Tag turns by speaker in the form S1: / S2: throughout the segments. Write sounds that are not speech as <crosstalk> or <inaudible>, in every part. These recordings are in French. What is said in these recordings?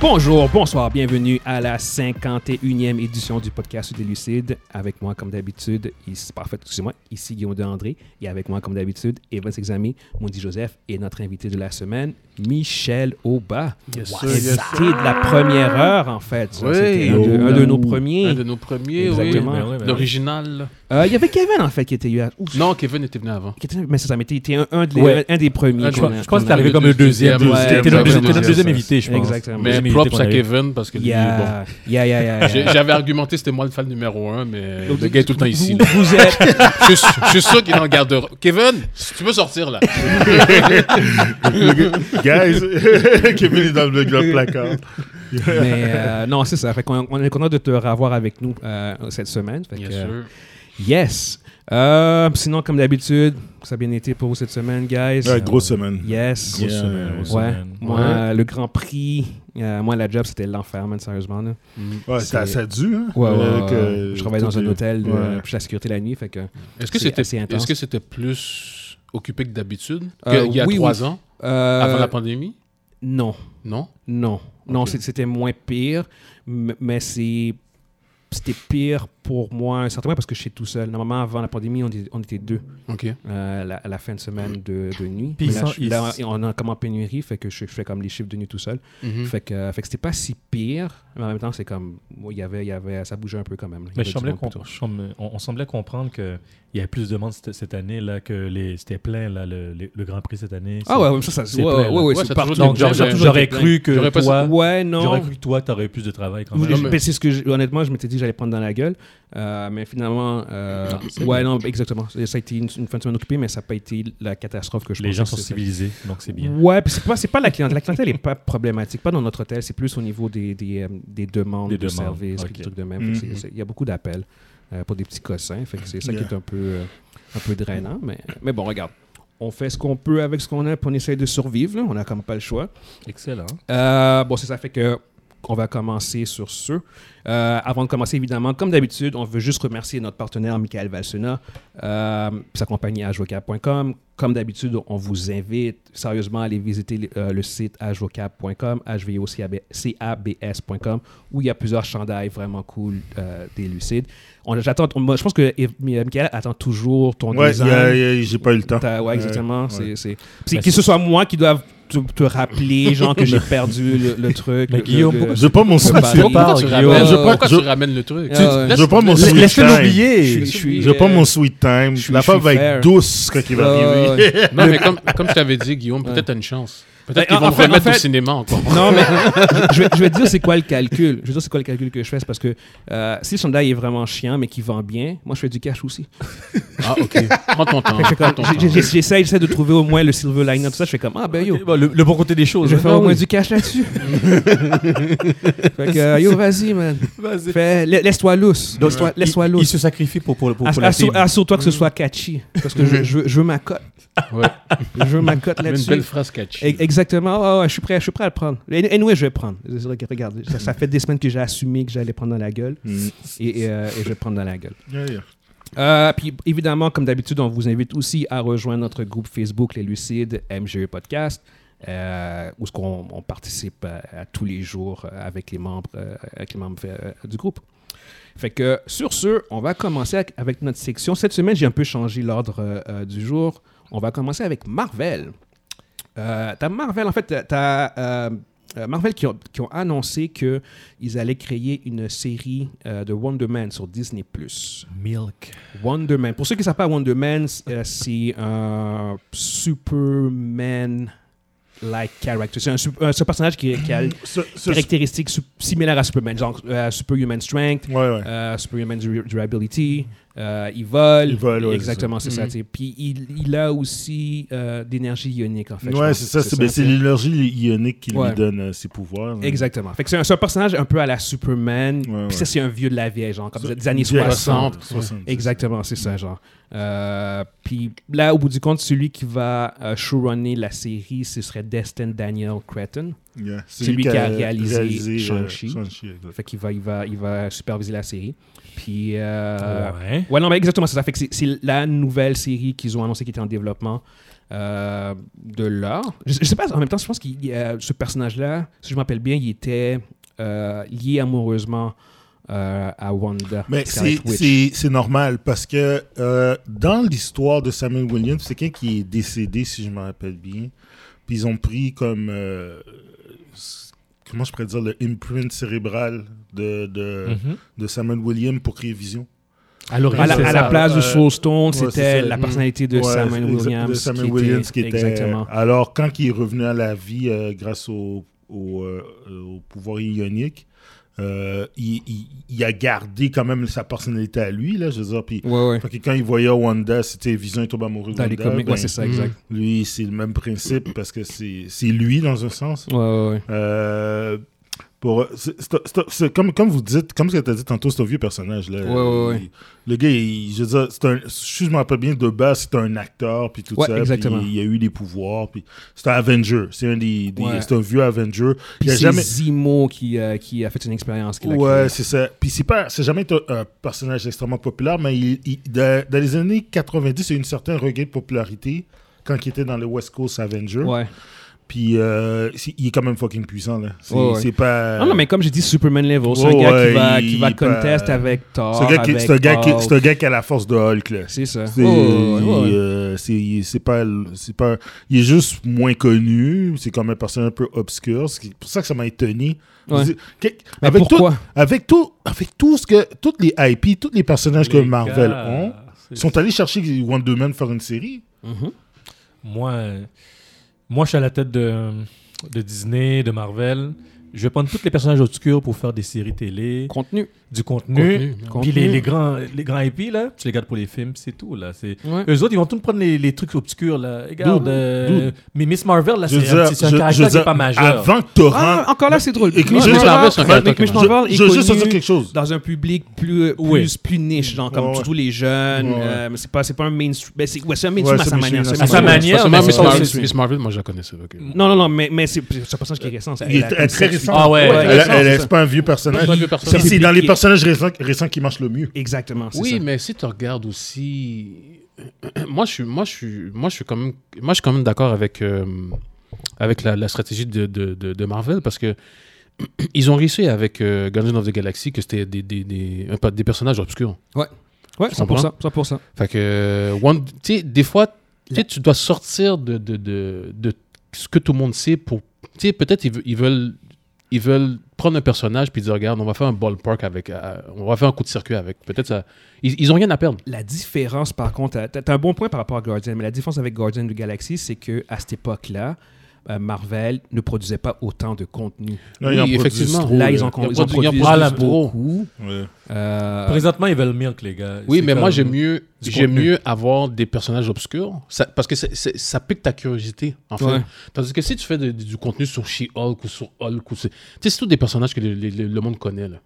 S1: Bonjour, bonsoir, bienvenue à la 51e édition du podcast des Lucides. Avec moi, comme d'habitude, ici, parfait, excusez-moi, ici Guillaume de André. Et avec moi, comme d'habitude, Evan Sexami, Mondi Joseph et notre invité de la semaine, Michel Auba.
S2: Yes,
S1: Wow.
S2: sir, yes,
S1: Invité de la première heure, en fait. Ça,
S2: Oui.
S1: C'était un, de, un de nos premiers.
S2: Un
S1: Euh,
S2: de nos premiers,
S1: Exactement.
S2: oui.
S1: Ben oui, ben oui.
S2: L'original.
S1: Il y avait Kevin, en fait, qui était là. Ouf,
S2: Non, Kevin était venu avant.
S1: qui était- mais ça, ça m'était était un, un des,
S3: Ouais.
S1: un des premiers.
S2: Un des-
S3: Je,
S1: qu'on
S3: pense-
S1: a-
S3: je pense
S2: qu'on
S3: que
S2: a
S3: t'es arrivé
S2: le
S3: comme le deuxième.
S2: deuxième,
S3: T'es-
S1: ouais,
S3: T'es
S1: ouais,
S3: notre
S1: ouais,
S3: deuxième, t'es notre deuxième
S2: ouais,
S3: invité, je pense.
S1: Exactement.
S2: Mais
S3: Deuxième invité
S2: propre
S3: qu'on
S2: à
S3: a eu.
S2: Kevin parce que lui, bon.
S1: Yeah, yeah, yeah, yeah, yeah.
S2: J'ai- J'avais argumenté, c'était moi le fan numéro un, mais
S1: Donc,
S2: le gars est tout le temps ici.
S1: Vous,
S2: là.
S1: vous êtes,
S2: je, suis, je suis sûr qu'il est en garde-robe. Kevin, tu peux sortir là.
S4: <laughs> Guys, <laughs> Kevin est dans le, le placard.
S1: Mais euh, non, c'est ça. Fait qu'on- on est content de te revoir avec nous euh, cette semaine. Fait que,
S2: Bien
S1: euh,
S2: sûr.
S1: Yes. Euh, sinon, comme d'habitude, ça a bien été pour vous cette semaine, guys.
S4: Ouais, grosse semaine.
S1: Yes.
S4: Yeah.
S1: Ouais.
S4: grosse
S1: Moi,
S2: Ouais.
S1: euh, le Grand Prix, euh, moi, la job, c'était l'enfer, man, sérieusement. là.
S4: Ouais,
S1: C'est-
S4: ça, ça a dû, hein?
S1: Ouais, ouais,
S4: Euh,
S1: ouais,
S4: que-
S1: ouais. Je travaillais dans
S4: tout
S1: un
S4: est-
S1: hôtel, de-
S4: Ouais.
S1: puis la sécurité la nuit. Fait que,
S2: Est-ce que
S1: c'est
S2: c'était
S1: assez intense.
S2: est-ce que c'était plus occupé que d'habitude
S1: Euh,
S2: qu'il y a
S1: oui,
S2: trois
S1: oui.
S2: ans,
S1: Euh,
S2: avant la pandémie?
S1: Non.
S2: Non?
S1: Non. Non,
S2: Ok.
S1: c'est- c'était moins pire, m- mais c'est. C'était pire pour moi, à un certain moment, parce que je suis tout seul. Normalement, avant la pandémie, on était- on était deux.
S2: OK.
S1: euh, la, la fin de semaine de, de nuit.
S3: Puis
S1: Mais
S3: ils
S1: là,
S3: sont-
S1: je-
S3: ils-
S1: là, on est comme en pénurie, fait que je, je fais comme les chiffres de nuit tout seul.
S3: Mm.
S2: Mhm.
S1: Fait que, fait que c'était pas si pire, mais en même temps, c'est comme, ouais, il y avait, il y avait, ça bougeait un peu quand même. là. Il y
S3: Mais
S1: avait
S3: je
S1: du
S3: semblais
S1: monde
S3: qu'on-
S1: plutôt.
S3: je semblais- on, on semblait comprendre qu'il y avait plus de monde cette, cette année, là, que les- c'était plein, là, le, le- le Grand Prix cette année.
S1: Ah ouais, ouais, ça, ça,
S3: c'est
S1: ouais,
S3: plein,
S1: ouais,
S3: là.
S1: ouais,
S2: Ouais,
S1: c'est
S2: ça a
S1: partout.
S2: toujours été plein,
S3: Donc, j'aurais-
S2: j'aurais-
S3: j'aurais cru que
S2: j'aurais pas
S3: toi,
S1: Ouais, non.
S3: j'aurais cru que toi, t'aurais plus de travail quand
S1: Ou-
S3: même.
S2: Non, mais-
S1: mais c'est ce que, j'ai- honnêtement, je m'étais dit que j'allais prendre dans la gueule, euh, mais finalement, euh, ouais, non, exactement. Ça a été une, une fin de semaine occupée, mais ça n'a pas été la catastrophe que je
S3: Les
S1: pensais
S3: gens
S1: que
S3: sont
S1: c'était.
S3: civilisés, donc c'est bien.
S1: Ouais, puis c'est pas, c'est pas la clientèle. La clientèle n'est pas problématique, pas dans notre hôtel. C'est plus au niveau des, des, euh, des demandes,
S3: Des
S1: de
S3: demandes,
S1: services, puis
S3: ok.
S1: des trucs de même. Fait que c'est- c'est- Il y a beaucoup d'appels euh, pour des petits cossins. Fait que c'est ça qui est
S4: Yeah.
S1: un peu, euh, un peu drainant. Mais, mais bon, regarde. On fait ce qu'on peut avec ce qu'on a, puis on essaye de survivre. là. On n'a comme pas le choix.
S3: Excellent.
S1: Euh, bon, c'est ça fait que on va commencer sur ce. Euh, avant de commencer, évidemment, comme d'habitude, on veut juste remercier notre partenaire Michael Valsena, euh, sa compagnie ajocab.com. Comme d'habitude, on vous invite sérieusement à aller visiter euh, le site ajocab.com, hvocabs.com, où il y a plusieurs chandails vraiment cool euh, des Lucides. On- j'attends, on- moi, je pense que Ev- Michael attend toujours ton
S4: Ouais,
S1: design.
S4: y a- y a- j'ai pas eu le
S3: Ah,
S4: temps.
S1: T'as- ouais, exactement.
S4: Ouais.
S1: c'est, c'est... c'est
S3: Mais
S1: que ce
S3: Ben, c'est-
S1: soit moi qui doive te, te rappeler, genre, que
S3: <laughs>
S1: j'ai perdu le, le truc.
S3: Mais
S1: le-
S3: Guillaume,
S1: le-
S3: pourquoi-
S4: J'ai pas mon
S1: Pourquoi
S4: switch.
S1: tu-
S4: J'ai
S2: Pourquoi
S3: parle,
S2: tu
S3: Guillaume.
S2: ramènes-
S4: Je veux pas-
S2: pourquoi
S4: je-
S2: tu ramènes le truc?
S1: Ah,
S2: Tu-
S1: ouais.
S2: laisse-
S4: j'ai pas mon
S2: laisse-
S4: switch.
S3: Laisse-le
S4: time.
S3: l'oublier.
S1: je suis-
S4: J'ai pas
S1: euh,
S4: mon sweet time.
S1: je suis-
S4: La
S1: je suis
S4: femme va
S1: fair.
S4: être douce quand il va
S1: Ah,
S3: <laughs>
S4: arriver.
S1: ouais.
S2: Non, mais comme, comme je t'avais dit, Guillaume, peut-être t'as une chance.
S1: Ben,
S2: Peut-être qu'ils
S1: en-
S2: vont
S1: en
S2: me
S1: fait-
S2: remettre
S1: en fait-
S2: au cinéma <laughs> encore.
S1: Non, mais je, vais, je vais te dire c'est quoi le calcul. Je vais te dire c'est quoi le calcul que je fais. C'est parce que euh, si le chandail est vraiment chiant, mais qui vend bien, moi, je fais du cash aussi.
S2: Ah, OK. Prends ton temps.
S1: Fait que
S2: Prends
S1: comme,
S2: ton
S1: j'ai- j'ai-
S2: temps.
S1: j'essaie, j'essaie de trouver au moins le silver lining, tout ça. Je fais comme, ah ben yo,
S3: Ok, bon, le, le bon côté des choses.
S1: je
S3: hein.
S1: vais faire au moins du cash
S3: <laughs>
S1: là-dessus. fait que, euh, yo, vas-y, man.
S3: Vas-y.
S1: Fais- la- laisse-toi lousse.
S3: Donc,
S1: Laisse-toi,
S3: il-
S1: laisse-toi
S3: il,
S1: lousse. Ah,
S3: se sacrifie pour, pour, pour, pour
S1: Ass-
S3: la
S1: assure-
S3: team.
S1: Assure-toi que ce soit catchy. Parce que je, je, veux- je veux ma cote.
S2: Ouais.
S1: Je veux ma cote
S2: Une
S1: là-dessus.
S2: belle phrase catchy.
S1: E- Exactement. Ouais, ouais, je suis prêt, je suis prêt à le prendre. Et anyway, je vais prendre. Je- je- Regarde, ça, ça fait des semaines que j'ai assumé que j'allais prendre dans la gueule.
S4: Mm.
S1: Et, et, euh, et je vais le prendre dans la gueule.
S4: Yeah, yeah.
S1: Euh, puis évidemment, comme d'habitude, on vous invite aussi à rejoindre notre groupe Facebook Les Lucides MGE Podcast, euh, où ce qu'on- on participe euh, à, tous les jours euh, avec les membres, euh, avec les membres euh, du groupe. Fait que sur ce, on va commencer ac- avec notre section. Cette semaine, j'ai un peu changé l'ordre euh, euh, du jour. On va commencer avec Marvel. Euh, t'as Marvel, en fait, t'as- t'as euh, euh, Marvel qui ont, qui ont annoncé qu'ils allaient créer une série euh, de Wonder Man sur Disney+.
S3: Milk.
S1: Wonder Man. Pour ceux qui ne savent pas, Wonder Man, c'est, euh, c'est un Superman-like character. C'est un, sup- euh, c'est un personnage qui, qui
S4: <coughs>
S1: a des
S4: Ce- ce-
S1: caractéristiques sup- similaires à Superman, genre euh, Superhuman Strength,
S4: Ouais, ouais.
S1: euh, Superhuman dura- Durability, euh, il vole.
S4: Il vole, ouais,
S1: Exactement, c'est ça.
S2: Mhm.
S1: t'sais. Puis il, il a aussi euh, d'énergie ionique, en fait. je
S4: Ouais,
S1: pense.
S4: c'est ça. C'est ben, c'est l'énergie ionique qui
S1: Ouais.
S4: lui donne euh, ses pouvoirs. là.
S1: Exactement. Fait que c'est un, c'est un personnage un peu à la Superman.
S4: Ouais,
S1: Puis
S4: ouais.
S1: ça, c'est un vieux de la vieille, genre, comme
S4: Ça-
S1: des années
S4: Yeah.
S1: 60.
S4: 60, c'est
S1: Exactement, c'est ça, genre. Euh, Puis là, au bout du compte, celui qui va euh, showrunner la série, ce serait Destin Daniel Cretton.
S4: ça. Yeah.
S1: C'est lui qui a réalisé
S4: euh,
S1: Shang-Chi.
S4: exact.
S1: Fait qu'il va, il va, il va superviser la série. Puis. euh,
S3: Ouais.
S1: Ouais, non, mais exactement, c'est ça. Fait que c'est- c'est la nouvelle série qu'ils ont annoncé qui était en développement. Euh, de là, je, je sais pas, en même temps, je pense que ce personnage-là, si je m'appelle bien, il était euh, lié amoureusement euh, à Wanda.
S4: Mais
S1: Scarlet
S4: c'est-
S1: Witch.
S4: c'est c'est normal parce que euh, dans l'histoire de Samuel Williams, c'est quelqu'un qui est décédé, si je me rappelle bien. Puis ils ont pris comme. euh, s- comment je pourrais dire Le imprint cérébral de, de,
S1: Mm-hmm.
S4: de Samuel Williams pour créer Vision.
S3: Alors,
S1: À la,
S4: c'est
S1: à la
S4: ça,
S1: place de
S4: euh,
S1: Soul Stone,
S4: ouais,
S1: c'était
S4: c'est ça.
S1: la personnalité de
S4: Ouais,
S1: Samuel
S4: exa-
S1: Williams.
S4: de Samuel Williams qui était.
S1: Exactement.
S4: Alors, quand il est revenu à la vie euh, grâce au, au, euh, au pouvoir ionique, euh, il, il- il a gardé quand même sa personnalité à lui, là, je veux dire. Puis
S1: Ouais, ouais.
S4: Fait que quand il voyait Wanda, c'était Vision, il tombe amoureux de
S1: Dans les
S4: Wanda,
S1: comics,
S4: ben,
S1: ouais, c'est ça, exact.
S4: Lui, c'est le même principe parce que c'est c'est lui dans un sens.
S1: Ouais, ouais, ouais.
S4: Euh, pour, c'est- c'est- c'est- c'est comme, comme vous dites, comme ce que tu as dit tantôt, c'est un vieux personnage. Là.
S1: Ouais, ouais, ouais.
S4: Il- le gars, il- je veux dire, c'est un, si je me rappelle bien, de base, c'est un acteur, puis tout
S1: Ouais,
S4: ça. puis
S1: exactement.
S4: il, a eu des pouvoirs. Puis c'est un Avenger. C'est un, des, des-
S1: Ouais.
S4: c'est un vieux Avenger.
S1: Puis
S4: il a
S1: c'est
S4: jamais.
S1: Zimo qui, euh, qui a fait une expérience. qu'il a
S4: Ouais,
S1: créée.
S4: c'est ça. Puis c'est pas, c'est jamais été un personnage extrêmement populaire, mais il, il- dans, dans les années 90, il y a eu une certaine regain de popularité quand il était dans le West Coast Avenger.
S1: Ouais.
S4: Puis euh, c'est- il est quand même fucking puissant là. C'est
S1: Ouais, ouais.
S4: c'est pas.
S1: Ah non, mais comme j'ai dit, Superman Level, c'est
S4: Euh, Ouais,
S1: un gars
S4: ouais,
S1: qui va,
S4: il-
S1: qui va
S4: il
S1: contest
S4: peut-
S1: avec Thor.
S4: c'est un gars qui,
S1: avec
S4: c'est un gars qui,
S1: Hulk.
S4: c'est un gars qui a la force de Hulk là.
S1: C'est ça.
S4: C'est,
S1: Ah, Ouais, ouais, ouais, ouais.
S4: il, euh, c'est, il- c'est pas, c'est pas, il est juste moins connu. C'est comme un personnage un peu obscur. C'est pour ça que ça m'a étonné.
S1: Ouais.
S4: C'est- que-
S1: Mais
S4: avec tout,
S1: pourquoi
S4: avec tout, avec tout ce que, toutes les IP, tous les personnages que
S3: Les
S4: Marvel
S3: gars,
S4: ont,
S3: c'est-
S4: ils sont allés chercher Wonder Man pour faire une série.
S1: Mhm.
S3: Moi, euh, moi, je suis à la tête de, de Disney, de Marvel. Je vais prendre tous les personnages obscurs pour faire des séries télé,
S1: Contenu.
S3: du contenu.
S1: Contenu.
S3: Puis les, les grands, les grands IP, là, tu les gardes pour les films, c'est tout. Là. c'est
S1: Ouais.
S3: Eux autres, ils vont tous prendre les, les trucs obscurs. Là. Regarde,
S1: Dude,
S3: euh, mais Miss Marvel, là,
S4: Je veux
S3: c'est un,
S4: dire,
S3: petit- c'est un
S4: je- je
S3: caractère
S4: veux
S3: qui n'est
S4: dire,
S3: pas majeur.
S4: Avant que Torrent.
S1: Ah, encore là, c'est drôle.
S4: Hein? Écoute,
S1: Mitch
S4: je- je-
S1: Marvel-
S2: je- je-
S1: Mitch
S2: je-
S1: Marvel est
S4: je veux juste te dire
S1: connu
S4: quelque chose.
S1: Dans un public plus, euh, plus,
S3: Ouais.
S1: plus niche, genre comme
S4: Ouais, ouais.
S1: tous les jeunes.
S4: Ouais, ouais.
S1: euh, mais c'est pas, c'est pas un mainstream. Ben, c'est, ouais, c'est un mainstream
S4: Ouais,
S1: à
S4: c'est
S1: sa manière.
S4: mainstream
S1: c'est
S4: à
S1: un
S4: sa
S1: mainstream.
S3: manière,
S2: Parce que
S3: mais
S2: Miss
S3: c'est-
S2: Marvel-
S3: c'est-
S2: Miss Marvel, moi, je la connaissais. ok.
S1: Non, non, non, mais, mais c'est, c'est un personnage qui est récent. ça.
S4: Il
S1: Elle a
S4: est
S1: comme
S4: très, très
S1: sept, huit
S4: récent.
S1: ans.
S3: Ah ouais,
S1: elle a
S3: ouais,
S4: Elle,
S1: récent,
S4: elle-
S1: c'est
S4: elle-
S1: ça.
S4: c'est pas un vieux personnage.
S2: C'est un vieux
S4: Puis
S2: personnage.
S4: C'est dans les
S1: Public.
S4: personnages récents, récents qui marchent le mieux.
S1: Exactement, c'est
S2: Oui,
S1: ça.
S2: mais si tu regardes aussi, <clears throat> moi je suis, moi je suis, moi je suis quand même, moi je suis quand même d'accord avec euh, avec la, la stratégie de, de, de, de Marvel parce que <clears throat> ils ont réussi avec euh, Guardians of the Galaxy que c'était des des, des, un peu- des personnages obscurs.
S1: Ouais,
S2: Tu
S1: 100%. 100%.
S2: Fait que, euh, Wand- tu sais, des fois, tu sais, tu dois sortir de, de, de, de ce que tout le monde sait pour. Tu sais, peut-être ils, ve- ils veulent. Ils veulent prendre un personnage puis dire regarde on va faire un ballpark avec euh, on va faire un coup de circuit avec peut-être ça ils, ils ont rien à perdre
S1: La différence, par contre, euh, t'as t'as un bon point par rapport à Guardian, mais la différence avec Guardian du Galaxy, c'est que à cette époque-là, euh, Marvel ne produisait pas autant de contenu.
S4: Là,
S2: Oui,
S4: ils en produisent
S2: effectivement.
S4: trop,
S1: Là,
S4: là.
S1: ils ont, con-
S2: Il y a
S1: ils ont
S2: pas du- il y a
S1: produit
S2: pas
S3: du-
S1: beaucoup.
S4: Ouais.
S1: Euh,
S3: Présentement, ils veulent Milk, les gars.
S2: oui
S3: C'est
S2: mais moi
S3: comme-
S2: j'aime mieux
S3: du
S2: j'aime
S3: contenu.
S2: mieux avoir des personnages obscurs ça- parce que c'est- c'est- ça pique ta curiosité en fait
S1: Ouais.
S2: tandis que si tu fais de- de- du contenu sur She-Hulk ou sur Hulk ou c'est- tu sais c'est tous des personnages que le, le- le- le monde connaît là.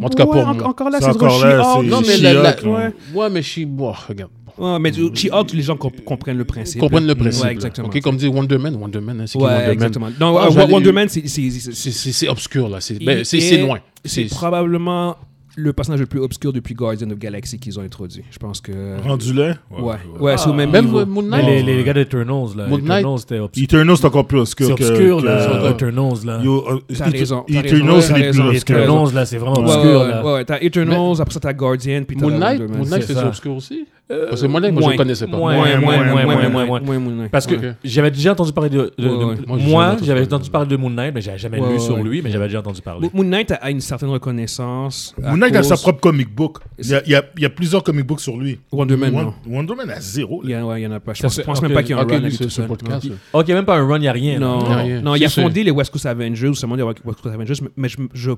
S2: En tout cas,
S1: ouais,
S2: pour
S1: en-
S2: moi.
S1: Encore là,
S4: C'est
S1: c'est drôle.
S4: encore là,
S1: She-Hulk,
S4: c'est-
S1: non, mais
S4: c'est
S1: la- la-
S4: She-Hulk,
S1: ouais.
S2: ouais mais She bon, regarde bon.
S1: Ouais, mais du- She-Hulk, les gens comp- comprennent le principe.
S2: comprennent le
S1: Mm.
S2: principe.
S1: Ouais,
S2: là.
S1: exactement.
S2: Ok, comme dit Wonder Man, Wonder Man, hein, c'est qui
S1: Ouais,
S2: Wonder Man?
S1: exactement. Non,
S2: Ah,
S1: euh,
S2: j'allais-
S1: Wonder Man, c'est- c'est- c'est-
S2: C'est- C'est c'est obscur là, c'est
S1: Il
S2: ben, c'est-
S1: est-
S2: c'est loin.
S1: c'est
S2: C'est
S1: probablement le personnage le plus obscur depuis Guardian of Galaxy qu'ils ont introduit. Je pense que. Ouais,
S4: Rendu Ah. là
S1: ouais, c'est au même,
S2: même
S1: niveau.
S2: euh, Moon
S3: Mais
S2: Knight.
S3: les, les gars d'Eternals, là.
S2: Moon Knight.
S3: Eternals, c'était obscur.
S4: Eternals, c'est encore plus obscur.
S3: C'est
S4: que-
S3: obscur,
S4: que-
S3: là.
S2: euh,
S3: Eternals, là.
S4: Yo, euh,
S1: T'as
S4: Eter-
S1: raison, t'as raison,
S4: Eternals,
S1: t'as
S4: c'est les
S1: raison.
S4: plus obscurs.
S1: Eternals,
S3: Eternals, là, c'est vraiment
S1: Ouais, ouais,
S3: obscur,
S1: ouais,
S3: là.
S1: ouais, ouais. T'as Eternals, après ça t'as Guardian, puis t'as
S2: Moon Knight,
S1: Wonder Man.
S2: Moon Knight,
S3: C'est
S2: c'est
S3: ça.
S2: obscur aussi.
S3: Euh,
S2: Parce que Moon Knight, moi je
S1: moins.
S2: le connaissais pas.
S3: Moins,
S4: Moins,
S3: moins, moins, moins, moins, moins.
S1: Ouais, Moon Knight.
S3: Parce que
S2: Ok.
S3: j'avais déjà entendu parler de. de-
S1: Ouais, ouais.
S3: de-
S2: Moi, j'ai jamais
S3: Moi,
S2: entendu
S3: j'avais
S2: parler de-
S3: entendu parler de Moon Knight, mais j'avais jamais
S1: Ouais,
S3: lu
S1: ouais,
S3: sur
S1: ouais.
S3: lui, mais j'avais déjà entendu parler.
S1: Moon Knight a- a une certaine reconnaissance. à
S4: Moon Knight a sa
S1: cause-
S4: propre comic book. Il y, a, il y a- il y a plusieurs comic books sur lui.
S1: Wonder Man,
S4: Wonder,
S1: non.
S4: Wonder Man à zéro.
S1: Il
S4: là.
S1: y, en- ouais, il y en a pas. Je
S3: Ça,
S1: pense, je
S3: c'est-
S1: pense
S3: ok,
S1: même pas qu'il y a un
S2: Ok,
S1: run
S2: lui,
S1: avec
S2: c'est
S1: tout
S2: ce
S1: seul.
S2: podcast. là.
S3: Ok, même pas un run, il a rien. là.
S1: Non,
S2: Il y a rien.
S1: non, il a
S2: Si,
S1: fondé les West Coast Avengers, ou seulement les West Coast Avengers, mais- mais je, je,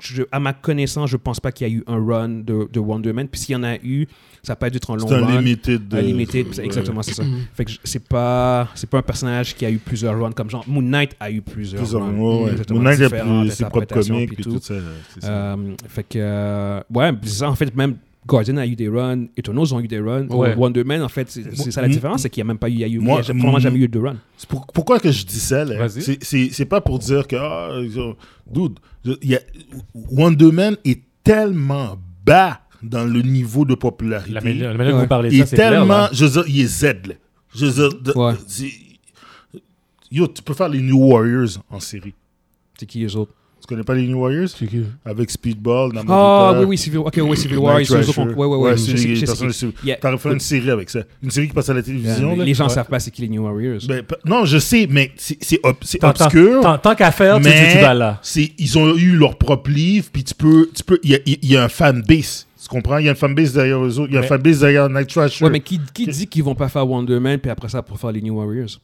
S1: je- à ma connaissance, je pense pas qu'il y a eu un run de, de Wonder Man. Puis s'il y en a eu, ça peut être être un long
S4: C'est un
S1: run.
S4: limited. euh, de-
S1: Un limited, c'est
S4: Ouais.
S1: exactement, c'est ça.
S2: Mm-hmm.
S1: Fait que je- c'est pas, c'est pas un personnage qui a eu plusieurs runs comme genre Moon Knight a eu plusieurs,
S4: Plusieurs-
S1: runs.
S4: ouais, ouais.
S1: hein. Exactement,
S4: Moon Knight a
S1: différentes
S4: plus ses propres
S1: interprétations,
S4: comics
S1: puis
S4: puis
S1: tout.
S4: tout ça. c'est ça.
S1: Euh, fait que, euh, ouais, puis ça, en fait, même Guardian a eu des runs, Eternals ont eu des runs,
S2: Ouais.
S1: Wonder Man, en fait, c'est c'est ça la
S4: Moi-
S1: différence, c'est qu'il n'y a même pas eu, il y a eu,
S4: Moi-
S1: il y a vraiment jamais eu de run.
S4: C'est pour- pourquoi que je dis ça, là?
S3: Vas-y.
S4: C'est- C'est c'est pas pour dire que, ah, je- dude, je- il y a, Wonder Man est tellement bas dans le niveau de popularité.
S3: La manière la manière dont
S1: Ouais.
S3: vous parlez de
S4: il
S3: ça,
S4: est
S3: c'est clair,
S4: tellement,
S3: là.
S4: je veux dire, il est Z, là. Je veux dire, de-
S1: Ouais.
S4: c'est- Yo, tu peux faire les New Warriors en série.
S1: C'est qui les autres
S4: Tu connais pas les New Warriors
S2: C'est qui
S4: Avec Speedball,
S1: Ah
S4: Namorita,
S1: oui, oui, Civil War. Ok, oui, Civil
S4: Night
S1: War. ils sont les
S4: Thrasher.
S1: autres qu'on- Ouais, ouais, ouais. je
S4: Ouais, c'est
S1: sais- je
S4: les
S1: sais
S4: personnes-
S1: qui- Yeah.
S4: T'aurais fait une série avec ça. Une série qui passe à la télévision. là.
S1: Les gens
S4: Ouais.
S1: savent pas c'est qui les New Warriors.
S4: Ben, p- non, je sais, mais c'est c'est ob- c'est
S3: Tant- tant-
S4: obscur.
S3: tant- Tant qu'à faire, tu- tu
S4: mais
S3: tu vas là.
S4: c'est- ils ont eu leur propre livre, puis tu peux, tu peux, il y a, il y a un fan base, tu comprends Il y a un fan base derrière eux autres, il y a un
S3: Mais-
S4: fan base derrière Night Thrasher.
S1: Ouais, mais qui, qui dit qu'ils vont pas faire Wonder Man puis après ça pour faire les New Warriors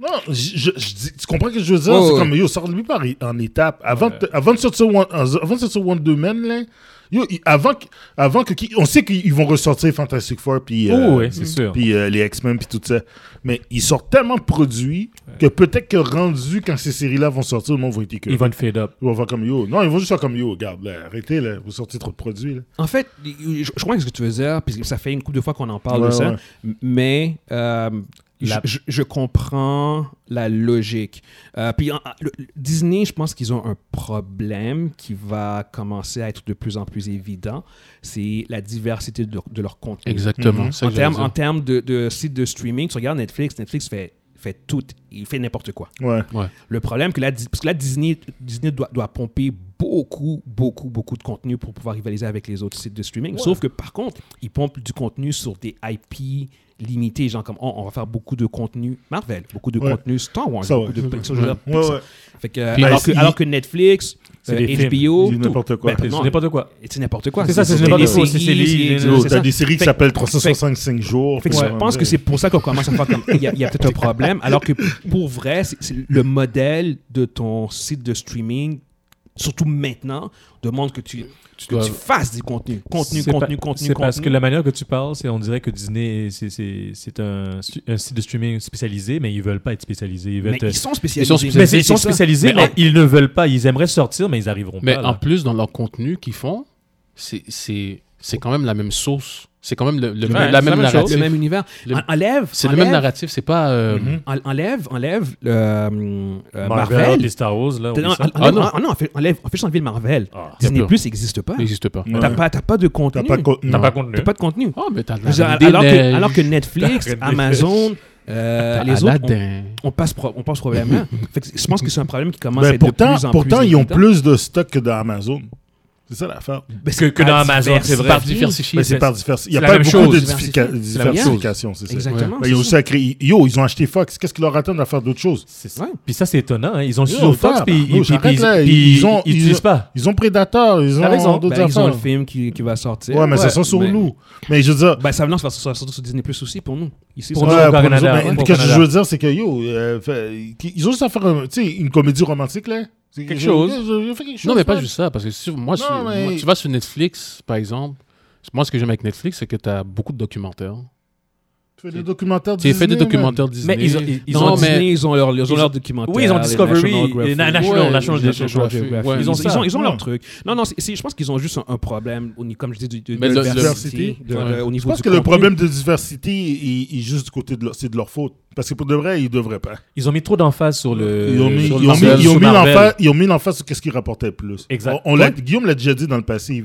S4: Non, je, je- je dis- tu comprends ce que je veux dire
S1: Ouais,
S4: C'est
S1: ouais.
S4: comme yo, sors-lui par en étape. Avant, de- avant de sortir One, avant de sortir Wonder Man, là, yo, il- avant, que- avant que, qui- on sait qu'ils vont ressortir Fantastic Four, puis euh,
S3: Oh, oui, c'est sûr.
S4: puis euh, les X-Men, puis tout ça. Mais ils sortent tellement de produits que peut-être que rendu quand ces séries-là vont sortir, le monde va être écœuré.
S3: Ils vont te fade up.
S4: Ils vont faire comme yo. Non, ils vont juste faire comme yo. Regarde, là, arrêtez, là, vous sortez trop de produits. Là.
S1: En fait, je, je crois que ce que tu veux dire, puis ça fait une couple de fois qu'on en parle
S4: Ouais,
S1: de ça,
S4: ouais.
S1: m- mais euh, je-
S3: La-
S1: je, je comprends la logique. Euh, puis en- le- le- Disney, je pense qu'ils ont un problème qui va commencer à être de plus en plus évident, c'est la diversité de leur, de leur contenu.
S2: Exactement.
S4: Mhm.
S2: c'est ça
S1: En
S2: que j'allais
S1: termes
S2: dire.
S1: en termes de, de sites de streaming, tu regardes Netflix, Netflix fait, fait tout, il fait n'importe quoi.
S4: Ouais.
S1: Le problème, que là, Dis- parce que là, Disney, Disney doit, doit pomper beaucoup, beaucoup, beaucoup de contenu pour pouvoir rivaliser avec les autres sites de streaming. Sauf que, par contre, ils pompent du contenu sur des IP limités, genre comme, oh, on va faire beaucoup de contenu Marvel, beaucoup de
S4: Ouais.
S1: contenu Star Wars,
S4: Ça,
S1: beaucoup
S4: ouais.
S1: de Pixar, je veux dire,
S4: Ouais,
S1: Pixar.
S4: ouais.
S1: Fait que,
S2: Puis
S1: alors,
S4: ils-
S1: que, alors que Netflix,
S3: C'est
S1: euh,
S3: des films,
S1: HBO,
S4: ils-
S1: tout.
S4: n'importe quoi.
S1: Ben,
S3: C'est
S1: non,
S3: n'importe quoi.
S1: c'est n'importe quoi.
S3: C'est ça, c'est
S1: des
S3: n'importe quoi,
S1: séries,
S3: c'est des livres,
S1: c'est-
S4: Yo,
S1: c'est
S4: T'as
S1: ça.
S4: des séries qui
S1: Fait-
S4: s'appellent 365 jours.
S1: Fait que
S4: puis
S1: je
S4: ouais,
S1: pense
S4: ouais.
S1: que c'est pour ça qu'on commence à faire comme. Il y a, il y a peut-être un problème, alors que pour vrai, c'est- c'est le modèle de ton site de streaming, surtout maintenant, demande que tu,
S2: Tu
S1: que
S2: dois-
S1: tu fasses du contenu. Contenu,
S3: C'est
S1: contenu,
S3: pa-
S1: contenu,
S3: C'est
S1: contenu.
S3: parce que la manière que tu parles, c'est on dirait que Disney, c'est- c'est c'est un, stu- un site de streaming spécialisé, mais ils veulent pas être spécialisés. Ils veulent
S1: Mais ils
S3: être-
S1: sont spécialisés.
S2: Ils sont
S3: Mais c'est- ils sont
S1: C'est ça.
S3: spécialisés,
S2: Mais
S3: mais ils ne veulent pas. Ils aimeraient sortir, mais ils arriveront
S2: Mais
S3: pas.
S2: en
S3: là.
S2: plus, dans leur contenu qu'ils font, c'est- c'est c'est quand même la même sauce. C'est quand même le, le-
S3: Ouais,
S2: la,
S3: c'est
S2: même narrative.
S1: Le même univers.
S2: Le-
S1: En- Enlève.
S2: C'est le même
S1: enlève-
S2: narratif, c'est pas. euh,
S4: Mhm.
S1: en- Enlève, enlève le, euh, euh,
S3: Marvel,
S1: Marvel.
S3: les Star Wars,
S1: T'as-
S3: là, oublie
S1: non,
S3: ça.
S1: en-
S2: Ah, non.
S1: en- ah non, on fait- enlève, on fait juste enlever le Marvel.
S3: Ah.
S1: Disney
S2: Y'a plus.
S1: Plus n'existe pas.
S2: n'existe pas.
S4: Ouais.
S1: T'as pas, t'as pas de contenu.
S4: T'as pas de contenu.
S3: T'as
S2: Non.
S3: pas contenu.
S1: T'as pas de contenu.
S2: Ah, mais t'as
S1: Je veux dire,
S2: la Reine des
S1: alors, que,
S2: Neiges,
S1: alors que Netflix,
S3: Reine des
S1: Amazon, euh,
S2: t'as
S1: les autres, on,
S2: Aladdin.
S1: on passe pro- on passe
S3: <laughs>
S1: problème. fait que je pense que c'est un problème qui commence à
S4: Ben,
S1: être
S4: pourtant,
S1: de plus en
S4: pourtant
S1: plus
S4: ils ont
S1: évident.
S4: plus de stock que dans Amazon. C'est ça l'affaire.
S1: Ben,
S3: que- que
S1: pas
S3: dans Amazon,
S1: diversifié.
S3: c'est vrai.
S2: Par diversifier.
S4: Mais c'est par diversité. Il n'y a
S3: la
S4: pas
S3: même
S4: beaucoup
S3: chose.
S4: de
S1: Diversifica- la
S4: diffica-
S1: même chose.
S4: diversification. c'est ça.
S1: Exactement.
S4: Ben, ils, ont
S1: c'est ça.
S4: aussi créé- yo, ils ont acheté Fox. Qu'est-ce qui leur attend de faire d'autres choses
S3: C'est-
S1: Ouais.
S3: Puis ça, c'est étonnant. hein. Ils ont
S4: Yo,
S3: sur Fox,
S4: frère,
S3: puis
S4: yo,
S3: puis-
S4: j'arrête,
S3: puis-
S4: là.
S3: puis
S4: Ils ont-
S3: ils
S4: ils
S3: utilisent
S4: ont-
S3: pas.
S4: Ils ont Prédateur. Ils
S3: T'as raison.
S4: ont d'autres
S1: Ben, ils ont le
S4: affaires.
S1: film qui, qui va sortir.
S4: Ouais, mais ça sent sur
S1: mais-
S4: nous. Mais je veux dire,
S1: Ben, ça va non, ça va sortir surtout sur Disney Plus aussi pour nous. Ici,
S3: Pour
S1: ça-
S3: nous,
S4: Ouais,
S3: au
S4: pour
S3: Canada,
S4: nous autres,
S3: ouais,
S4: mais
S3: pour
S4: qu'est-ce que
S3: Canada.
S4: je veux dire, c'est que yo, euh, fait- qu'ils- ils ont juste à faire un- tu sais, une comédie romantique, là. C'est-
S2: Quelque
S4: je-
S2: chose.
S4: je- je fais quelque chose,
S2: Non, mais pas
S4: là.
S2: juste ça, parce que si- moi,
S4: Non,
S2: sur-
S4: mais-
S2: moi, tu vas sur Netflix, par exemple. Moi, ce que j'aime avec Netflix, c'est que tu as beaucoup de documentaires.
S4: Tu fais des documentaires
S2: Tu
S4: Disney,
S2: fait des
S4: man.
S2: documentaires Disney.
S3: Mais ils ont- ils- ils
S2: Non,
S1: ont
S2: mais-
S1: Disney, ils ont leur, ils ont leur documentaire.
S3: Oui, ils ont
S1: les
S3: Discovery,
S1: National
S3: les
S1: Geographic. Ouais,
S3: National- National
S1: les National
S2: Geographic,
S1: Geographic.
S2: ouais.
S1: Ils ont,
S3: Ils ont
S1: ils
S3: ça.
S1: ont, ils ont leur
S4: Ouais.
S1: truc. Non, non, c'est- c'est- je pense qu'ils ont juste un, un problème, au ni- comme je dis, du- de, de
S2: Mais le- le-
S1: diversité, de-
S2: Ouais.
S1: de- au
S4: Je
S1: niveau
S4: pense
S1: du
S4: que le
S1: contenu.
S4: problème de diversité il- il est juste du côté de leur, c'est de leur faute. Parce que pour de vrai, ils devraient pas.
S3: Ils ont mis trop d'emphase sur le.
S4: Ils ont mis, ils
S3: Euh, sur
S4: ont
S3: le
S4: mis,
S3: Marvel,
S4: ils ont
S3: sur
S4: mis
S3: Marvel.
S4: l'emphase- ils ont mis l'emphase sur qu'est-ce qui rapportait le plus.
S3: Exact.
S4: On, on l'a- Guillaume l'a déjà dit dans le passé.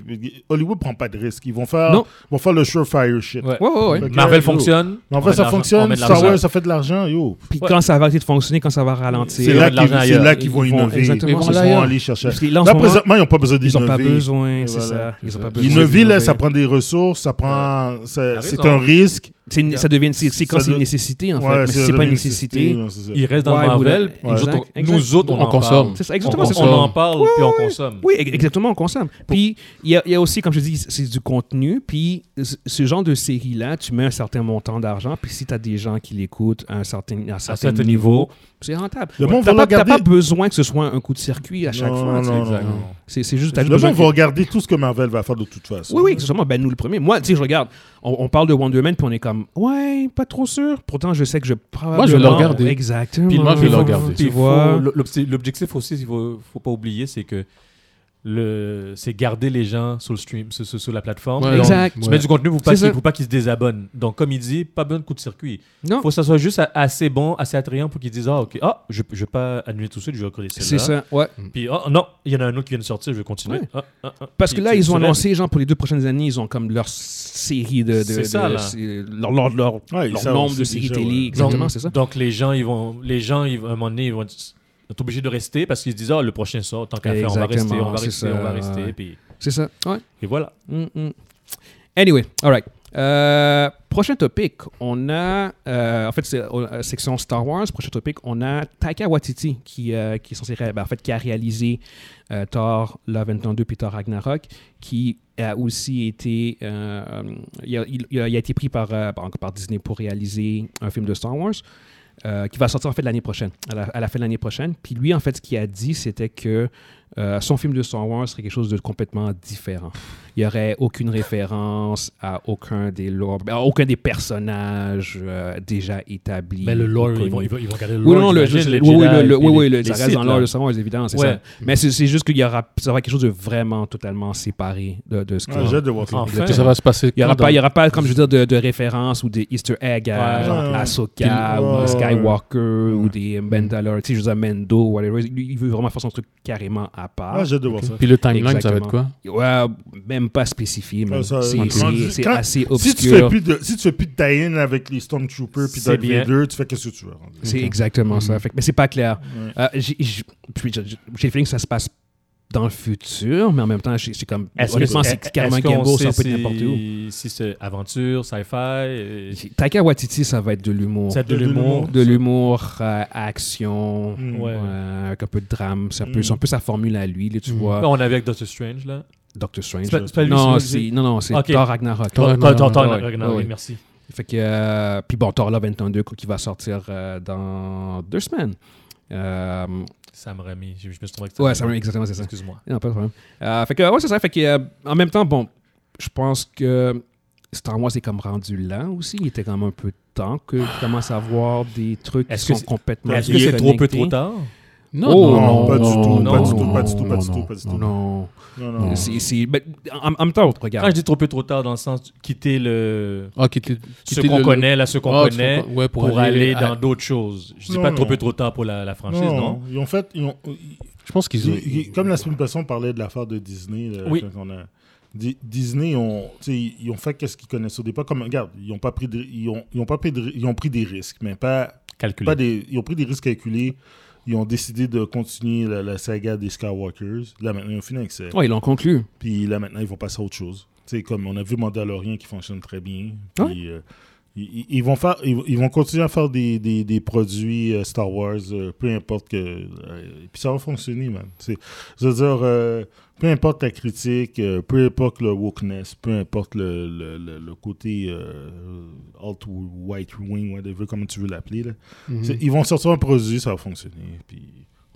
S4: Hollywood prend pas de risque. Ils vont faire,
S1: Non.
S4: ils vont faire le surefire shit.
S3: Ouais.
S1: Ouais, ouais, ouais.
S4: Fait que,
S3: Marvel
S4: yo,
S3: fonctionne.
S4: En
S3: On
S4: fait,
S3: met de
S4: ça
S3: l'argent- on
S4: fonctionne.
S3: met de
S4: Star
S3: l'argent.
S4: Wars, ça fait de l'argent. Yo,
S1: Puis
S3: Ouais.
S1: quand ça va arrêter de fonctionner, quand ça va ralentir.
S4: c'est
S3: on met
S4: là
S3: de l'argent
S4: qu'ils c'est là
S3: ailleurs.
S4: qu'ils vont
S1: Ils vont-
S4: innover.
S1: exactement,
S4: Ils
S1: ils vont
S4: vont
S1: ailleurs.
S4: aller chercher.
S1: Parce que là, en ce
S4: Là,
S1: moment,
S4: présentement, ils n'ont pas besoin
S1: ils n'ont pas
S4: d'innover.
S1: besoin, c'est
S4: voilà.
S1: ça. Ils ont pas besoin.
S4: Innover, là,
S1: d'innover.
S4: ça prend des ressources, ça prend. ça-
S3: T'as
S4: C'est
S3: raison.
S4: un risque.
S1: C'est une- ça devient une- c'est- c'est quand
S4: Ça
S1: c'est une
S4: de-
S1: nécessité en fait,
S4: Ouais,
S1: mais si c'est
S4: la
S1: pas une
S4: même
S1: nécessité.
S4: non, c'est ça.
S3: Ils restent dans
S1: Ouais,
S3: Marvel.
S1: ouais.
S3: Nous
S1: Exact,
S3: autres, on-
S1: exact.
S3: Nous autres, on
S2: On
S3: en
S2: consomme.
S1: C'est ça,
S3: parle.
S1: exactement.
S3: On-
S1: c'est ça.
S2: consomme.
S3: On en parle, puis on consomme.
S1: Oui, ex- exactement, on consomme. Puis, il y, a- il y a aussi, comme je dis, c'est du contenu. Puis, ce- ce genre de série-là, tu mets un certain montant d'argent. Puis, si tu as des gens qui l'écoutent à un certain, à un certain
S3: certain
S1: niveau, c'est rentable.
S4: Le monde
S1: T'as
S4: va
S1: pas, t'as
S4: regarder-
S1: pas besoin que ce soit un coup de circuit à chaque
S4: Non,
S1: fois. tu sais.
S4: non,
S3: exact.
S4: non, non.
S1: C'est c'est juste, t'as
S4: Le
S1: juste
S4: monde
S1: besoin
S4: va regarder tout ce que Marvel va faire de toute façon.
S1: Oui, oui, exactement. Ben, nous, le premier. Moi, tu sais, je regarde. On, on parle de Wonder Man, puis on est comme, ouais, pas trop sûr. Pourtant, je sais que je.
S2: Moi, je vais le
S1: probablement-
S2: regarder.
S1: Exactement.
S2: Puis moi, je vais le
S1: Faut-
S2: regarder.
S1: Tu
S3: Puis faut-
S1: vois.
S3: l'objectif- L'objectif aussi, il faut, faut pas oublier, c'est que le c'est garder les gens sur le stream, sur, sur- sur la plateforme.
S2: Ouais,
S3: Et on-
S1: Exact.
S3: Tu mets du contenu pour pas
S1: C'est
S3: qu'ils
S1: ça.
S3: pour pas qu'ils se désabonnent. Donc, comme il dit, pas besoin de coup de circuit.
S1: Non,
S3: faut que ça soit juste a- assez bon, assez attrayant pour qu'ils disent Ah, ok, ah, je ne vais pas annuler tout de suite, je vais reconnaître
S1: c'est
S3: celle-là.
S1: ça. Ouais.
S3: Puis, ah, non, il y en a un autre qui vient de sortir, je vais continuer.
S1: Ouais.
S3: Ah, ah, ah.
S1: Parce que
S3: Puis
S1: là,
S3: tu-
S1: ils
S3: tu
S1: ont
S3: lèves.
S1: annoncé, genre, pour les deux prochaines années, ils ont comme leur série de. de-
S3: C'est ça,
S1: de-
S3: là.
S1: c'est- leur, leur- leur-
S4: Ouais,
S1: leur
S4: ça, on
S1: nombre
S4: sait
S1: de séries
S4: déjà,
S1: télé,
S4: ouais.
S1: exactement,
S3: Donc-
S1: c'est ça.
S3: Donc, les gens, ils vont, les gens ils, vont- à un moment donné, ils vont être être obligés de rester parce qu'ils se disent Ah, le prochain sort, tant qu'à faire, on va
S1: Exactement,
S3: rester, on va
S1: c'est
S3: rester,
S1: ça,
S3: on va rester.
S1: ouais.
S3: Puis,
S1: C'est ça. Ouais.
S3: et voilà.
S1: Mm, mm. Anyway, all right. Euh, prochain topic, on a, euh, en fait, c'est euh, section Star Wars. Prochain topic, on a Taika Waititi qui, euh, qui est censé, ré- ben, en fait, qui a réalisé euh, Thor Love and Thunder puis Thor Ragnarok, qui a aussi été, euh, il, a, il- il a- il a été pris par, euh, par, par Disney pour réaliser un film de Star Wars. euh, qui va sortir en fait l'année prochaine, à la, à la fin de l'année prochaine. Puis lui, en fait, ce qu'il a dit, c'était que euh, son film de Star Wars serait quelque chose de complètement différent. Il n'y aurait aucune référence à aucun des lore- à aucun des personnages euh, déjà établis.
S3: Mais Ben, le lore,
S1: ou
S3: ils vont,
S1: connus.
S3: ils vont, ils vont garder le lore.
S1: Oui, non, le,
S3: j'imagine,
S1: je-
S3: les
S1: oui, oui,
S3: Jedi,
S1: le- le-
S3: puis
S1: oui, oui,
S3: les-
S1: le- ça
S3: les
S1: reste
S3: Sith,
S1: dans l'ordre
S3: là.
S1: de Star Wars, évidemment, c'est
S3: Ouais.
S1: ça. Mais c'est c'est juste qu'il y aura, ça va être quelque chose de vraiment totalement séparé de, de ce que.
S4: Ouais, j'ai hâte de voir ça.
S1: Ah,
S3: Enfin.
S2: Ça va se passer.
S1: Il n'y aura,
S2: quand
S1: pas- il y
S2: dans-
S1: aura pas, comme je veux dire, de, de référence ou des Easter eggs à
S3: Ouais.
S1: genre
S4: Ouais.
S1: Ahsoka
S4: Puis-
S1: ou
S4: ouais.
S1: Skywalker ou des Mandalore, tu sais, je veux dire, Mendo, whatever. Lui, il veut vraiment faire son truc carrément à part.
S4: Ah, j'ai hâte de voir ça.
S2: Puis le timeline, ça va être
S1: Exactement.
S2: quoi
S1: Ouais, même pas spécifié, mais
S4: Ah, ça-
S1: c'est
S4: Ok.
S1: c'est- c'est
S4: Quand-
S1: assez
S4: Si tu, fais
S1: obscur.
S4: plus de, si tu fais plus de tie-in avec les Stormtroopers puis
S3: C'est
S4: Darth
S3: bien.
S4: Vader, tu fais qu'est-ce que tu veux. rendu.
S1: C'est exactement
S3: Mhm.
S1: ça. Fait que- mais c'est pas clair.
S4: Ouais.
S1: Euh, j'ai j'ai- puis j'ai- j'ai le feeling que ça se passe dans le futur, mais en même temps, j'ai- c'est comme.
S3: Est-ce
S1: Honnêtement,
S3: que-
S1: c'est
S3: est-ce
S1: carrément
S3: qu'on
S1: Gambo, ça
S3: sait
S1: peut être n'importe où.
S3: si- Si c'est aventure, sci-fi, euh,
S1: Taika Waititi, ça va être de l'humour.
S3: ça a de
S4: de
S3: l'humour. Hmm.
S4: l'humour.
S1: De l'humour, euh, action,
S4: Mm.
S3: Ouais.
S1: euh, avec un peu de drame. C'est un, peu-
S4: Mm.
S1: c'est un peu sa formule à lui, là, tu
S2: Mm.
S1: vois.
S3: Ah, On avait avec Doctor Strange, là.
S1: Doctor Strange.
S3: C'est pas-
S1: là.
S3: c'est pas lui,
S1: non,
S3: c'est lui.
S1: c'est- non, non, c'est
S3: Ok.
S1: Thor Ragnarok.
S2: Thor-
S3: T'entends,
S2: Ragnarok.
S3: t'entends,
S1: Ouais,
S3: Ragnarok,
S1: ouais.
S3: merci.
S1: Fait que, euh, puis bon, Thor Love and Thunder quoi, qui va sortir euh, dans deux semaines. Euh,
S3: Sam Raimi, je, je me suis trouvé que
S1: ouais, ça, exactement, c'est ça.
S3: Excuse-moi.
S1: Non, pas de problème. Euh, fait que, ouais, c'est ça. Fait que, euh, en même temps, bon, je pense que Star Wars est comme rendu lent aussi. Il était quand même un peu de temps que je commence à voir des trucs qui
S3: Est-ce que
S1: sont
S3: c'est-
S1: complètement
S3: Est-ce que c'est trop peu
S1: déconnectés.
S3: trop tard
S2: Non,
S1: Oh,
S4: non, pas du tout,
S3: pas du
S4: tout, pas du tout, pas du
S2: non,
S4: tout, pas du tout.
S1: Non.
S4: Non, non.
S2: Non.
S1: C'est- c'est- ben, en, en même temps,
S3: Quand je
S1: regarde.
S3: dis trop peu trop tard, dans le sens de quitter le
S2: Ah, quitter,
S3: ce
S2: quitter
S3: qu'on
S2: le-
S3: connaît, là, ce qu'on
S2: Ah,
S3: connaît,
S2: faut- ouais,
S3: pour, aller,
S2: à-
S3: dans d'autres choses. Je dis
S4: Non,
S3: pas trop
S4: non.
S3: peu trop tard pour la, la franchise, non,
S4: Ils ont fait. ils ont- ils-
S2: Je pense qu'ils ont.
S4: ils- ils- comme la semaine passée, on parlait de l'affaire de Disney. là,
S3: Oui.
S4: quand on a- Di- Disney, ont, tu sais, ils ont fait quest ce qu'ils connaissaient au départ. Comme, regarde, ils ont, pas pris de- ils, ont, ils ont pas pris de- ils ont pris des risques, mais pas
S3: Calculé.
S4: pas des- ils ont pris des risques calculés. Ils ont décidé de continuer la, la saga des Skywalkers. Là, maintenant, ils ont fini avec ça.
S1: Ouais, ils l'ont conclu.
S4: Puis là, maintenant, ils vont passer à autre chose. Tu sais, comme on a vu Mandalorian qui fonctionne très bien. Puis, euh, ils, ils- ils vont faire, ils, ils vont continuer à faire des, des- des produits euh, Star Wars, euh, peu importe que. euh, puis ça va fonctionner, man. Tu sais, je veux dire, euh, peu importe la critique, euh, peu importe le wokeness, peu importe le, le- le- le côté euh, alt-white wing, whatever, comment tu veux l'appeler, là.
S2: Mhm.
S4: C'est- Ils vont sortir un produit, ça va fonctionner. Puis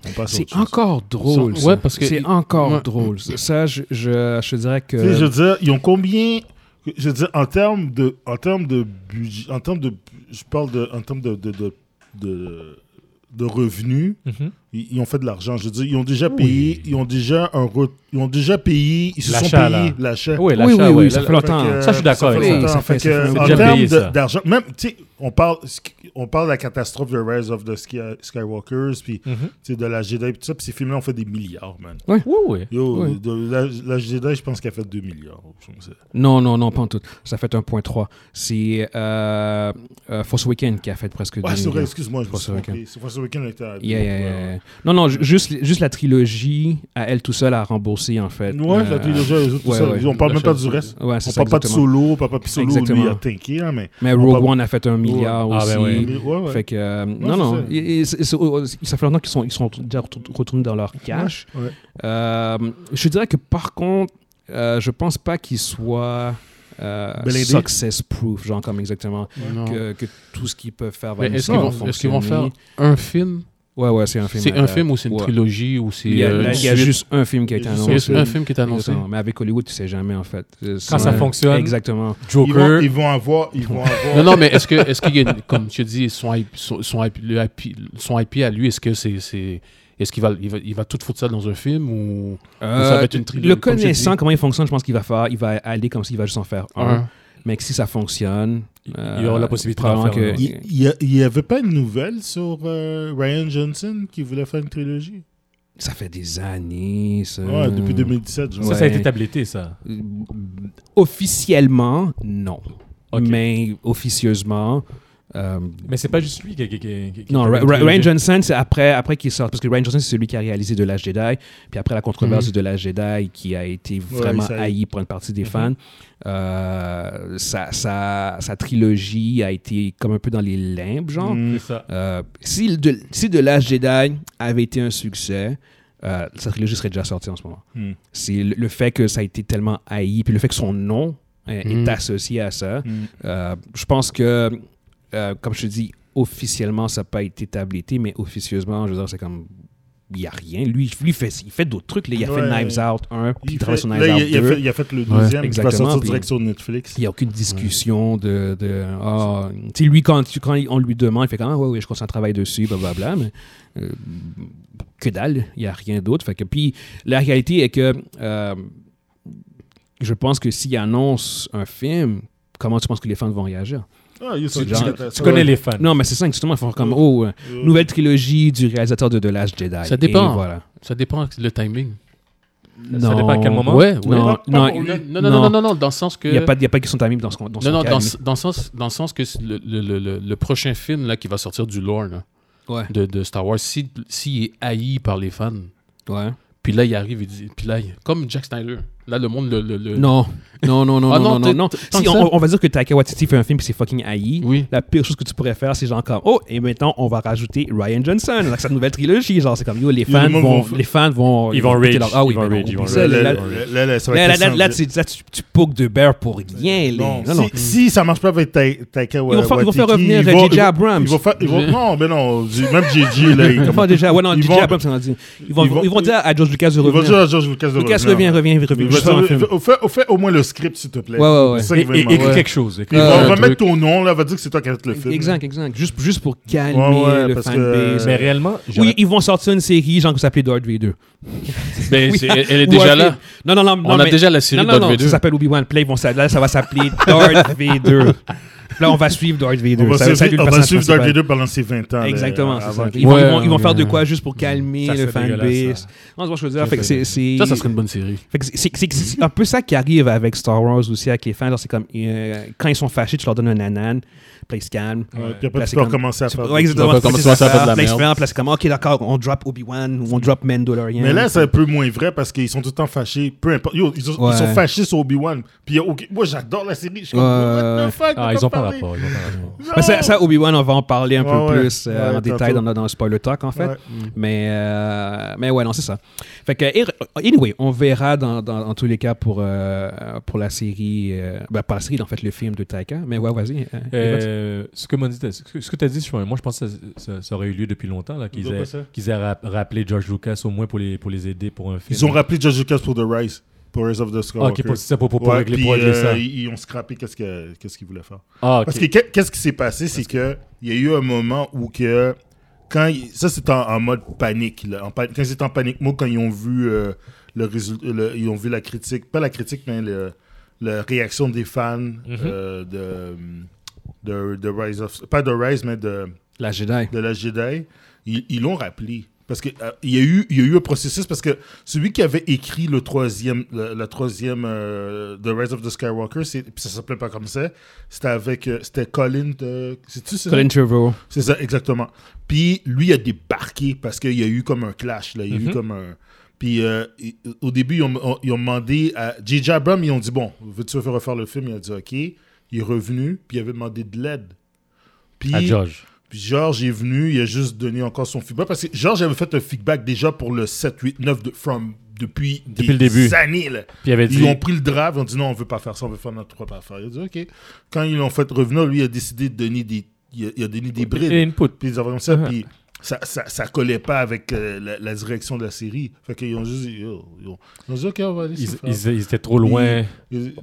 S4: on passe à
S1: C'est
S4: autre chose.
S1: encore drôle.
S2: Ouais,
S1: ça.
S2: parce que-
S1: c'est encore
S2: Ouais.
S1: drôle. Ça, Ça, je, je, je dirais que.
S3: Euh,
S4: Tu sais, Je veux dire, ils ont combien. Je veux dire, en termes de, en termes de budget. En termes de. Je parle de. En termes de. de, de, de- de revenus,
S3: Mhm.
S4: ils, ils ont fait de l'argent. Je veux dire, ils ont déjà payé, ils ont déjà un, re- ils ont déjà payé, ils se sont
S3: L'achat, là.
S4: payés l'achat.
S3: Oui,
S1: oui, oui,
S3: l'achat,
S1: oui,
S3: ouais,
S1: ça
S3: là-
S1: fait longtemps.
S4: Fait que,
S3: Ça, je suis d'accord
S4: fait
S1: avec ça.
S4: longtemps.
S1: Ça fait-
S4: Fait
S1: ça
S4: que,
S1: fait
S4: en
S3: déjà
S4: termes
S3: payé,
S4: de-
S3: ça.
S4: d'argent, même, tu sais, on parle, on parle de la catastrophe de Rise of the Sky- Skywalkers, puis
S3: Mhm.
S4: tu sais, de la Jedi, puis tout ça, puis ces films-là ont fait des milliards, man.
S3: Oui, oui.
S4: Yo,
S1: Oui.
S4: de la, la Jedi, je pense qu'elle a fait 2 milliards. je pense.
S1: Non, non, non, pas en tout. Ça fait 1.3. C'est euh, euh, Force Weekend qui a fait presque
S4: Ouais,
S1: 10
S4: c'est vrai,
S1: millions.
S4: excuse-moi, je me
S1: Force
S4: suis trompé. C'est Force Awakens, elle était à-
S1: Yeah, yeah, yeah,
S4: Ouais,
S1: yeah. Non, non, ju- juste, juste la trilogie à elle tout seule à rembourser, en fait.
S4: Ouais,
S1: Euh,
S4: la trilogie, les autres, tout
S1: ouais,
S4: ça,
S1: ouais.
S4: on parle même
S2: La
S4: pas du
S2: chose-
S4: reste.
S1: Ouais, c'est
S4: On
S1: ça,
S4: parle pas de
S1: exactement.
S4: solo, papa puis solo, lui, il
S1: Exactement.
S4: a tanké, hein, mais...
S1: Mais
S4: on
S1: Rogue
S4: parle-
S1: One a fait un milliard
S3: Ah,
S1: aussi.
S3: ben ouais.
S4: mais ouais, ouais.
S1: Fait que, euh, non, non,
S4: c'est ça.
S1: et- et c'est- c'est- oh, oh, ça fait longtemps qu'ils sont, ils sont déjà retour- retournés dans leur cash.
S4: Ouais.
S1: Euh, je dirais que par contre, euh, je pense pas qu'ils soient
S4: Blindés.
S1: success proof, genre comme exactement,
S2: Non.
S1: que, que tout ce qu'ils peuvent faire va
S2: Mais Est-ce qu'ils
S1: nécessairement
S2: vont, est-ce qu'ils vont faire
S1: fonctionner.
S2: un film
S1: Ouais, ouais, c'est un film.
S2: C'est
S1: à
S2: un
S1: date.
S2: film ou c'est une
S1: Ouais.
S2: trilogie ou c'est.
S1: Il y a,
S2: euh,
S1: là,
S2: une
S1: il y a
S2: suite?
S1: juste un film qui a été
S4: Il y a
S2: Il
S4: juste
S2: y a
S1: annoncé.
S2: juste un film qui est annoncé.
S1: Exactement. Mais avec Hollywood, tu sais jamais en fait. Euh,
S3: Quand
S1: c'est-
S3: ça fonctionne.
S1: Exactement.
S4: Ils vont,
S3: Joker.
S4: ils vont avoir...
S1: <laughs>
S4: Ils vont avoir...
S2: Non, non, mais est-ce que, est-ce qu'il y a, une- comme tu dis, son IP, son, son IP, le IP son IP à lui, est-ce que c'est, c'est- Est-ce qu'il va, il va, il va tout foutre ça dans un film ou
S1: Euh,
S2: ça va être une trilogie,
S1: Le
S2: comme je
S1: connaissant
S2: dis.
S1: comment il fonctionne, je pense qu'il va faire, il va aller comme s'il va juste en faire un. Mais que si ça fonctionne,
S3: Il- il y aura la possibilité d'en
S1: probablement
S3: faire un
S1: que-
S4: Il il y a- il y avait pas une nouvelle sur euh, Ryan Johnson qui voulait faire une trilogie
S1: ça fait des années. Ça.
S4: Ouais, depuis 2017, genre.
S3: Ça, ça a
S1: Euh, Ouais.
S3: été tabletté, ça.
S1: Officiellement, non.
S3: Ok.
S1: Mais officieusement. euh,
S3: Mais c'est pas juste lui qui. qui- qui- qui- qui-
S1: non,
S3: qui-
S1: Ra-
S3: qui-
S1: Ra-
S3: qui-
S1: Ryan Johnson, c'est après, après qu'il sort. Parce que Ryan Johnson, c'est celui qui a réalisé De l'âge Jedi. Puis après la controverse
S2: Mhm.
S1: de De l'âge Jedi, qui a été vraiment
S4: ça a-
S1: haï pour une partie des fans, euh, sa, sa- sa trilogie a été comme un peu dans les limbes, genre.
S4: Mm.
S3: C'est ça.
S1: Euh, si, le- de, si de Last Jedi avait été un succès, euh, sa trilogie serait déjà sortie en ce moment.
S4: Mm.
S1: C'est le, le fait que ça a été tellement haï, puis le fait que son nom euh,
S2: Mm.
S1: est associé à ça.
S4: Mm.
S1: Euh, je pense que, euh, comme je te dis, officiellement, ça n'a pas été tabletté, mais officieusement, je veux dire, c'est comme. Il n'y a rien. Lui, lui il fait, il fait d'autres trucs. là. Il a
S4: Ouais.
S1: fait Knives Out 1, puis il,
S4: Il
S1: travaille
S4: fait-
S1: sur
S4: là,
S1: Knives
S4: il,
S1: Out
S4: a- il a
S1: 2.
S4: fait, il a fait le deuxième qui va
S1: exactement,
S4: sortir
S1: puis-
S4: direct sur Netflix.
S1: Il n'y a aucune discussion de. de ah, tu sais, lui, quand, tu- quand on lui demande, il fait quand ah, ouais, ouais, je continue à travailler dessus, blablabla, mais euh, que dalle, il n'y a rien d'autre. Fait que, puis la réalité est que euh, je pense que s'il annonce un film, comment tu penses que les fans vont réagir
S4: Ah, il y a
S1: Tu-
S4: ça,
S1: genre-
S4: ça,
S3: Tu
S4: ça,
S3: connais
S4: ouais.
S3: les fans.
S1: Non, mais c'est ça, justement, ils font comme oh, euh,
S4: Euh,
S1: nouvelle trilogie du réalisateur de The Last Jedi.
S2: Ça dépend.
S1: Et voilà.
S2: Ça dépend le timing.
S3: Ça dépend à quel moment.
S2: Ouais, ouais.
S1: Non,
S4: Pas
S1: non,
S4: pour lui.
S2: Non, non, non, non, non, non, dans le sens que.
S1: Il n'y a pas il y a pas de question de timing dans ce dans
S2: non,
S1: son
S2: non,
S1: cas,
S2: dans,
S1: mais-
S2: dans le sens, dans le sens que c'est le, le- le- le- le prochain film là, qui va sortir du lore là,
S1: Ouais.
S2: de, de Star Wars, s'il s'il est haï par les fans,
S1: Ouais.
S2: puis là, il arrive, il dit, puis là, il- comme Jack Snyder, là, le monde le. le- le-
S1: Non, non, non, non,
S2: Ah
S1: non,
S2: non,
S1: non,
S2: t'es-
S1: non.
S2: tant
S1: Si
S2: que
S1: on,
S2: ça.
S1: on- on va dire que Taika Waititi fait un film puis c'est fucking haï,
S2: Oui.
S1: la pire chose que tu pourrais faire, c'est genre comme oh et maintenant on va rajouter Ryan Johnson avec sa nouvelle trilogie, genre c'est comme yo les
S4: Yo,
S1: fans
S4: le monde
S1: vont,
S4: vont-
S1: les fans vont
S3: Ils vont
S1: péter
S3: rage,
S1: leur- ah oui,
S3: ils vont
S1: mais non,
S3: rage, ils
S1: on
S3: vont
S1: dit
S4: Là,
S1: ça,
S3: rage.
S1: là,
S4: là,
S1: là,
S4: là, là, ça va
S1: là,
S4: être
S1: là,
S4: sans-
S1: là, tu là, tu tu poke de bear pour rien les-
S4: Non,
S1: non non.
S4: Si, si ça marche pas avec Ta- Taika
S1: Ils vont faire- ils vont faire
S4: Waititi,
S1: revenir
S4: ils vont-
S1: J.J.
S4: ils vont-
S1: Abrams.
S4: ils vont faire- ils vont-
S2: Je-
S4: Non, mais non, j'ai- même JJ, là, il
S1: Ils vont déjà ouais non
S4: Ils
S1: DJ
S4: vont-
S1: Abrams on a dit. Ils vont
S4: ils vont-
S1: ils vont dire à George Lucas de
S4: il va dire
S1: revenir.
S4: à George Lucas de
S1: Lucas revient
S4: revenir.
S1: revient
S4: Il
S1: revient.
S4: va
S1: Je fais un
S4: dire,
S1: film.
S4: fais- fais- fais au moins le script, s'il te plaît.
S1: Ouais, ouais, ouais.
S4: C'est ça
S3: Et-
S4: qu'il va
S3: et-
S4: demander.
S3: Écris quelque chose. écris-
S4: Ils vont
S1: Euh,
S4: remettre ton nom, là, va dire que c'est toi qui as fait le film.
S1: Exact exact. Juste juste pour
S4: Ouais, ouais,
S1: calmer le
S4: parce que- euh,
S1: fanbase.
S3: Mais réellement, j'aurais-
S1: Oui, ils vont sortir une série genre qui s'appelait Darth Vader.
S2: Ben, c'est- elle, elle est
S1: Ou
S2: déjà
S1: un
S2: là.
S1: film. Non, non, non.
S2: On
S1: non,
S2: a
S1: mais-
S2: déjà la série
S1: Non, non,
S2: Darth
S1: non,
S2: Vader.
S1: ça s'appelle Obi-Wan. Puis Là, ils vont s'a- là, ça va
S4: <laughs>
S1: s'appeler Darth Vader. Puis Là, on va suivre Darth Vader.
S4: On va
S1: Ça-
S4: suivre-
S1: ça va être le
S4: on va
S1: personnage
S4: suivre Dark
S1: principal.
S4: Vader pendant ses 20 ans. là,
S1: Exactement, c'est
S4: avant
S1: ça.
S4: qu'il-
S1: Ils vont,
S2: Ouais,
S1: ils vont- ils vont
S2: ouais,
S1: faire de
S2: ouais.
S1: quoi juste pour calmer
S3: Ça,
S1: le
S3: c'est dégueulasse,
S1: fanbase.
S3: ça.
S1: Non, tu vois ce que je veux dire. Fait que c'est- c'est-
S2: Ça, ça serait une bonne série.
S1: fait que c'est- c'est- C'est c'est un peu ça qui arrive avec Star Wars aussi avec les fans. Genre, C'est comme euh, quand ils sont fâchés, tu leur donnes un nanan, puis ils se calment.
S4: Ouais, Puis après,
S1: Là,
S4: tu
S1: c'est
S4: peux
S1: comme-
S4: recommencer à
S1: Tu-
S4: faire.
S1: ouais,
S4: d'autres
S1: exactement,
S2: vas
S1: tu fais
S2: commencer
S1: ces
S2: à faire de la
S1: affaires, puis là, ils se
S2: merde.
S1: ferment, puis là, c'est comme, ok, d'accord, on drop Obi-Wan ou on drop Mandalorian.
S4: Mais là, c'est un peu moins vrai parce qu'ils sont tout le temps fâchés. Peu importe. Yo, ils, sont-
S1: Ouais.
S4: ils sont fâchés sur Obi-Wan. Puis y a aucun- moi, j'adore la série. Je suis comme,
S1: Ouais.
S4: what the fuck?
S3: Ah, ils ont pas rapport. ils ont pas rapport.
S1: Mais ça, ça, Obi-Wan, on va en parler un
S4: Ouais,
S1: peu
S4: ouais.
S1: plus euh,
S4: Ouais,
S1: en détail
S4: tantôt.
S1: dans, dans le spoiler talk, en fait.
S4: Ouais.
S2: Mm.
S1: Mais, euh, mais ouais, non, c'est ça. Fait que, et- anyway, on verra dans, dans, en tous les cas pour, euh, pour la série, euh, ben, pas la série, en fait, le film de Taika. Mais ouais, vas-y. euh, Evan.
S3: Euh, ce que Mondi t'a- ce que- ce que t'as dit, sur- moi je pense que ça, ça- ça aurait eu lieu depuis longtemps là, qu'ils
S4: Ils ont
S3: aient,
S4: pas ça.
S3: qu'ils aient rap- rappelé George Lucas au moins pour les, pour les aider pour un film.
S4: Ils ont rappelé George Lucas pour The Rise, pour Rise of the
S3: Ah,
S4: Skywalker.
S3: ok, pour, c'est ça, pour, pour, pour
S4: Ouais,
S3: régler,
S4: puis,
S3: pour régler
S4: euh,
S3: ça.
S4: Ils ils ont scrappé qu'est-ce que- qu'est-ce qu'ils voulaient faire.
S3: Ah, ok.
S4: Parce que que- qu'est-ce qui s'est passé, c'est que il y a eu un moment où que quand il- ça c'est en, en mode panique, là, en pan- quand ils étaient en panique mode, quand ils ont vu euh, le résultat, ils ont vu la critique, pas la critique, mais le- la réaction des fans
S3: Mm-hmm.
S4: euh, de, de de Rise of, pas de Rise, mais de
S1: la Jedi.
S4: de la Jedi, ils ils l'ont rappelé. Parce qu'il il y, a eu- il y a eu un processus, parce que celui qui avait écrit le troisième, le- la troisième euh, The Rise of the Skywalker, c'est- puis ça s'appelait pas comme ça, c'était avec, euh, c'était Colin, de- c'est-tu ça?
S1: Colin Trevorrow.
S4: C'est ça, exactement. Puis lui a débarqué parce qu'il y a eu comme un clash, là, il y a eu
S3: Mhm.
S4: comme un... Puis euh, il- au début, ils ont, ils ont demandé à J.J. Abrams, ils ont dit, bon, veux-tu refaire le film? Il a dit, OK. Il est revenu, puis il avait demandé de l'aide. Puis,
S3: à George.
S4: puis Georges est venu, il a juste donné encore son feedback. Parce que Georges avait fait un feedback déjà pour le 7, 8, 9 de, from, depuis,
S3: Depuis le début.
S4: années. là.
S3: Puis il avait dit.
S4: Ils ont pris le draft, ils ont dit non, on veut pas faire ça, on veut faire notre propre affaire. Il a dit ok. Quand ils l'ont fait revenir, lui, il a décidé de donner des, il a, il a donné des brides.
S3: Et Uh-huh. input.
S4: Puis ils ont comme ça,
S3: Ouais.
S4: puis ça, ça, ça collait pas avec euh, la, la direction de la série. Fait qu'ils ont juste dit, Yo, yo. ils ont dit ok, on va aller.
S3: Ils, ils- ils étaient trop loin.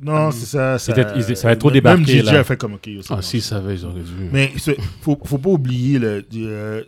S4: Non, c'est ça. Ça,
S3: Ils étaient- ils- ça va trop
S4: Même
S3: débarqué,
S4: JJ
S3: là.
S4: a fait comme ok. yo, c'est
S2: Ah,
S4: bon.
S2: s'ils savaient, ils auraient dû.
S4: Mais ce- faut, faut pas oublier, là, du- euh,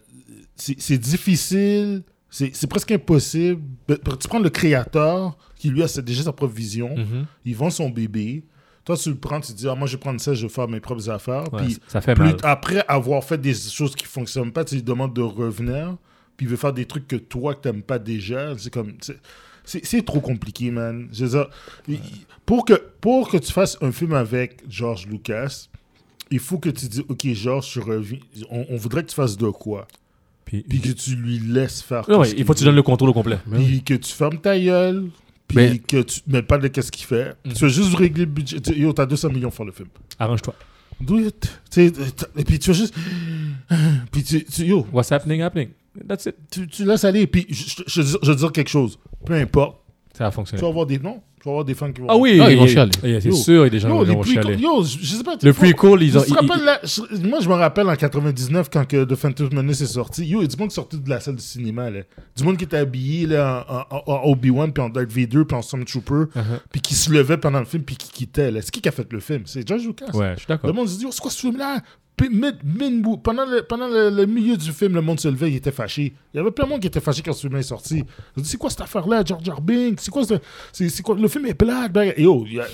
S4: c'est c'est difficile C'est c'est presque impossible. Ben, Tu prends le créateur qui lui a sa- déjà sa propre vision,
S3: Mhm.
S4: il vend son bébé. Toi, tu le prends, tu te dis, ah, moi, je vais prendre ça, je vais faire mes propres affaires.
S3: Ouais,
S4: Puis
S3: ça fait
S4: plus-
S3: mal.
S4: après avoir fait des choses qui fonctionnent pas, tu lui demandes de revenir, puis il veut faire des trucs que toi, que t'aimes pas déjà. C'est comme. c'est- C'est c'est trop compliqué, man. Je veux dire, il- il- pour, que, pour que tu fasses un film avec George Lucas, il faut que tu dis, OK, George, tu reviens. On, on voudrait que tu fasses de quoi?
S3: Puis,
S4: Puis que tu lui laisses faire.
S3: Ouais, ouais,
S4: qu'est-ce
S3: il faut que tu
S4: qu'il
S3: donnes le contrôle au complet.
S4: puis que tu fermes ta gueule, puis
S2: Mais-
S4: que tu ne parles de qu'est-ce qu'il fait.
S3: Mm.
S4: Tu veux juste régler le budget. Tu- Yo, t'as 200 millions pour faire le film.
S3: Arrange-toi.
S4: Do it. Tu sais, t'as- Et puis tu veux juste. <sighs> Puis tu, tu- yo,
S3: What's happening, happening. That's it.
S4: tu, tu laisses aller. Puis je, je, je, je veux dire quelque chose. Peu importe.
S3: Ça a
S4: Tu
S3: fonctionné.
S4: vas avoir des noms. Tu vas avoir des fans qui vont.
S3: Ah oui,
S2: Ah, ils
S3: il-
S2: vont
S3: il-
S2: chialer.
S3: il- C'est
S4: Yo.
S3: sûr, il y a des gens
S4: Yo,
S3: qui
S4: les
S3: vont
S4: prequels.
S3: chialer.
S4: Yo, je, je sais pas.
S3: Le
S4: faut-
S3: prequel,
S4: Je
S3: ils ont.
S4: te
S3: ils-
S4: rappelle la- je- moi, je me rappelle en 99, quand que The Phantom Menace est sorti, yo, il y a du monde qui sortait de la salle du cinéma. Là. Du monde qui était habillé là, en, en- en Obi-Wan, puis en Darth Vader, puis en Stormtrooper,
S3: Uh-huh.
S4: puis qui se levait pendant le film, puis qui quittait. là. C'est qui qui a fait le film C'est George Lucas.
S3: Ouais, je suis
S4: Le
S3: d'accord.
S4: monde se dit, Oh, c'est quoi ce film-là Puis, mid- mid- Pendant, le, pendant le, le milieu du film, le monde se levait, il était fâché. Il y avait plein de monde qui était fâché quand ce film est sorti. Ils ont dit, c'est quoi cette affaire-là, George Jar Binks? C'est quoi, ce- c'est, c'est quoi Le film est plat. ben, et oh, il y a-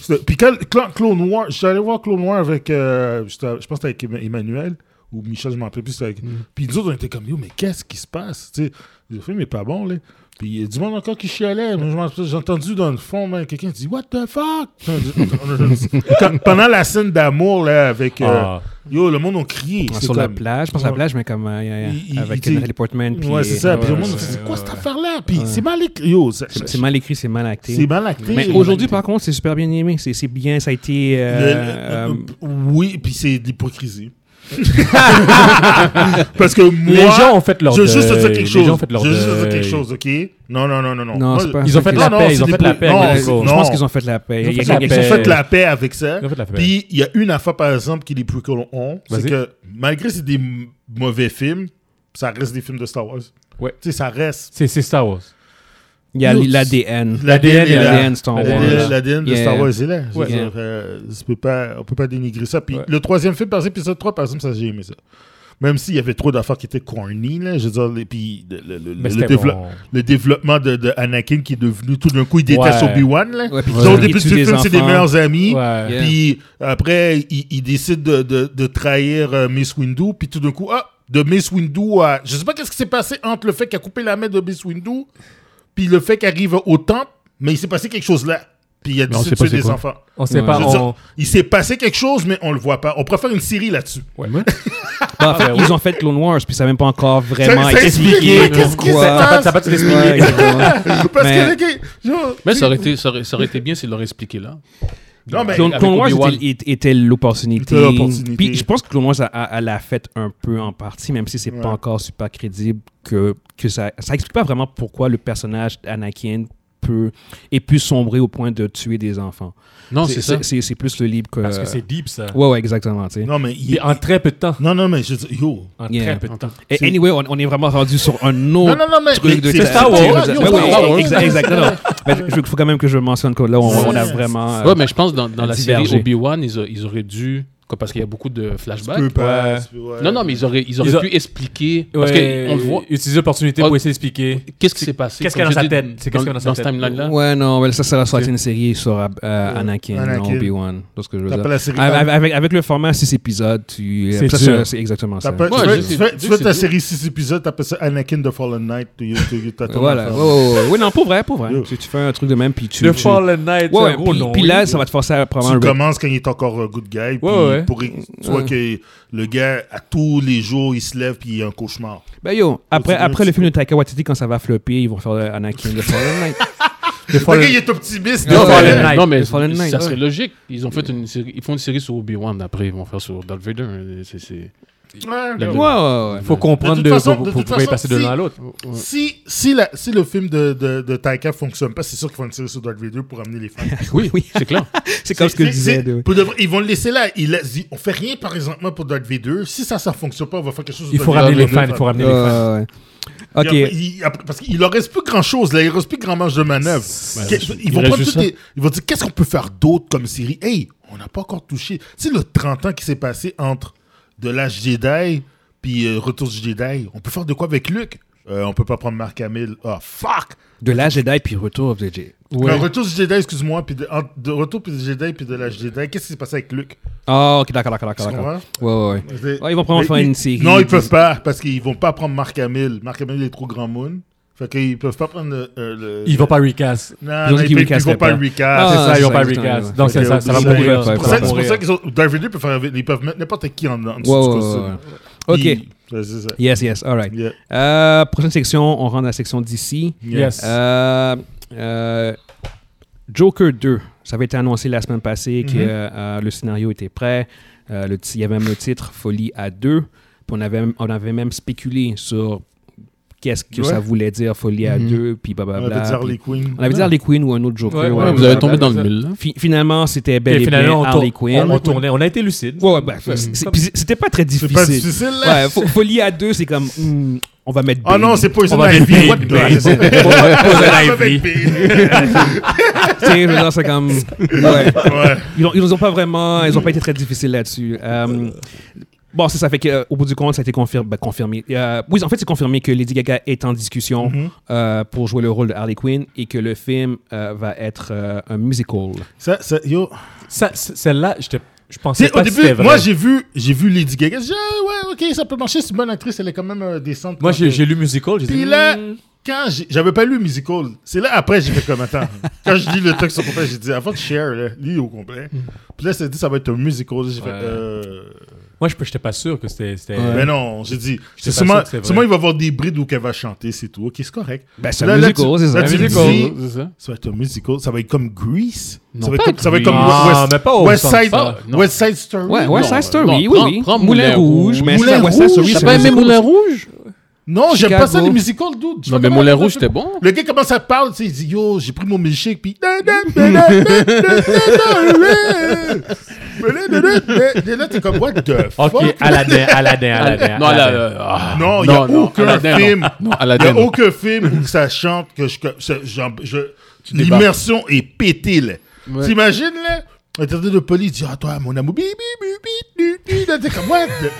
S4: c'est- Puis quand Cla- Clone Noir, j'allais voir Clone Noir avec, euh, j'étais- je pense que c'était avec Emmanuel ou Michel, je m'en rappelle plus. c'était Avec... Puis nous autres, on était comme, yo, mais qu'est-ce qui se passe? Tu sais, le film est pas bon, là. Puis il y a du monde encore qui chialait. Moi, je m'en rappelle, J'ai entendu dans le fond, man, quelqu'un dit What the fuck? <laughs> Quand- pendant la scène d'amour, là, avec. euh,
S3: Ah.
S4: Yo, le monde a crié.
S1: Ah,
S4: C'est
S1: sur la
S4: comme-
S1: plage, je pense à la
S4: Ouais.
S1: plage, mais comme euh, euh,
S4: Il- il-
S1: avec
S4: il dit-
S1: Natalie Portman. puis-
S4: Ouais, c'est ça. Puis le
S3: ouais,
S4: monde
S3: ouais,
S4: dit C'est
S3: ouais,
S4: quoi
S3: ouais.
S4: cette affaire-là? Puis c'est mal écrit. Yo, ça-
S1: C'est c'est mal écrit, c'est mal acté.
S4: c'est mal acté.
S1: Mais aujourd'hui, par contre, c'est super bien aimé. C'est c'est bien, ça a été. euh,
S4: Le- le-
S1: euh,
S4: oui, puis c'est de l'hypocrisie.
S1: <laughs>
S4: <laughs> Parce que moi,
S3: Les gens ont fait leur
S4: je veux juste te dire
S3: deuil.
S4: quelque
S3: Les
S4: chose.
S3: gens ont fait
S4: Je
S3: leur
S4: veux juste te dire
S3: deuil.
S4: quelque chose, ok? Non, non, non, non, non.
S1: Non,
S4: Moi,
S1: c'est pas.
S3: Ils ont fait de la
S4: Non,
S3: paix,
S4: non,
S3: ils ont
S4: c'est
S3: fait de
S4: des
S3: la
S4: pla-
S3: paix.
S4: non,
S3: avec
S1: euh,
S3: les
S4: c'est-
S3: Lego.
S1: je pense qu'ils ont fait la paix.
S3: Ils ont
S1: Il y a
S3: fait
S1: quelqu'un
S3: la
S4: Ils
S1: qui
S4: ont
S1: a
S3: paix.
S1: fait
S4: fait la paix avec ça.
S3: Ils ont fait de la paix.
S4: Puis il y a une affaire, par exemple, que les prequels ont, c'est
S3: Vas-y.
S4: que malgré que c'est des m- mauvais films, ça reste des films de Star Wars.
S3: Ouais.
S4: Tu sais, ça reste.
S3: C'est c'est Star Wars.
S1: Il y a l'ADN.
S4: L'ADN est là.
S1: L'ADN Star Wars.
S3: L'ADN est
S4: L'ADN
S1: là.
S4: l'ADN de
S1: Yeah.
S4: Star Wars est là. Je veux
S1: Ouais.
S4: dire, euh, tu peux pas- on peut pas dénigrer ça. Puis
S3: Ouais.
S4: le troisième film, par exemple, épisode 3, par exemple, ça, j'ai aimé ça. Même s'il y avait trop d'affaires qui étaient corny, là, je veux dire, les- puis le, le- le-
S3: Mais
S4: le
S3: c'était
S4: dévelop-
S3: bon.
S4: le développement de, de Anakin qui est devenu tout d'un coup, il déteste
S3: Ouais.
S4: Obi-Wan. là.
S1: Ouais, puis
S4: Genre, Au
S1: il
S4: début
S1: tue
S4: du film, c'est des
S1: enfants.
S4: meilleurs amis.
S3: Ouais.
S1: Yeah.
S4: Puis après, il, il décide de, de- de trahir euh, Miss Windu. Puis tout d'un coup, ah, de Miss Windu à. Je sais pas qu'est-ce qui s'est passé entre le fait qu'elle a coupé la main de Miss Windu, puis le fait qu'elle arrive au temple, mais il s'est passé quelque chose là. Puis il a
S2: Mais on
S4: décidé
S2: sait
S4: de
S2: pas
S4: tuer
S2: c'est
S4: des
S2: quoi.
S4: enfants.
S3: On sait
S1: Ouais.
S3: pas.
S4: Je veux dire,
S3: on-
S4: Il s'est passé quelque chose, mais on le voit pas. On pourrait faire une série là-dessus.
S1: Bah, en fait, Ils ont fait Clone Wars, puis ça n'a même pas encore vraiment
S4: Ça- ça
S1: été
S4: explique
S1: expliqué.
S4: qu'est-ce qui
S1: pourquoi.
S4: s'est passé.
S3: Ça va te
S1: Ouais,
S3: l'expliquer.
S1: <laughs> exactement.
S4: Parce
S1: Mais-
S4: que le gars, genre,
S2: Mais ça aurait, été, ça, aurait, ça aurait été bien s'ils l'auraient expliqué là.
S4: Non, mais.
S1: Clone,
S2: Avec
S1: Clone Wars
S2: Obi-Wan.
S1: était, était- était l'opportunité.
S4: C'était l'opportunité.
S1: Puis je pense que Clone Wars a, a- a la fête un peu en partie, même si c'est
S4: Ouais.
S1: pas encore super crédible que, que ça. Ça explique pas vraiment pourquoi le personnage d'Anakin peut est plus sombré au point de tuer des enfants.
S2: Non, c'est ça.
S1: C'est c'est plus le livre que.
S3: Parce que c'est deep, ça.
S1: Ouais, ouais, exactement. tu sais.
S4: Non, mais. il-
S3: Puis en très peu de temps.
S4: Non, non, mais je veux dire, yo.
S3: En
S1: Yeah.
S3: très peu de temps.
S1: Et
S4: c'est-
S1: anyway, on, on est vraiment rendu sur un
S4: Non,
S1: autre.
S4: non, non, mais.
S1: truc de
S4: mais
S1: c'est
S4: c'est
S1: Star
S3: Wars.
S4: c'est
S3: Ouais,
S4: vrai, yo,
S1: Ouais,
S4: Star
S1: ouais,
S4: Wars.
S1: exa- exactement. Mais je- il faut quand même que je mentionne que là, on, on a
S4: Ouais.
S1: vraiment. euh,
S2: Ouais, mais je pense dans, dans la série
S1: Divergé.
S2: Obi-Wan, ils, a- ils auraient dû. comme- Parce qu'il y a beaucoup de flashbacks.
S4: Tu peux pas,
S3: Ouais.
S4: tu peux- ouais.
S2: Non, non, mais ils auraient, ils auraient
S3: Ils a-
S2: pu expliquer. Parce
S3: Ouais,
S2: qu'on le voit.
S3: Utiliser l'opportunité
S2: Oh.
S3: pour essayer d'expliquer.
S2: Qu'est-ce qui s'est passé
S3: qu'est-ce qu'il y a
S2: Comme
S3: dans
S2: je
S3: sa
S2: dis,
S3: tête? C'est qu'est-ce qu'il y a dans sa
S2: ce
S3: tête?
S2: timeline-là.
S1: Ouais, non, mais ça, ça sera une série sur euh, Anakin,
S4: Anakin.
S1: non, Obi-Wan. C'est ce que je veux
S4: T'as
S1: dire.
S4: pas la série.
S1: Avec, avec- avec le format 6 épisodes, tu.
S3: C'est
S1: ça,
S3: dur.
S1: c'est- C'est exactement ça.
S4: T'as pas-
S2: Ouais,
S4: tu, fais,
S2: je sais-
S4: tu fais-
S2: je
S4: tu
S2: sais
S4: fais
S2: c'est
S4: ta
S2: où.
S4: série 6 épisodes, t'appelles ça Anakin de Fallen Knight. Tu, tu, tu,
S1: Voilà. Ouais, ouais, ouais. Oui, non, pour vrai, pour vrai. tu, tu fais un truc de même, puis tu.
S3: The
S1: tu-
S3: Fallen Knight,
S1: Ouais,
S3: un
S1: ouais,
S3: gros
S1: puis,
S3: nom.
S1: puis
S3: oui.
S1: là, ça va te forcer à prendre
S4: Tu
S1: un break.
S4: commences quand il est encore un good guy. Puis
S3: Ouais, ouais.
S4: Pour, tu vois que le gars, à tous les jours, il se lève puis il a un cauchemar.
S1: Ben yo, après,
S4: tu veux un
S1: après le
S4: petit
S1: film de Taika Waititi, quand ça va flopper, ils vont faire euh, Anakin de Fallen Knight.
S3: The
S4: Le gars,
S3: Fallen-
S4: il est optimiste.
S1: Ouais,
S4: de
S1: ouais.
S4: Fallen
S3: Knight.
S2: Non, mais
S1: The Fallen Knight,
S2: ça serait
S1: ouais.
S2: logique. Ils ont fait une série, ils font une série sur Obi-Wan après, ils vont faire sur Darth Vader. hein, C'est- c'est-
S4: Knight. Ouais,
S2: La-
S1: ouais,
S4: ouais.
S1: ouais, ouais.
S3: faut comprendre
S4: toute
S3: de,
S4: façon-
S3: pour,
S4: de
S3: pour
S4: toute
S3: pouvoir y
S4: façon,
S3: passer de
S4: si-
S3: l'un à l'autre.
S4: Si, si, la, si le film de, de, de Taika fonctionne pas, c'est sûr qu'ils font une série sur Dark Vader pour amener les fans.
S2: Oui, c'est clair.
S1: C'est comme ce que je
S4: C'est-
S1: disais.
S4: c'est-
S1: de-
S4: pour de vrai, ils vont le laisser là. Il laisse- il- on fait rien, par exemple, pour Dark Vader. Si ça, ça fonctionne pas, on va faire quelque chose sur
S3: Il faut
S4: Darth
S3: ramener les
S4: Vader.
S3: fans. Il faut ramener les fans.
S1: Ouais, ouais.
S4: Puis après,
S1: Ok.
S4: il- après- parce qu'il leur reste plus grand chose, là. Il reste plus grand marge de manœuvre. Que- ils,
S2: il
S4: vont
S2: reste
S4: prendre
S2: juste
S4: toutes
S2: ça.
S4: les- ils vont dire qu'est-ce qu'on peut faire d'autre comme série Hey, on n'a pas encore touché. Tu sais, le 30 ans qui s'est passé entre De l'âge Jedi puis euh, Retour du Jedi, on peut faire de quoi avec Luke Euh, on peut pas prendre Mark Hamill. Ah, fuck!
S1: De la Jedi puis Retour of the Jedi.
S4: Le retour du Jedi, excuse-moi, puis de, en- de retour puis du Jedi puis de la Jedi, qu'est-ce qui s'est passé avec Luke?
S1: Ah, ok, d'accord, d'accord,
S4: Tu
S1: d'accord. d'accord.
S4: comprends?
S1: Ouais, ouais, ouais.
S4: C'est-
S1: Ouais, ils vont probablement
S4: Mais
S1: faire une série.
S4: Non, ils
S1: Ils-
S4: peuvent pas, parce qu'ils vont pas prendre Mark Hamill. Mark Hamill est trop grand moon. Fait qu'ils peuvent pas prendre le. euh, le-
S3: Ils vont pas recast.
S4: Non,
S1: Ils ont
S4: non,
S1: dit
S4: ils,
S1: qu'ils
S4: peuvent- ils vont
S1: recasteraient
S4: pas
S1: pas.
S4: le recast.
S1: Ah,
S3: c'est ça, ils vont
S1: c'est
S3: pas
S1: ça,
S3: recast.
S1: exactement,
S3: Donc,
S4: ouais.
S3: ça, ça, ça va
S4: Ils
S3: mourir.
S1: ont-
S3: ça
S1: ils
S4: C'est pour ça-
S3: va
S4: c'est pour ça
S3: mourir.
S4: qu'ils ont. David Lee peut faire. Ils peuvent mettre n'importe qui en, en dessous
S1: Ouais,
S4: du
S1: ouais,
S4: costume.
S1: ouais, ouais. Ok.
S4: Ils- Ouais, c'est ça.
S1: Yes, yes, all right.
S4: Yeah.
S1: Euh, prochaine section, on rentre dans la section d'ici.
S3: Yes.
S1: Euh, euh, Joker 2, ça avait été annoncé la semaine passée que
S4: Mhm.
S1: euh, le scénario était prêt. Euh, le ti- il y avait même le titre Folie à 2. Puis on avait, on avait même spéculé sur qu'est-ce que
S4: Ouais.
S1: ça voulait dire Folie à
S2: Mhm.
S1: 2, puis
S4: On
S1: blablabla.
S4: avait dit Harley Quinn.
S1: puis- on avait dit Harley Quinn ou un autre Joker.
S3: Ouais,
S1: ouais.
S3: ouais,
S2: Ouais, vous avez
S3: ouais,
S2: tombé
S3: ouais,
S2: dans le
S3: c'est
S2: mille. là.
S1: Fi- finalement, c'était bel et,
S3: Et
S1: bien
S3: finalement, on,
S1: Ben, Harley
S3: tour-
S1: Quinn.
S3: on tournait. On a été lucide.
S1: Ouais, ouais, ben, c'est- c'est- puis c'était pas très
S4: Mm. C'est pas
S1: difficile.
S4: difficile, là.
S1: Ouais, fo- Folie à 2, c'est comme hmm, on va mettre
S4: Ah
S1: Bane.
S4: non, c'est pas une
S3: On va
S4: scène
S3: vérifier.
S4: What the-
S3: Bane.
S4: c'est- <laughs>
S3: Poison Ivy.
S1: Tu sais, je veux dire, c'est
S4: <laughs>
S1: comme. Ouais.
S4: Ouais.
S1: Ils, ont- ils nous ont pas vraiment. Ils ont pas été très difficiles là-dessus. Euh, bon, c'est ça. Fait qu'au bout du compte, ça a été confirmé. ben, confirmé. Euh, oui, en fait, c'est confirmé que Lady Gaga est en discussion
S4: Mm-hmm.
S1: euh, pour jouer le rôle de Harley Quinn et que le film euh, va être euh, un musical.
S4: Ça, ça, yo.
S3: Ça, c- Celle-là, j'étais- je
S4: Tu
S3: pensais
S4: sais, au
S3: pas que c'était
S4: début,
S3: vrai.
S4: moi, j'ai vu, j'ai vu Lady Gaga. J'ai dit, ah, ouais, ok, ça peut marcher. C'est une bonne actrice. Elle est quand même euh, décente.
S3: Moi,
S4: quand
S3: j'ai
S4: même.
S3: j'ai lu musical. j'ai
S4: Puis
S3: dit,
S4: là,
S3: hmm.
S4: quand j'ai- j'avais pas lu musical, c'est là après j'ai fait comme attends. quand je lis le texte au complet, j'ai dit avant de share, là, lis au complet. Puis là, c'est dit ça va être un musical. J'ai fait
S3: Ouais.
S4: euh.
S3: Moi, je j'étais pas sûr que c'était. c'était-
S4: Mais non, j'ai dit.
S3: J'étais
S4: C'est
S3: pas
S4: sûrement,
S3: sûr que c'est vrai.
S4: sûrement, il va y avoir des brides où qu'elle va chanter, c'est tout. Ok, c'est correct.
S1: Ben, c'est
S4: Là,
S1: un
S4: là,
S1: musical,
S4: tu-
S1: c'est ça.
S4: là, tu me
S3: musical.
S4: dis,
S2: C'est ça.
S4: ça va être un musical, ça va être comme Grease.
S2: Non,
S4: ça, va être
S2: pas
S4: comme, ça va être comme
S2: Grease.
S4: West,
S3: Ah, mais pas au
S4: West
S3: sens-
S4: Side,
S2: pas- non.
S4: West Side Story.
S1: Ouais, ouais,
S4: Non. euh,
S1: Side Story,
S2: non,
S1: oui,
S2: prends-
S1: oui.
S2: prends
S1: Moulin
S2: Moulin
S1: Rouge,
S2: Rouge.
S1: mais
S4: Moulin
S1: ça, West Side
S4: Rouge,
S1: Story,
S4: t'as
S1: c'est
S2: T'as pas aimé
S1: musical.
S2: Moulin Rouge
S4: Non, j'aime pas ça
S1: Chicago.
S4: les musicals, dude. Tu
S2: Non,
S4: vois
S2: mais
S4: comment-
S2: Moulin Rouge, c'était bon.
S4: Le gars commence à parler, tu sais, il dit Yo, j'ai pris mon milkshake, puis. Et là, t'es comme What the fuck?
S3: Ok, Aladdin, Aladdin, Aladdin.
S2: Non, là, euh, ah.
S4: Non, il n'y a
S2: non,
S4: aucun
S2: Aladdin, non.
S4: film.
S2: Non,
S4: Il n'y
S2: Aladdin,
S4: a
S2: non.
S4: aucun film où ça chante que je. que je- je- je-
S2: débarques.
S4: L'immersion est pétée, là. T'imagines, là? Un traité de police dit Ah, toi, mon amour, bi, bi, bi, bi, du, du. Là, t'es comme What the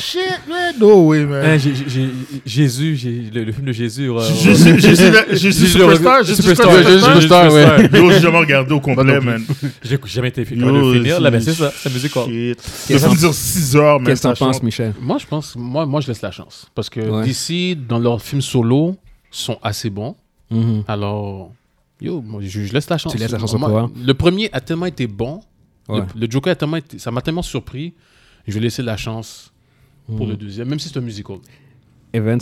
S4: shit, man? No way, man.
S3: Hein, j'ai- j'ai- j'ai- Jésus, j'ai- le, le film de Jésus. euh,
S4: Je suis, je suis, la- je suis
S3: Jésus,
S4: superstar,
S3: le-
S4: je suis
S3: Superstar.
S2: Ouais, je suis
S4: superstar.
S2: superstar, ouais.
S4: Yo, j'ai jamais regardé au complet,
S2: non plus.
S4: man.
S3: J'ai jamais été capable de le
S4: Yo,
S3: finir, là, mais c'est
S4: c'est-
S3: ça, c'est musical.
S4: Shit. Ça
S1: Qu'est-ce
S4: fait
S1: que-
S4: dire 6 heures, mais
S1: Qu'est-ce que
S4: ça
S1: t'en penses,
S4: chante.
S1: Michel
S2: Moi, je pense, moi, moi, je laisse la chance. Parce que
S1: Ouais.
S2: d'ici, dans leurs films solo, sont assez bons.
S1: Mhm.
S2: Alors, yo, moi, je, je laisse la chance.
S1: Tu laisses la chance au
S2: Moi,
S1: pouvoir.
S2: Le premier a tellement été bon.
S1: Ouais.
S2: Le, le Joker a tellement été- ça m'a tellement surpris. Je vais laisser la chance pour
S1: Mm.
S2: le deuxième, même si c'est un musical.
S1: Evans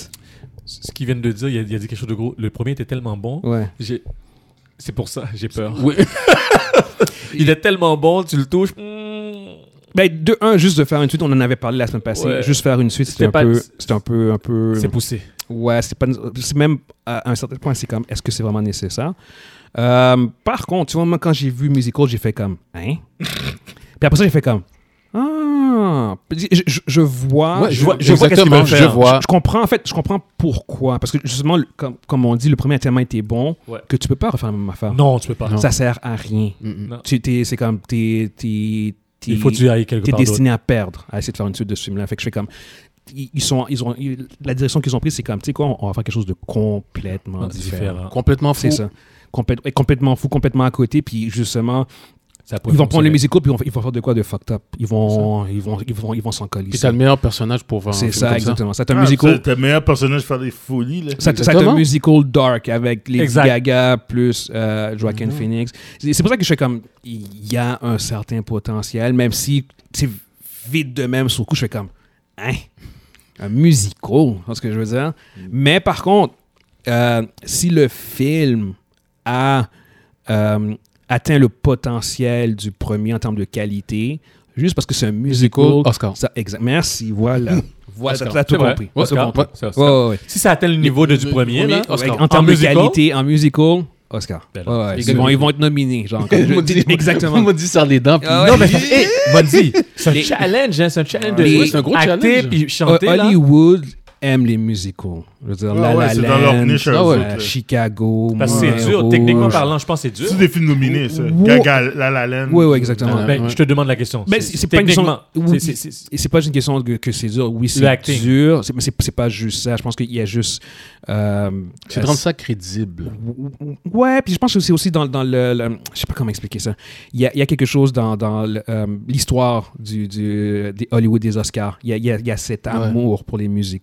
S3: Ce qu'ils viennent de dire, il a, il a dit quelque chose de gros. Le premier était tellement bon.
S1: Ouais.
S3: j'ai- C'est pour ça, j'ai peur.
S2: Oui.
S3: <laughs> Il est tellement bon, tu le touches. hmm,
S1: Ben, de un, juste de faire une suite, on en avait parlé la semaine passée.
S3: Ouais.
S1: Juste faire une suite, c'était
S3: C'était
S1: un,
S3: pas-
S1: peu, c'était un peu, un peu.
S3: c'est poussé.
S1: Ouais, c'est pas, c'est même à un certain point, c'est comme, est-ce que c'est vraiment nécessaire? Euh, par contre, tu vois, moi, quand j'ai vu Musical, j'ai fait comme, hein? Puis après ça, j'ai fait comme, ah! Puis Je, je- je vois,
S2: Ouais,
S1: je,
S2: je
S1: vois,
S2: vois-
S1: je vois qu'est-ce qu'ils veulent
S2: exactement, je
S1: faire.
S2: vois.
S1: Je, je comprends, en fait, je comprends pourquoi. Parce que justement, le- comme, comme on dit, le premier a tellement été bon
S3: Ouais.
S1: que tu peux pas refaire la même affaire.
S3: Non, tu peux pas.
S1: Ça sert à rien.
S2: Mm-mm.
S3: Non.
S1: Tu- t'es- c'est comme, t'es, t'es- t'es-
S3: Il faut que tu ailles quelque
S1: t'es
S3: part. d'autre.
S1: destiné à perdre à essayer de faire une suite de ce film-là. Fait que je fais comme. Ils ils sont, ils ont, ils- la direction qu'ils ont prise, c'est comme, tu sais quoi, on, on va faire quelque chose de complètement
S3: Ah,
S1: différent.
S3: Différent.
S2: Complètement fou.
S1: C'est ça. Complète- ouais, complètement fou, complètement à côté. Puis justement,
S3: Ça pourrait
S1: ils vont prendre le
S3: fonctionner.
S1: musical, puis ils vont- ils vont faire de quoi de fucked up. Ils vont ils vont, ils vont, ils vont s'en coller.
S2: Puis t'as le meilleur personnage pour voir un
S1: C'est
S2: film comme
S1: ça, exactement. C'est un
S4: Ah,
S1: musical.
S4: c'est T'es le meilleur personnage faire des folies, là.
S1: Ça, ça a été un
S2: Exactement.
S1: musical dark avec Lady
S3: Exact.
S1: Gaga plus euh, Joaquin Phoenix. C'est c'est pour ça que je suis comme, il y a un certain potentiel, même si c'est vite de même sur le coup, je fais comme, hein, un musical, c'est ce que je veux dire. Mais par contre, euh, si le film a euh, atteint le potentiel du premier en termes de qualité, juste parce que c'est un musical,
S2: Musical, Oscar.
S1: ça- exact- merci, voilà. voilà,
S3: Oscar.
S1: t'as tout
S3: C'est vrai.
S1: compris.
S2: Ouais,
S1: T'as tout compris.
S2: ouais, <laughs>
S3: Ça, ça.
S1: Ouais, ouais, ouais.
S3: Si ça atteint le niveau de- du
S2: le
S3: premier,
S2: premier,
S3: là,
S2: ouais. Oscar.
S1: En, termes de
S3: musical?
S1: qualité, en musical, Oscar.
S3: Ben
S1: Ouais,
S3: non.
S1: ouais.
S2: Les
S1: Ils,
S2: gars,
S1: vont,
S2: les-
S1: ils vont être nominés.
S3: <laughs>
S1: Genre, comme je-
S2: On m'a dit- <laughs>
S1: exactement.
S2: On m'a dit sur les dents. puis-
S1: Ah ouais.
S3: Non, mais hey, Mondi,
S1: <laughs>
S3: c'est un challenge, hein, c'est un challenge de
S1: Les-
S2: c'est un gros
S3: acter
S2: challenge.
S3: puis
S1: Euh,
S3: chanter. là.
S1: Hollywood aime les musicals. Je veux dire,
S4: Ah
S1: La
S4: ouais,
S1: La
S4: c'est dans leur
S1: Land,
S4: niche, eux
S1: euh,
S4: autres.
S1: Chicago,
S3: Parce que c'est
S1: Moulin
S3: dur.
S1: Rouge.
S3: Techniquement parlant, je pense que c'est dur.
S4: C'est des films nominés, ça.
S1: Wow.
S4: Gaga, La La Land.
S1: Oui, oui, exactement.
S2: Ouais.
S3: Ben, Je te demande la question.
S1: Ben, c'est- c'est pas une
S3: techniquement,
S1: question-
S3: c'est- c'est- c'est-
S1: Et c'est pas une question que, que c'est dur. Oui, c'est
S3: acting.
S1: dur, c'est- mais c'est c'est pas juste ça. Je pense qu'il y a juste. euh,
S2: C'est
S1: euh,
S2: rendre ça crédible.
S1: Ouais, puis je pense que c'est aussi dans, dans le, le- Je sais pas comment expliquer ça. Il y a, il y a quelque chose dans, dans le, euh, l'histoire du, du- des Hollywood, des Oscars. Il y a, il y a- il y a cet amour pour les musicals.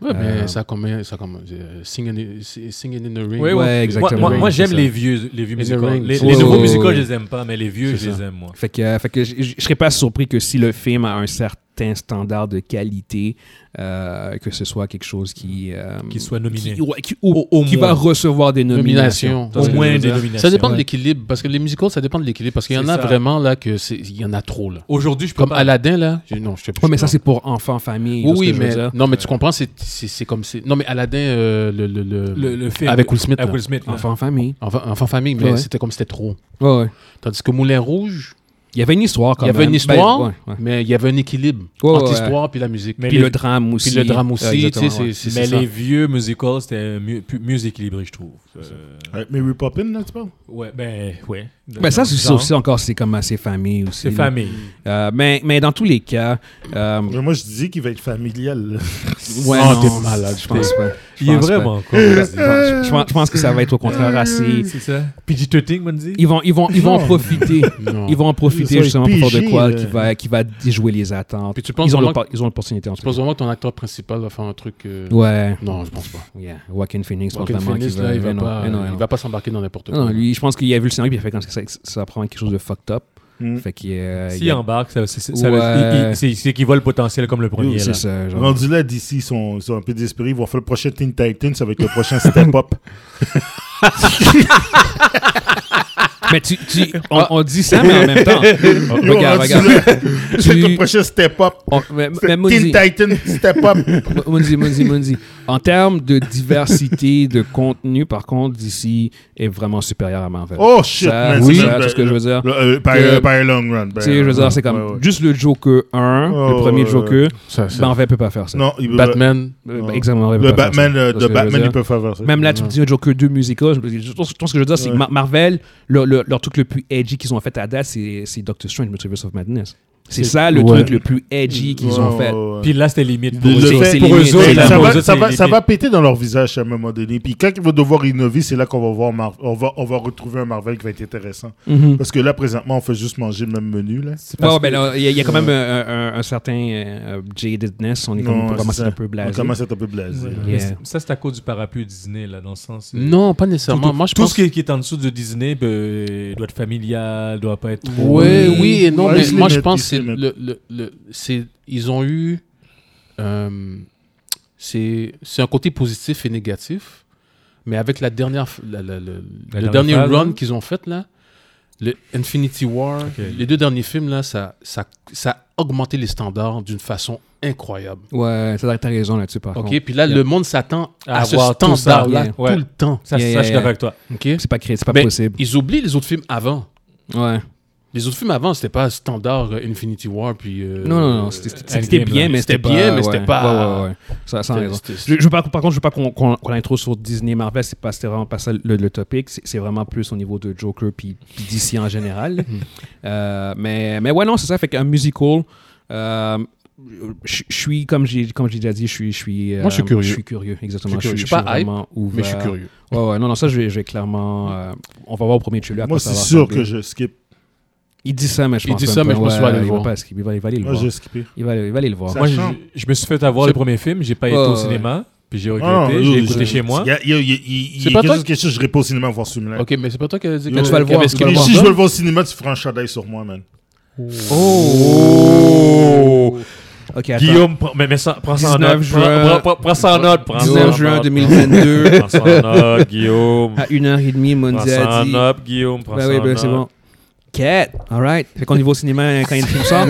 S2: Ouais, mais
S1: Euh,
S2: ça combien ça comme euh, singing, in- singing in the rain.
S1: Ouais, ouais,
S3: Moi,
S1: exactement.
S3: moi, moi,
S1: C'est
S3: j'aime
S1: ça.
S3: les vieux, les vieux
S2: In the
S3: musicals.
S2: Ring,
S3: Les,
S2: c'est
S3: les
S1: ça.
S3: nouveaux
S1: Ouais,
S3: musicals,
S1: ouais,
S3: je les aime pas, mais les vieux,
S1: C'est
S3: je les
S1: ça.
S3: aime, moi.
S1: Fait que, fait que je, je- je serais pas surpris que si le film a un certain standard de qualité, euh, que ce soit quelque chose qui. euh,
S3: Qu'ils soient nominés.
S1: qui- ouais, qui- ou-
S3: Au- au
S1: qui
S3: moins.
S1: va recevoir des nominations.
S2: Nomination.
S3: Au
S2: Ça,
S3: moins
S2: je veux
S3: des
S2: dire.
S3: nominations.
S2: Ça dépend de
S3: Ouais.
S2: l'équilibre. Parce que les musicals, ça dépend de l'équilibre. Parce qu'il y en
S3: C'est
S2: a
S3: ça.
S2: vraiment là que c'est- il y en a trop là.
S3: Aujourd'hui, je peux
S2: Comme
S3: pas.
S2: Aladdin là. j'ai- Non, je sais pas.
S1: Ouais, mais ça, c'est pour enfants, famille. c'est
S2: Oui,
S1: ce
S2: oui,
S1: que je veux
S2: mais
S1: dire.
S2: non, mais tu comprends, c'est c'est c'est comme c'est. Non, mais Aladdin, euh, le, le, le,
S3: le, le film
S2: avec Will Smith,
S3: Avec
S2: là.
S3: Will Smith, là.
S1: Enfants, famille.
S2: enfant, enfant famille, mais
S1: Ouais.
S2: c'était comme c'était trop.
S1: Ouais, ouais.
S2: Tandis que Moulin Rouge,
S1: Il y avait une histoire quand
S2: il y
S1: même.
S2: avait une histoire,
S1: Ben, ouais, ouais.
S2: mais il y avait un équilibre
S1: Ouais,
S2: entre
S1: ouais.
S2: l'histoire puis la musique,
S3: Mais
S2: puis,
S1: Puis
S2: le,
S1: le drame aussi.
S2: puis le drame aussi.
S1: Ouais,
S2: tu sais,
S1: exactement,
S2: c'est
S1: ouais.
S2: c'est-
S3: mais
S2: c'est ça.
S3: les vieux musicals, c'était mieux, plus- mieux équilibré, je trouve. Euh,
S4: Avec Mary Poppins, là, tu parles
S3: ouais, ben, ouais.
S1: Ben, ça, c'est ça
S3: Genre,
S1: aussi encore, c'est comme assez famille aussi.
S3: C'est
S1: là.
S3: famille.
S1: Euh, mais, mais dans tous les cas. euh,
S4: Mais Moi, je dis qu'il va être familial. là.
S1: ouais,
S2: Oh,
S1: non,
S2: t'es malade,
S1: Je pense pas. Je
S3: Il est
S1: pense pas.
S3: vraiment con.
S1: <laughs> Je pense, je pense que ça va être au contraire assez.
S3: <laughs> C'est ça. PG-13, on dit.
S1: Ils vont, ils vont, ils vont en profiter.
S2: Non.
S1: Ils vont en
S4: Ils
S1: profiter
S4: sont
S1: justement pour faire de
S4: pigés,
S1: quoi
S4: là.
S1: qui va, qui va déjouer les attentes.
S2: euh. Puis tu penses
S1: ils, ont
S2: vraiment
S1: l'oppo- ils ont l'opportunité en
S2: Je
S1: tout
S2: pense
S1: cas.
S2: vraiment que ton acteur principal va faire un truc. euh,
S1: Ouais.
S2: Non, je pense pas.
S1: Yeah. Joaquin Phoenix,
S2: Joaquin
S1: probablement,
S2: Phoenix,
S1: qui
S2: là, il va
S1: eh non,
S2: pas- euh,
S1: eh non, eh
S2: il
S1: non.
S2: va pas s'embarquer dans n'importe
S1: Non,
S2: quoi.
S1: lui, je pense qu'il a vu le scénario, puis il a fait comme ça, ça va prendre quelque chose de fucked up.
S4: Mm.
S1: Fait qu'il euh, il
S3: S'il
S1: y a-
S3: embarque, ça- c'est- c'est- ça veut-
S1: Ouais.
S3: il- il- c'est c'est qu'il voit le potentiel comme le premier.
S1: C'est
S3: là.
S1: ça, genre.
S4: Rendu là, d'ici, ils sont, ils sont un peu désespérés. Ils vont faire le prochain Teen Titans, ça va être le prochain Step Up.
S1: Mais tu, tu-
S4: Ah.
S1: on, on dit ça, mais en même
S4: <laughs>
S1: temps. Oh,
S4: Yo,
S1: <laughs> regarde,
S4: rendu
S1: regarde.
S4: là, c'est
S1: Tu-
S4: le prochain Step Up.
S1: On- mais- mais
S4: C'est
S1: Mondi-
S4: Teen Titans Step Up.
S1: Mondi, Mondi, Mondi. En termes de diversité de contenu, par contre, DC est vraiment supérieur à Marvel.
S4: Oh shit,
S1: Ça,
S4: man.
S1: oui,
S4: même-
S1: c'est ce que je veux dire.
S4: Le- euh, par,
S1: Que-
S4: euh, par long run.
S1: Tu sais, je veux dire, c'est comme juste le Joker 1,
S4: Oh,
S1: le premier
S4: ouais,
S1: Joker,
S2: Ça, ça-
S1: Marvel peut pas faire ça.
S4: Non, il-
S2: Batman,
S1: Euh,
S4: non.
S1: Exactement, Marvel
S4: le
S1: peut pas faire
S4: Batman,
S1: ça.
S4: euh,
S1: Tu vois ce
S4: de
S1: que je veux
S4: Batman,
S1: dire?
S4: ils peuvent pas faire ça.
S1: Même là, tu me dis un Joker 2 musical. Je, je- je pense je pense que je veux dire, c'est que
S4: Ouais.
S1: Mar- Marvel, le, le- leur truc le plus edgy qu'ils ont fait à date, c'est c'est Doctor Strange, Multiverse of Madness. C'est ça le
S2: Ouais.
S1: truc le plus edgy qu'ils ont
S4: Ouais,
S1: fait.
S4: ouais, ouais.
S3: Puis là, c'était limite.
S4: Le
S1: eux,
S4: fait-
S1: c'est
S4: pour
S1: limité,
S4: eux autres,
S1: là.
S4: ça
S1: Pour
S4: va-
S3: eux autres,
S4: ça
S3: c'est
S4: va- ça
S3: limité.
S4: va péter dans leur visage à un moment donné. Puis quand ils vont devoir innover, c'est là qu'on va voir Mar- on va, on va retrouver un Marvel qui va être intéressant.
S1: Mhm.
S4: Parce que là, présentement, on fait juste manger le même menu. Là.
S1: Ouais, ouais, ben là, il y, a- il y a quand même un, un- un certain euh, jadedness. On est comme,
S4: Non,
S1: on
S4: c'est
S1: commence à
S4: ça.
S1: être un peu
S4: On
S1: blasé.
S4: commence à être un peu blasé. là.
S3: Mais
S1: Yeah.
S3: c'est- Ça, c'est à cause du parapluie Disney, là, dans le sens. euh,
S2: non, pas
S3: Tout,
S2: nécessairement.
S3: tout-
S2: Moi, je
S3: tout
S2: pense
S3: ce qui est, qui est en dessous de Disney ben, doit être familial, doit pas être trop.
S2: Ouais,
S1: Oui.
S2: oui et non,
S4: Ouais,
S2: mais
S4: ils se
S2: moi
S4: les
S2: je
S4: mettent,
S2: pense
S4: ils
S2: que
S4: se
S2: c'est
S4: les
S2: le, le, le- c'est ils ont eu euh, c'est c'est un côté positif et négatif, mais avec la dernière f- la- la- la- le
S3: dernière
S2: dernier
S3: phase,
S2: run
S3: là.
S2: qu'ils ont fait là, le Infinity War,
S3: Ok.
S2: les deux derniers films là, ça ça ça a augmenté les standards d'une façon incroyable.
S1: Ouais, t'as t'as raison là-dessus, par
S2: Ok,
S1: contre.
S2: puis là
S1: Yeah.
S2: le monde s'attend à,
S3: À
S2: ce
S3: avoir tout ça,
S2: standard là
S1: yeah.
S2: tout
S3: Ouais.
S2: le temps.
S3: Ça,
S1: Yeah,
S3: ça,
S1: yeah,
S3: je suis
S1: yeah.
S3: d'accord avec toi.
S2: Ok,
S1: C'est pas, cré- c'est pas
S2: Mais
S1: possible.
S2: ils oublient les autres films avant.
S1: Ouais.
S2: Les autres films avant, c'était pas standard euh, Infinity War puis. euh,
S1: Non, non, non. C'était c'était- c'était
S3: Endgame,
S1: bien,
S3: là.
S1: mais
S2: C'était
S1: c'était pas.
S2: bien, mais c'était
S1: ouais.
S2: pas-
S1: Ouais, ouais, ouais. Ça, sans
S2: C'était-
S1: raison.
S2: c'était-
S1: Je, je veux pas- par contre, je veux pas qu'on qu'on- qu'on intro sur Disney Marvel, c'est pas- c'était vraiment pas ça le, le topic. C'est c'est vraiment plus au niveau de Joker puis puis DC en
S2: <laughs>
S1: général. Euh, mais, mais ouais, non, c'est ça. Fait qu'un musical, euh, je je suis, comme j'ai comme j'ai déjà dit, je suis. Je suis euh,
S2: Moi, je suis curieux.
S1: Je suis curieux, exactement.
S2: Je suis curieux.
S1: Je
S2: Je suis pas hype,
S1: vraiment ouvert.
S2: Mais je suis curieux.
S1: Ouais, ouais, non, non, ça, je vais, je vais clairement. euh, on va voir au premier trailer.
S4: Moi,
S1: après, ça
S4: c'est
S1: va
S4: sûr
S1: ressembler.
S4: que je skip.
S1: Il dit ça, mais je
S2: Il
S1: pense
S2: dit
S1: même
S2: ça, mais
S1: pas.
S2: je pense qu'il va aller le
S1: il
S2: voir.
S1: pas skip, il va, il va aller le
S4: Moi,
S1: voir.
S4: j'ai skippé.
S1: Il va, il va aller le voir.
S4: Ça
S3: Moi, je,
S4: change.
S3: je me suis fait avoir
S2: C'est-
S3: le premier film, j'ai pas été
S1: Ouais,
S3: au
S1: ouais.
S3: cinéma, puis j'ai regretté,
S4: Ah, non,
S3: j'ai
S4: yo,
S3: écouté
S4: je-
S3: chez moi.
S4: Il y a, il y a- il y a- il y a
S2: C'est pas
S4: quelque
S2: toi
S4: chose, quelque chose, je n'irai pas au cinéma voir ce film-là.
S2: Ok, mais c'est pas toi qui as dit que
S4: Mais tu
S1: vas le
S2: qu'il y avait
S1: voir,
S2: ce
S1: tu vas
S2: qu'il
S1: le
S2: y
S1: voir.
S2: avait.
S4: Si je veux le voir au cinéma, tu feras un chandail sur moi, man.
S1: Oh! Ok, attends.
S3: Guillaume, prends, mais, mais ça, prends ça en
S1: 19
S3: note.
S1: juin.
S3: Prends, prends- prends- prends ça en note. Prends
S1: 19
S3: ça en
S1: juin
S3: note.
S1: 2022.
S3: <laughs> Prends ça en note, Guillaume.
S1: À 1h30,
S3: Prends
S1: Mondi
S3: ça
S1: a
S3: en
S1: dit.
S3: note, Guillaume. Prends
S1: Ben
S3: ça
S1: oui,
S3: en
S1: ben c'est
S3: note.
S1: bon. 4, alright. Fait qu'on y va au cinéma quand il y a une film sort.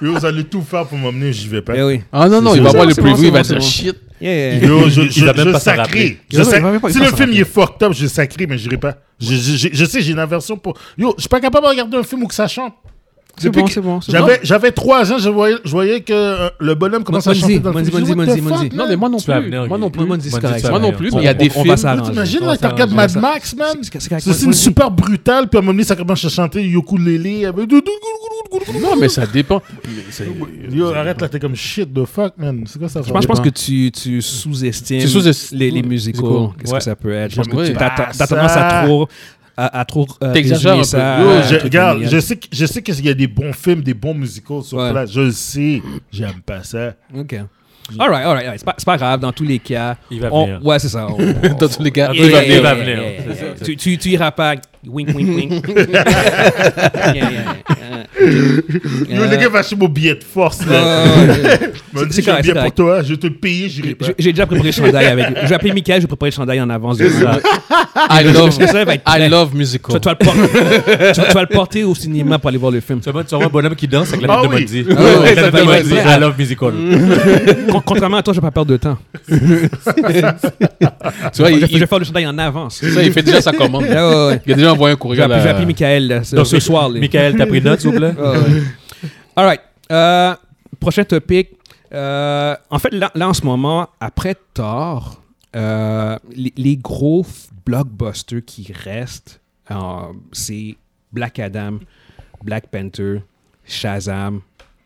S4: Yo, vous allez tout faire pour m'emmener, j'y vais pas.
S1: Ben oui.
S2: Ah non, non, il va
S1: C'est
S2: voir
S1: bon,
S2: le
S1: c'est bon,
S2: preview, il va
S1: c'est bon,
S2: dire
S1: c'est
S2: shit.
S1: Yeah.
S4: Yo, je,
S3: Il
S4: je,
S3: va même
S4: je
S3: pas s'en
S4: sacré.
S3: rappeler.
S4: Je
S1: Yo, il
S4: sac-
S1: va même pas- il
S4: Si
S1: va
S4: le
S1: s'en
S4: film
S1: rappeler.
S4: il est fucked up, je sacré, mais je n'irai pas. Je, je- je- je sais, j'ai une aversion pour. Yo, je suis pas capable de regarder un film où que ça chante.
S1: C'est
S4: Depuis
S1: bon,
S4: que-
S1: c'est bon. c'est bon.
S4: J'avais, j'avais trois ans, je voyais, je voyais que euh, le bonhomme commençait à
S1: Monzi,
S4: chanter dans le
S1: Monzi,
S4: film. Je dis,
S1: Monzi,
S4: what the
S1: Monzi,
S4: fuck,
S1: Monzi.
S4: là?
S2: Non, mais moi non
S3: Tu vas
S2: plus.
S3: venir,
S2: Moi non
S3: Guy.
S2: plus.
S1: Moi, Monzi, c'est
S3: Monzi,
S1: correct.
S3: tu vas
S2: Moi non
S3: venir.
S2: plus,
S3: On-
S2: mais il y a
S3: on-
S2: des
S3: on
S2: films.
S3: va s'arranger.
S4: Là, T'imagines,
S3: On
S4: là,
S3: va
S4: t'as regardé
S3: s'arranger.
S4: Mad Max, man.
S1: C'est- c'est- c'est-
S4: C'est une super brutal, puis à un moment donné, ça commence à chanter ukulélé. avec-
S2: Non, mais ça dépend.
S4: Yo, arrête là, t'es comme shit the fuck, man. C'est quoi ça?
S1: Je pense, je pense que tu, tu sous-estimes
S2: Tu sous-estimes-
S1: les, les musicaux.
S2: musicaux.
S1: Qu'est-ce
S3: Ouais.
S1: que ça peut être? Je pense que
S2: Ouais.
S1: tu t'as t'as- t'as
S4: Bah,
S1: tendance
S4: ça-
S1: à trop. à, à trop. euh,
S2: T'exagères
S1: résumer
S2: un
S1: ça
S2: peu. Yo,
S1: à-
S4: Je-
S1: à tout
S4: regarde,
S1: manière.
S4: je sais, que- je sais qu'il y a des bons films, des bons musicals sur
S1: Ouais.
S4: place. Je le sais. J'aime pas ça.
S1: OK. All right, all right, all right. C'est pas, c'est pas grave, dans tous les cas.
S3: Il va
S1: on-
S3: venir.
S1: Ouais, c'est ça.
S3: <laughs>
S1: on- on-
S2: Dans tous les cas,
S3: Il va
S1: Yeah,
S3: venir, il va
S1: yeah,
S3: venir.
S1: yeah, yeah,
S3: C'est ça,
S1: yeah.
S3: c'est-
S1: Tu, tu, tu iras pas. Wink, wink, wink. Yeah, yeah, yeah.
S4: Yo, le gars va acheter mon billet de force, là.
S1: Euh,
S4: Il m'a
S1: c'est
S4: dit, j'ai un
S1: correct,
S4: billet
S1: c'est
S4: pour
S1: correct.
S4: toi, je vais te le payer, j'irai pas.
S1: <laughs> J'ai j'ai déjà préparé le chandail avec. Je vais appeler Michael, je vais préparer le chandail en avance. de ça.
S2: I <laughs> love,
S1: Ça va être prêt.
S2: I love
S1: Tu vas,
S2: musical.
S1: tu vas le por- tu vas- tu vas le porter au cinéma pour aller voir le film.
S3: Tu vas tu vas voir un bonhomme qui danse avec la
S4: Ah
S3: tête de
S4: oui.
S3: Mondi.
S4: Ouais,
S2: ouais,
S3: Avec la
S2: ça
S3: tête de
S2: va
S3: Mondi.
S2: être vrai.
S3: I love musical.
S1: Con- contrairement à toi, je vais pas perdre de temps.
S2: Tu
S1: je,
S2: vois, il,
S1: je vais
S2: il-
S1: faire le chandail en avance.
S2: ça, il fait déjà sa commande.
S1: Ouais, ouais, ouais.
S2: Il a déjà envoyé
S1: Je
S2: un
S1: vais
S2: courrier.
S1: appeler, je vais
S2: à
S1: appeler
S2: la-
S1: Michael là, ce,
S3: Donc,
S1: ce soir. là.
S3: Michael, t'as pris note, s'il vous plaît?
S1: Ouais, ouais. All right. Euh, prochain topic. Euh, en fait, là, là, en ce moment, après Thor, euh, les, les gros f- blockbusters qui restent, euh, c'est Black Adam, Black Panther, Shazam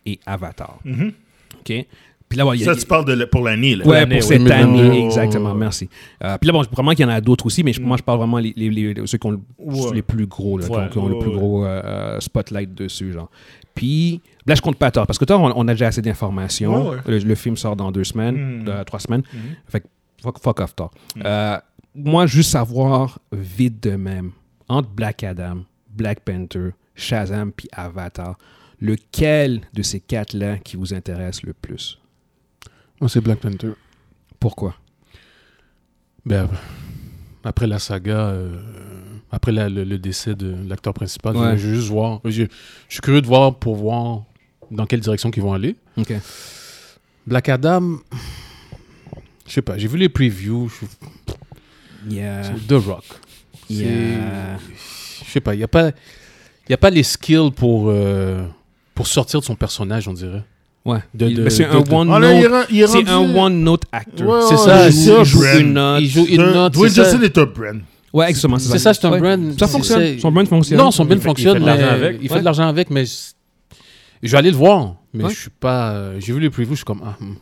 S1: et Avatar.
S4: Mhm.
S1: OK? Puis là, bon, il y a-
S4: Ça, tu parles de la- pour l'année, là.
S1: Ouais,
S3: l'année,
S1: pour
S3: oui.
S1: cette année,
S4: 2022.
S1: exactement, merci. Euh, puis là, bon, probablement qu'il y en a d'autres aussi, mais je- moi, je parle vraiment les, les- les- ceux qui ont le-
S4: Ouais.
S1: les plus gros, là, qui ont-
S3: Ouais,
S1: qui ont le
S4: ouais,
S1: plus
S4: ouais.
S1: gros euh, euh, spotlight dessus, genre. Puis, là, je compte pas tort, parce que tort, on, on a déjà assez d'informations.
S4: Ouais,
S1: Le, le film sort dans deux semaines,
S4: Mm.
S1: euh, trois semaines. Fait que, fuck, fuck off, tort.
S4: Hmm.
S1: Euh, moi, juste savoir vite de même, entre Black Adam, Black Panther, Shazam, puis Avatar, lequel de ces quatre-là qui vous intéresse le plus?
S2: Oh, c'est Black Panther.
S1: Pourquoi?
S2: Ben, après la saga, euh, après la- le, le décès de l'acteur principal,
S1: Ouais.
S2: je veux juste voir. Je, je suis curieux de voir pour voir dans quelle direction qu'ils vont aller.
S1: OK.
S2: Black Adam, je sais pas, j'ai vu les previews. je-
S1: Yeah.
S2: c'est The Rock. C'est-
S1: Yeah.
S2: Je sais pas, il n'y a, pas- y a pas les skills pour, euh, pour sortir de son personnage, on dirait.
S1: Ouais.
S2: De-
S1: Il-
S2: de-
S1: mais c'est
S2: de-
S1: un
S2: de-
S1: one
S4: Ah, là, il est
S1: note.
S4: ren- il est
S1: C'est un
S4: rendu-
S1: one note actor.
S4: Ouais,
S2: C'est
S4: ouais,
S2: ça,
S4: il
S2: c'est-
S1: Oh,
S4: joue
S1: il
S4: un
S1: joue
S4: brand.
S1: une note.
S2: Il joue une
S4: Dwayne-
S2: note.
S4: Dwayne
S2: c'est ça.
S4: Johnson est un brand.
S1: Ouais, exactement.
S2: C'est ça, c'est un
S1: Ouais.
S2: brand.
S1: Ça
S2: C'est-
S1: fonctionne.
S2: c'est-
S1: Son brand fonctionne.
S2: Non, son
S4: Il
S2: brand
S4: fait- il fait
S2: fonctionne.
S4: de
S2: mais
S4: l'argent
S3: avec.
S2: Il fait
S1: Ouais.
S2: de l'argent avec, mais je je vais aller le voir. Mais
S1: Ouais.
S2: je suis pas. euh, J'ai vu les previews, je suis comme. ah, hmm.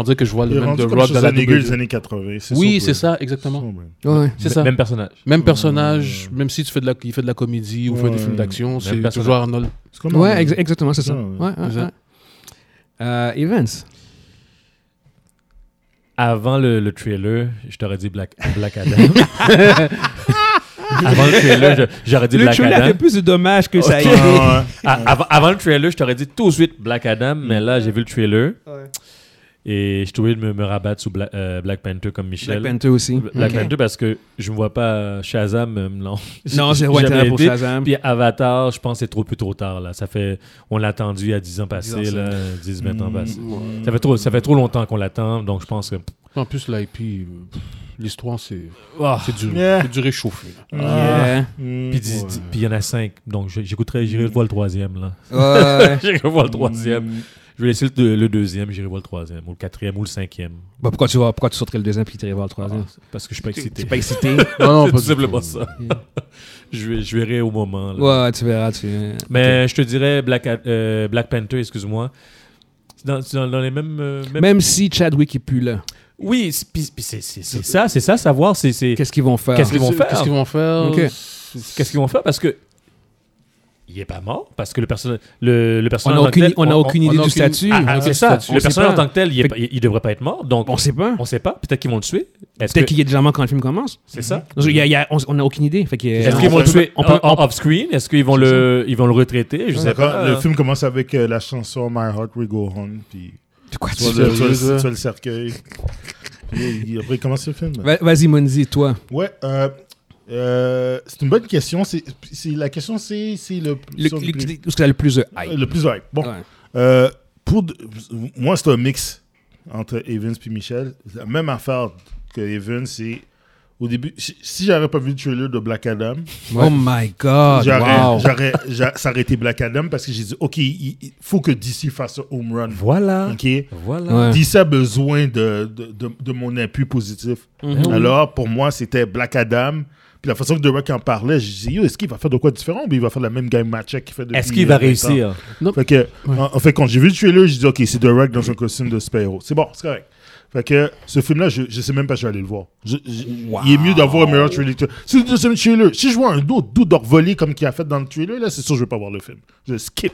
S2: On dirait que je vois
S4: Il
S2: le
S4: est
S2: même
S4: rendu
S2: de
S4: comme
S2: Rock dans la
S4: Schwarzenegger des
S2: WWE.
S4: années 80. c'est
S2: Oui,
S4: son
S2: c'est
S4: brand.
S2: ça, exactement.
S4: Son brand.
S1: Ouais.
S2: C'est
S3: M-
S2: ça.
S3: Même personnage.
S2: Même personnage, même si tu fais de la, il fait de la comédie ou fait
S4: Ouais.
S2: des films d'action, c'est
S3: personnage.
S2: toujours Arnold.
S4: C'est comme
S1: Ouais,
S4: un-
S1: ex- exactement, c'est ça.
S4: Ouais,
S1: Ouais,
S4: ouais.
S1: ouais,
S2: C'est ça.
S1: ouais. Euh, Evans.
S3: Avant le, le trailer, je t'aurais dit Black, Black Adam. <laughs> avant le trailer, je- j'aurais dit
S1: Le
S3: Black
S1: trailer
S3: Adam.
S1: fait plus de dommages que ça
S4: Ah,
S1: a
S4: ouais, ouais.
S3: À- avant, avant le trailer, je t'aurais dit tout de suite Black Adam,
S1: Mm.
S3: mais là, j'ai vu le trailer. Et je suis obligé de me, me rabattre sur Bla- euh, Black Panther comme Michel.
S1: Black Panther aussi.
S3: Black
S1: Ok.
S3: Panther parce que je me vois pas Shazam, euh, non.
S1: <laughs> Non, zéro
S3: J'ai
S1: intérêt
S3: jamais
S1: pour
S3: aidé.
S1: Shazam.
S3: Puis Avatar, je pense que c'est trop plus trop tard là. Ça fait on l'a attendu à 10 ans passés
S1: 10 ans,
S3: là, 10 20 ans
S4: Mm.
S3: passés. Ça fait trop ça fait trop longtemps qu'on l'attend donc je pense que
S2: En plus, l'IP, euh, l'histoire, c'est
S3: Oh.
S2: c'est du,
S4: Yeah.
S2: c'est du réchauffé. là.
S1: Ah. Yeah.
S4: Mm.
S3: puis dix- dix- puis il y en a 5 donc je- j'écouterai j'irai voir le troisième là.
S1: Ouais.
S3: Mm. <laughs> j'irai voir le troisième. Je vais laisser le, deux- le deuxième, j'irai voir le troisième ou le quatrième ou le cinquième
S1: Bah, pourquoi tu vas- pourquoi tu sortirais le deuxième puis tu irais voir le
S3: Ah.
S1: troisième?
S3: parce que je suis pas excité.
S1: T'es
S3: <laughs>
S1: pas excité?
S2: Non,
S3: C'est
S2: pas
S3: tout Mm.
S2: du
S3: simplement
S2: tout.
S3: ça. <laughs> je, vais- je verrai au moment. là.
S1: Ouais, tu verras. Tu...
S3: Mais je te dirais Black, Ad- euh, Black Panther, excuse-moi. C'est Dans, c'est dans, dans les mêmes. euh, mêmes-
S1: Même si Chadwick est plus là,
S3: Oui, c'est- puis- puis c'est c'est- c'est ça, c'est ça, savoir. c'est c'est-
S1: qu'est-ce qu'ils vont faire?
S3: Qu'est-ce qu'ils vont faire?
S2: Qu'est-ce qu'ils vont faire
S1: Ok.
S3: Qu'est-ce qu'ils vont faire parce que. Il est pas mort parce que le, perso- le, le
S1: On
S3: personnage.
S1: n'a
S3: en tant que
S1: aucune,
S3: tel-
S1: on a aucune
S2: on
S1: idée
S2: a
S1: du
S2: aucune-
S1: statut.
S3: Ah,
S1: On
S3: ah,
S1: a
S3: c'est
S1: aucune
S3: ça.
S1: statue, Hmm, on
S3: Le
S1: sait
S3: personnage en
S1: pas.
S3: tant que tel, il, est
S1: Fait-
S3: pas- il- il devrait pas être mort. Donc,
S1: On sait pas.
S3: on sait pas. Peut-être qu'ils vont le tuer. Est-ce
S1: Peut-être
S3: que-
S1: qu'il est déjà mort quand le film commence.
S3: C'est ça.
S1: Il y a- il y a- on n'a aucune idée. Fait que, euh,
S3: Est-ce
S1: on-
S3: qu'ils vont le
S4: peut-
S3: tuer
S1: on peut-
S3: en- en- off-screen Est-ce qu'ils vont, le, ils vont le retraiter Je sais
S4: D'accord,
S3: pas.
S4: Le film commence avec euh, la chanson My Heart Will Go On. Puis
S1: De quoi
S4: tu
S1: tu
S4: vois
S1: veux?
S4: le, tu vois le-
S2: sérieux, ça?
S4: tu vois le cercueil. Puis, il- après, il commence le film.
S1: Va- Vas-y, Monzi, toi.
S4: Ouais. euh, euh, c'est une bonne question. c'est c'est- la question, c'est c'est le,
S1: Le,
S4: sur le plus,
S1: ce que t'as le plus de hype.
S4: le plus hype. Bon,
S1: Ouais.
S4: Euh, pour de- moi, c'est un mix entre Evans puis Michel. La même affaire que Evans, c'est Au début, si, si j'avais pas vu le trailer de Black Adam,
S1: Oh my God!
S4: j'aurais,
S1: Wow!
S4: j'aurais- j'a- ça aurait été Black Adam parce que j'ai dit, OK, il, il faut que DC fasse un home run.
S1: Hein?
S3: Voilà.
S4: OK?
S3: Voilà.
S1: Ouais.
S4: DC a besoin de, de, de- de mon appui positif.
S3: Mhm.
S4: Alors, pour moi, c'était Black Adam. Puis la façon que The Rock en parlait, je dis, Yo, est-ce qu'il va faire de quoi de différent? Ou bien il va faire la même game match qu'il fait depuis
S3: Est-ce qu'il va
S4: euh, 20 ans?
S3: réussir
S4: Fait que, en, en fait, quand j'ai vu le trailer, j'ai dit, OK, c'est The Rock dans un costume de super-héros. C'est bon, c'est correct. Fait que ce film-là, je, je sais même pas si je vais aller le voir. Je- je- Il est mieux d'avoir un meilleur trailer. que- C'est le deuxième trailer. Si je vois un autre doux volé comme qu'il a fait dans le trailer, là, c'est sûr que je vais pas voir le film. Je skip.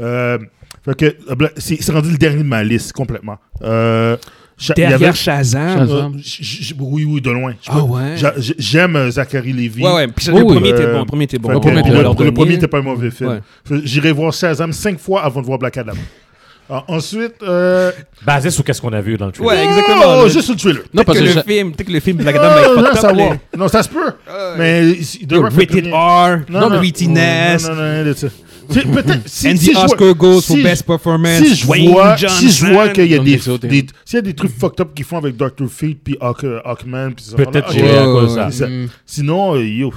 S4: Euh, fait que euh, Bla- c'est c'est rendu le dernier de ma liste complètement. Euh, cha- il y
S1: Derrière
S4: avait-
S1: Shazam.
S2: Shazam.
S4: euh, j- j- oui, oui, de loin. Je
S1: Ah
S4: peux-
S1: ouais.
S4: j'a- j- J'aime euh, Zachary Levy.
S1: Ouais, ouais. Puis ça,
S2: Oui,
S1: le
S2: oui.
S1: premier était
S4: Euh,
S1: bon. Le premier était bon.
S4: Fait
S2: Le
S1: Ouais,
S4: que
S2: premier
S1: ouais,
S2: était
S1: ouais.
S4: le,
S2: bon.
S4: le premier n'était pas un mauvais film.
S1: Ouais.
S4: Fait que J'irai voir Shazam cinq fois avant de voir Black Adam. Ah, ensuite, euh...
S3: Basé sur qu'est-ce qu'on a vu dans le trailer.
S1: Ouais, exactement.
S4: oh,
S1: là.
S4: juste le trailer.
S2: Non,
S1: Peut-être
S2: parce
S1: que, Oh,
S2: que,
S1: le
S2: Sha-
S1: film, peut-être que le film Black Adam va
S4: Ah,
S1: être
S4: non,
S1: pas top,
S4: ça
S1: les-
S4: va. non, ça se peut.
S1: Euh,
S4: mais The
S1: Yo,
S4: Rock fait
S1: rated
S4: premier.
S1: R,
S4: Non, non.
S1: grittiness,
S4: Non, non, non, rien de ça. C'est peut-être- si-
S1: Andy
S4: si je vois-
S1: Oscar goes for
S4: si
S1: best performance.
S4: si je
S1: Dwayne
S4: vois,
S1: Johnson.
S4: si je vois qu'il y a
S2: Johnson.
S4: des,
S2: Johnson.
S4: des- s'il y a des trucs fucked up qu'ils font avec Dr. Fate puis Hawk- euh, Hawkman puis ça,
S3: Peut-être
S4: voilà,
S3: j'ai
S4: ok,
S1: Ouais,
S3: à cause de
S1: ouais,
S3: ça.
S4: c'est ça.
S2: Mm.
S4: Sinon, euh, yo.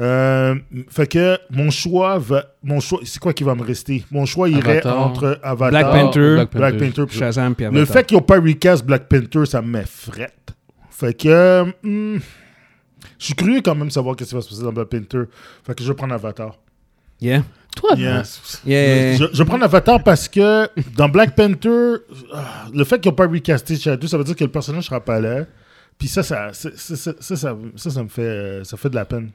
S4: Euh, fait que mon choix va, mon choix, c'est quoi qui va me rester Mon choix irait
S2: Avatar.
S4: entre Avatar,
S1: Black Panther,
S2: Black
S4: Black
S2: Panther.
S4: Panther, puis ça.
S1: Shazam, puis
S4: Le
S1: Avatar.
S4: fait qu'ils n'ont pas recast Black Panther, ça m'effrette. Fait que. hmm, je suis curieux quand même de savoir qu'est-ce qui va se passer dans Black Panther. Fait que je vais prendre Avatar.
S1: Yeah.
S2: Toi,
S4: Yeah.
S1: Yeah.
S4: Je, je prends Avatar parce que dans Black Panther, ah, le fait qu'ils n'ont pas recasté Shadow, ça veut dire que le personnage sera pas là. Puis ça, ça, ça, ça, ça, ça, ça- ça, ça me fait, euh, ça fait de la peine.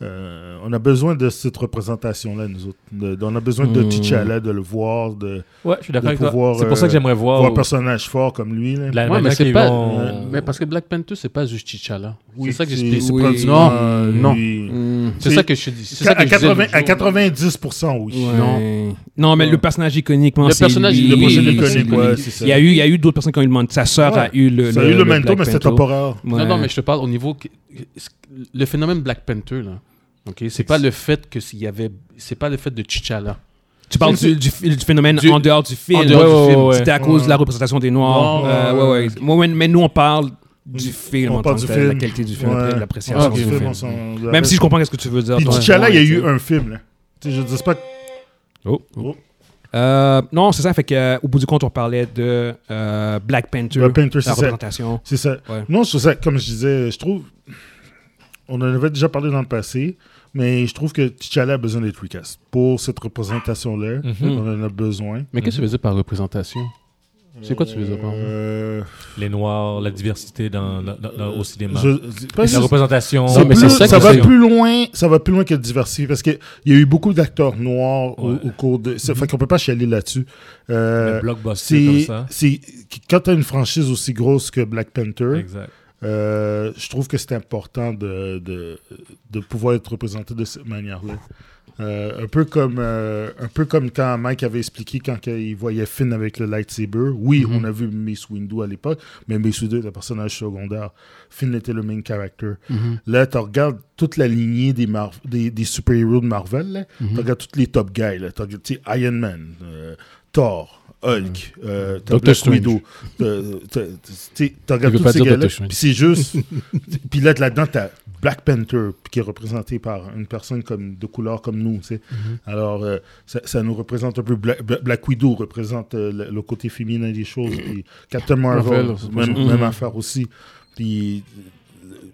S4: Euh, on a besoin de cette représentation-là, nous autres. De- de- on a besoin de
S1: Mm.
S4: T'Challa, de le voir, de
S3: Ouais, je suis
S4: De
S3: d'accord avec toi.
S4: pouvoir,
S3: C'est pour ça que
S4: euh,
S3: j'aimerais voir.
S4: voir un
S3: au-
S4: personnage fort comme lui. là.
S3: la
S2: Ouais, mais
S3: manière
S2: c'est
S3: qu'ils
S2: pas.
S3: vont-
S2: Euh, Mais parce que Black Panther, c'est pas juste T'Challa.
S4: Oui,
S2: c'est ça que j'explique.
S1: c'est-
S2: C'est
S1: oui. euh,
S2: produit-
S4: Non,
S2: Non,
S4: non.
S2: non.
S1: Mm.
S2: C'est
S4: C'est-
S2: ça que je te dis. C'est ça que
S4: à,
S2: je disais
S4: 80,
S2: l'autre
S4: à
S2: jour.
S4: 90%, oui.
S1: Ouais.
S2: Non.
S1: Non, mais
S4: Ouais.
S1: le personnage iconiquement,
S2: Le
S1: c'est
S2: personnage,
S1: lui.
S4: Le
S2: Oui,
S4: prochain
S2: oui,
S4: iconique,
S2: c'est
S4: ouais,
S2: iconique.
S4: c'est ça.
S1: Il y a eu, il y a eu d'autres personnes qui ont eu le manteau. Sa sœur
S4: Ouais.
S1: a eu le.
S4: ça a eu le
S1: Black
S4: manteau, mais c'était
S1: Panther.
S4: temporaire.
S1: Ouais.
S2: Non, non, mais je te parle au niveau. que- Le phénomène Black Panther, là. OK? C'est pas le fait que s'il y avait. C'est pas le fait de T'Challa.
S1: Tu parles
S2: C'est-
S1: du, du, fi- du phénomène
S2: Du-
S1: en dehors du film.
S2: en dehors
S3: du film.
S1: C'était à
S4: Ouais.
S1: cause de la représentation des Noirs.
S2: Ouais,
S1: Euh, ouais, ouais. Moi, ouais, mais nous, on parle du film,
S4: On
S1: en
S4: parle
S1: tant
S4: du
S1: que tel,
S4: film.
S1: la qualité du film,
S4: Ouais.
S1: de
S4: Ah,
S1: l'appréciation
S4: ok,
S1: du
S4: film,
S1: film.
S4: on s'en-
S1: Même si je comprends ce que tu veux dire.
S4: Puis
S1: toi.
S4: T'Challa, il y a
S1: Ouais,
S4: eu
S1: t'sais.
S4: un film, là. Tu sais, je dis pas que
S1: Oh, oh.
S4: Oh.
S1: Euh, non, c'est ça. Fait que, euh, au bout du compte, on parlait de euh, Black Panther,
S4: Black Panther, c'est
S1: la
S4: ça.
S1: représentation.
S4: C'est ça.
S1: Ouais.
S4: Non, c'est ça, comme je disais, je trouve. On en avait déjà parlé dans le passé, mais je trouve que T'Challa a besoin d'être recast. Pour cette représentation-là,
S3: Mhm.
S4: on en a besoin.
S2: Mais qu'est-ce que tu veux dire par représentation C'est quoi que tu veux dire par là?
S4: Euh,
S3: les noirs, la diversité dans, dans- dans- dans- au cinéma.
S4: je- c'est pas
S3: La
S4: juste-
S3: représentation.
S4: Ça,
S2: Non, mais
S4: plus-
S2: c'est ça que
S4: ça va
S2: c'est.
S4: plus loin, ça va plus loin que la diversité parce que il y a eu beaucoup d'acteurs noirs au-
S3: Ouais.
S4: au, cours de. ça Fait qu'on peut pas chialer là-dessus. Euh,
S3: Le blockbuster comme
S4: c'est
S3: ça.
S4: c'est- quand t'as une franchise aussi grosse que Black Panther,
S3: Exact.
S4: euh, je trouve que c'est important de, de, de pouvoir être représenté de cette manière-là. Euh, un, peu comme, euh, un peu comme quand Mike avait expliqué quand il voyait Finn avec le lightsaber. Oui,
S2: Mhm.
S4: on a vu Miss Windu à l'époque, mais Miss Windu était un personnage secondaire. Finn était le main character.
S1: Mm-hmm.
S2: Mhm.
S4: Là, tu regardes toute la lignée des, Mar- des, des super-héros de Marvel. là.
S2: Mhm.
S4: Tu regardes tous les top guys. là. Tu regardes, tu sais, Iron Man, euh, Thor, Hulk, euh, t'as
S2: Doctor
S4: Black
S2: Strange.
S4: Widow. Euh, t'as- t'as- Tu sais, tu regardes
S2: veut
S4: tous
S2: pas
S4: ces
S2: dire
S4: gars-là.
S2: Doctor Strange.
S4: Puis
S2: <laughs>
S4: c'est juste... Puis là, là-dedans, tu as Black Panther qui est représenté par une personne comme, de couleur comme nous. tu sais.
S2: Mhm.
S4: Alors, euh, ça, ça nous représente un peu... Black, Black- Black Widow représente euh, le, le côté féminin des choses. Puis Captain Marvel,
S2: Marvel, c'est
S4: même,
S1: ça.
S4: même
S1: Mhm.
S4: affaire aussi. Puis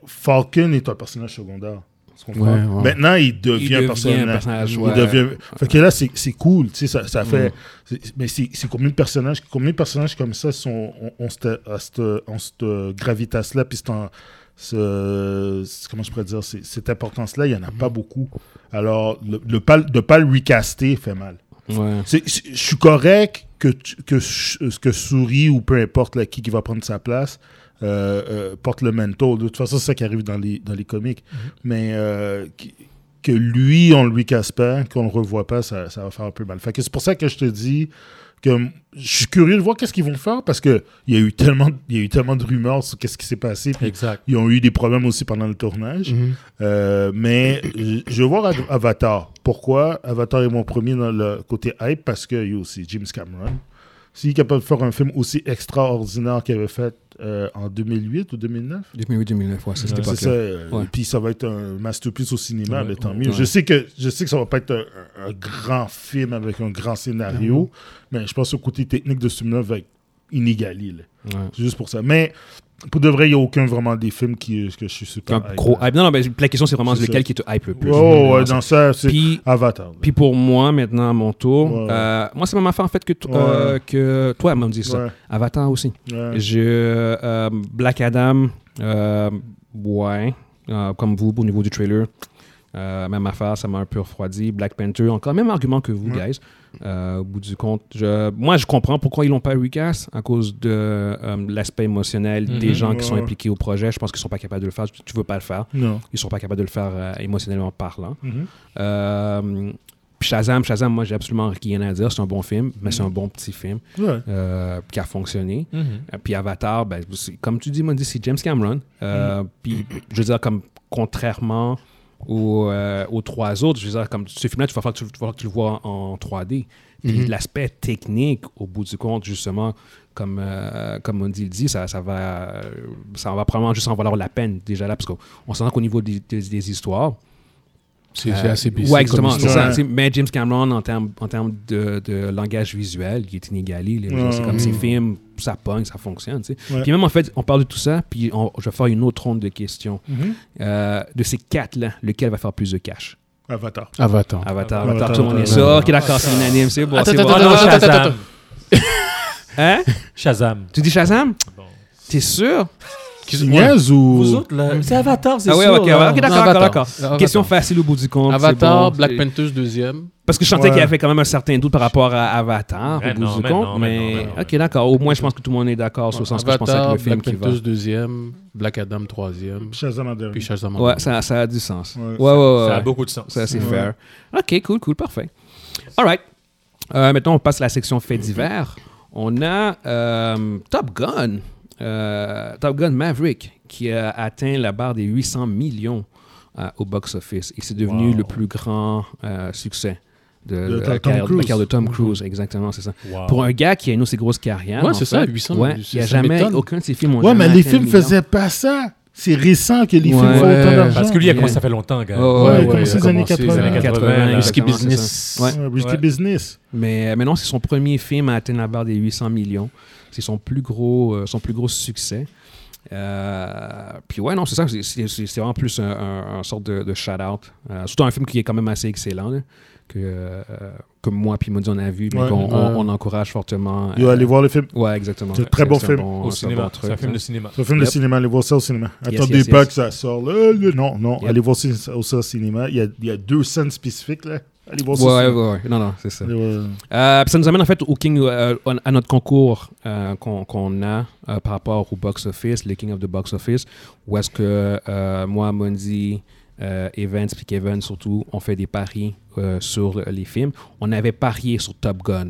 S4: Falcon est un personnage secondaire. tu comprends?
S2: Ouais, ouais.
S4: Maintenant, il devient,
S1: Il devient
S4: un personnage.
S1: un personnage,
S4: Il
S1: ouais.
S4: devient- Fait que là, c'est c'est cool. tu sais, Ça, ça
S2: Mm.
S4: fait... c'est- Mais c'est c'est combien de personnages combien de personnages comme ça sont, on, on cette- à cette- en cette gravitas-là, puis c'est en- ce- ce- comment je pourrais dire, c'est- cette importance-là, il n'y en a
S2: Mm.
S4: pas beaucoup. Alors, le, le pas, de ne pas le recaster fait mal.
S1: Ouais.
S4: C'est- c'est- Je suis correct que, tu- que, ch- que Souris ou peu importe là, qui, qui va prendre sa place euh, euh, porte le manteau. De toute façon, c'est ça qui arrive dans les, dans les comics. Mais euh, qui- que lui, on ne lui casse pas, qu'on ne le revoit pas, ça, ça va faire un peu mal. Fait que c'est pour ça que je te dis que m- je suis curieux de voir qu'est-ce qu'ils vont faire parce qu'il y, a eu tellement- il y a eu tellement de rumeurs sur qu'est-ce qui s'est passé. puis
S3: Exact.
S4: ils ont eu des problèmes aussi pendant le tournage.
S2: Mhm.
S4: Euh, mais je je vais voir Av- Avatar. Pourquoi Avatar est mon premier dans le côté hype Parce que yo, c'est James Cameron. S'il est capable de faire un film aussi extraordinaire qu'il avait fait euh, en 2008 ou 2009,
S1: 2008-2009, ouais, c'est
S3: Ouais,
S1: cette
S4: c'est
S1: époque-là.
S4: ça. euh,
S1: Ouais.
S4: Puis ça va être un masterpiece au cinéma,
S3: Ouais,
S4: mais tant
S3: ouais,
S4: mieux.
S1: ouais.
S4: Je, sais que, je sais que ça va pas être un, un- un grand film avec un grand scénario, mais je pense que le côté technique de ce film-là va être inégalé. là.
S1: Ouais.
S4: C'est juste pour ça. Mais pour de vrai, il n'y a aucun vraiment des films qui, euh, que je suis super.
S1: Un
S4: hype,
S1: gros
S4: là.
S1: hype. Non, non, mais la question, c'est vraiment
S4: C'est
S1: lequel
S4: ça.
S1: qui te hype le plus.
S4: Ouais, ouais, ouais,
S1: Vraiment,
S4: dans ça, c'est
S1: Puis,
S4: Avatar. là.
S1: puis pour moi, maintenant, à mon tour,
S4: Ouais.
S1: euh, moi, c'est ma affaire, en fait, que, t- euh, que toi, elle m'a dit ça.
S4: Ouais,
S1: Avatar aussi.
S4: ouais.
S1: Je, euh, Black Adam, euh, ouais, Euh, comme vous, au niveau du trailer, euh, même affaire, ça m'a un peu refroidi. Black Panther, encore même argument que vous,
S4: Ouais.
S1: guys. Euh, au bout du compte, je- moi, je comprends pourquoi ils l'ont pas recast à cause de euh, l'aspect émotionnel des
S3: Mhm.
S1: gens qui sont
S4: Ouais.
S1: impliqués au projet. Je pense qu'ils sont pas capables de le faire. Tu, tu veux pas le faire.
S4: Non.
S1: Ils sont pas capables de le faire euh, émotionnellement parlant.
S4: Mhm.
S1: Euh, Shazam, Shazam, moi, j'ai absolument rien à dire. C'est un bon film,
S4: Mm.
S1: mais c'est un bon petit film
S4: Ouais.
S1: euh, qui a fonctionné.
S3: Mhm.
S1: Euh, Puis Avatar, ben, c'est- comme tu dis, moi, c'est James Cameron. Euh,
S2: Mm.
S1: Puis, je veux dire, comme contrairement aux, euh, aux trois autres, je veux dire, comme ce film-là, tu vas falloir que tu, tu vas falloir que tu le vois en, 3D. Puis
S2: Mhm.
S1: l'aspect technique, au bout du compte, justement, comme, euh, comme on dit, il dit, ça, ça, va, euh, ça va probablement juste en valoir la peine déjà là, parce qu'on on s'entend qu'au niveau des, des- des histoires,
S2: C'est
S1: euh,
S2: c'est assez basic
S1: Ouais,
S2: comme
S1: exactement. c'est
S2: histoire.
S1: ça.
S4: Ouais.
S1: C'est- Mais James Cameron, en termes en termes de, de langage visuel, il est inégalé. là. Je veux dire, C'est
S4: Ouais.
S1: comme ses films, ça pogne, ça fonctionne. tu sais.
S4: Ouais.
S1: Puis même, en fait, on parle de tout ça, puis on- je vais faire une autre ronde de questions.
S4: Mhm.
S1: Euh, de ces quatre-là, lequel va faire plus de cash
S4: Avatar.
S1: Avatar,
S2: Avatar.
S4: Avatar,
S1: Avatar, tout le monde est
S4: Avatar,
S1: ça.
S3: Avatar.
S1: Ok, d'accord, c'est unanime, c'est bon.
S2: Attends,
S1: c'est bon.
S2: attends,
S3: Oh
S1: Ah, non,
S3: non,
S2: attends, attends, attends.
S3: Shazam!
S1: Hein
S3: Shazam.
S1: Tu dis Shazam
S3: Bon.
S1: T'es sûr
S4: Qui se niaise ou.
S3: Vous autres, là, c'est Avatar, c'est
S1: Ah ouais,
S3: sûr.
S1: ok,
S3: là.
S1: ok, d'accord,
S2: Avatar.
S1: d'accord, d'accord.
S2: Avatar.
S1: Question facile au bout du compte. c'est
S2: Avatar,
S1: bon,
S2: Black
S1: c'est-
S2: Panthers deuxième.
S1: Parce que je sentais
S4: Ouais.
S1: qu'il y avait quand même un certain doute par rapport à Avatar,
S3: Mais
S1: au bout
S3: non,
S1: du
S3: mais
S1: compte.
S3: non,
S1: mais
S3: mais non, mais non,
S1: ok, d'accord. Au moins, je pense que tout le monde est d'accord sur le sens que je pensais que
S2: Avatar,
S1: le film
S2: Black
S1: qui va.
S2: Panthers deuxième, Black Adam troisième,
S4: Shazam en dernier.
S2: puis Shazam. en
S1: Ouais,
S2: dernier.
S1: ça, ça a du sens. Ouais,
S4: Ouais.
S1: ouais, ouais.
S3: Ça a
S1: ouais.
S3: beaucoup de sens.
S1: Ça, c'est
S4: Ouais.
S1: fair. Ok, cool, cool, parfait. All right. Euh, maintenant, on passe à la section faits divers. On a euh, Top Gun. euh, Top Gun Maverick qui a atteint la barre des 800 millions euh, au box-office. Et c'est devenu
S4: Wow.
S1: le plus grand euh, succès de,
S4: De
S1: de
S4: Tom
S1: la carrière- de la
S4: Cruise.
S1: carrière de Tom Cruise. Exactement, c'est ça.
S3: Wow.
S1: Pour un gars qui a une aussi grosse carrière.
S2: Ouais,
S1: en
S2: c'est
S1: fait,
S2: ça, 800,
S1: Ouais,
S2: c'est-
S1: il n'y a
S2: ça
S1: jamais
S2: m'étonne.
S1: aucun de ses films. ont
S4: Ouais,
S1: jamais
S4: mais les
S1: atteint le
S4: films
S1: million.
S4: faisaient pas ça. C'est récent que les films
S1: Ouais.
S4: font autant d'argent.
S3: Parce que lui, il a commencé
S1: Ouais.
S3: à faire longtemps, gars.
S1: Ouais,
S4: Ouais,
S1: ouais,
S4: il a commencé
S2: il a
S4: les années
S2: commencé
S4: 80.
S2: les années
S1: 80,
S3: 80,
S2: Risky
S1: exactement, c'est
S2: Business.
S1: ça. Ouais.
S4: Ouais, Risky
S3: Ouais.
S4: Business.
S1: Mais, euh, mais non, c'est son premier film à atteindre la barre des 800 millions. C'est son plus gros, euh, son plus gros succès. Euh, puis ouais, non, c'est ça. c'est- C'est c'est- c'est vraiment plus un, un- un sorte de, de shout-out. Euh, surtout un film qui est quand même assez excellent, là, que, euh, que moi puis Maudit on a vu, mais
S4: Ouais.
S1: qu'on on-
S2: Ouais.
S1: on encourage fortement.
S4: Yo,
S1: Euh,
S4: allez voir le film.
S1: Ouais, exactement.
S4: C'est un très bon film.
S1: bon-
S3: Au
S1: c'est un
S3: cinéma.
S1: bon truc,
S3: C'est un film
S1: hein.
S3: de cinéma.
S4: Le film de
S1: Yep.
S4: cinéma, allez voir ça au cinéma.
S1: Yes,
S4: Attendez
S1: yes,
S4: pas
S1: yes.
S4: que ça sorte. là, là, non, non,
S1: Yep.
S4: allez voir ça au ça au cinéma. Il y, a, il y a deux scènes spécifiques. Là. Allez voir ça. au
S1: Ouais,
S4: cinéma.
S1: ouais, ouais. Non, non, c'est ça.
S4: Allez voir-
S1: Euh, puis ça nous amène en fait au King, euh, on- à notre concours euh, qu'on qu'on a euh, par rapport au box office, le King of the Box Office, où est-ce que euh, moi, Mondi, euh, Evans puis Kevin surtout, on fait des paris euh, sur les films. On avait parié sur Top Gun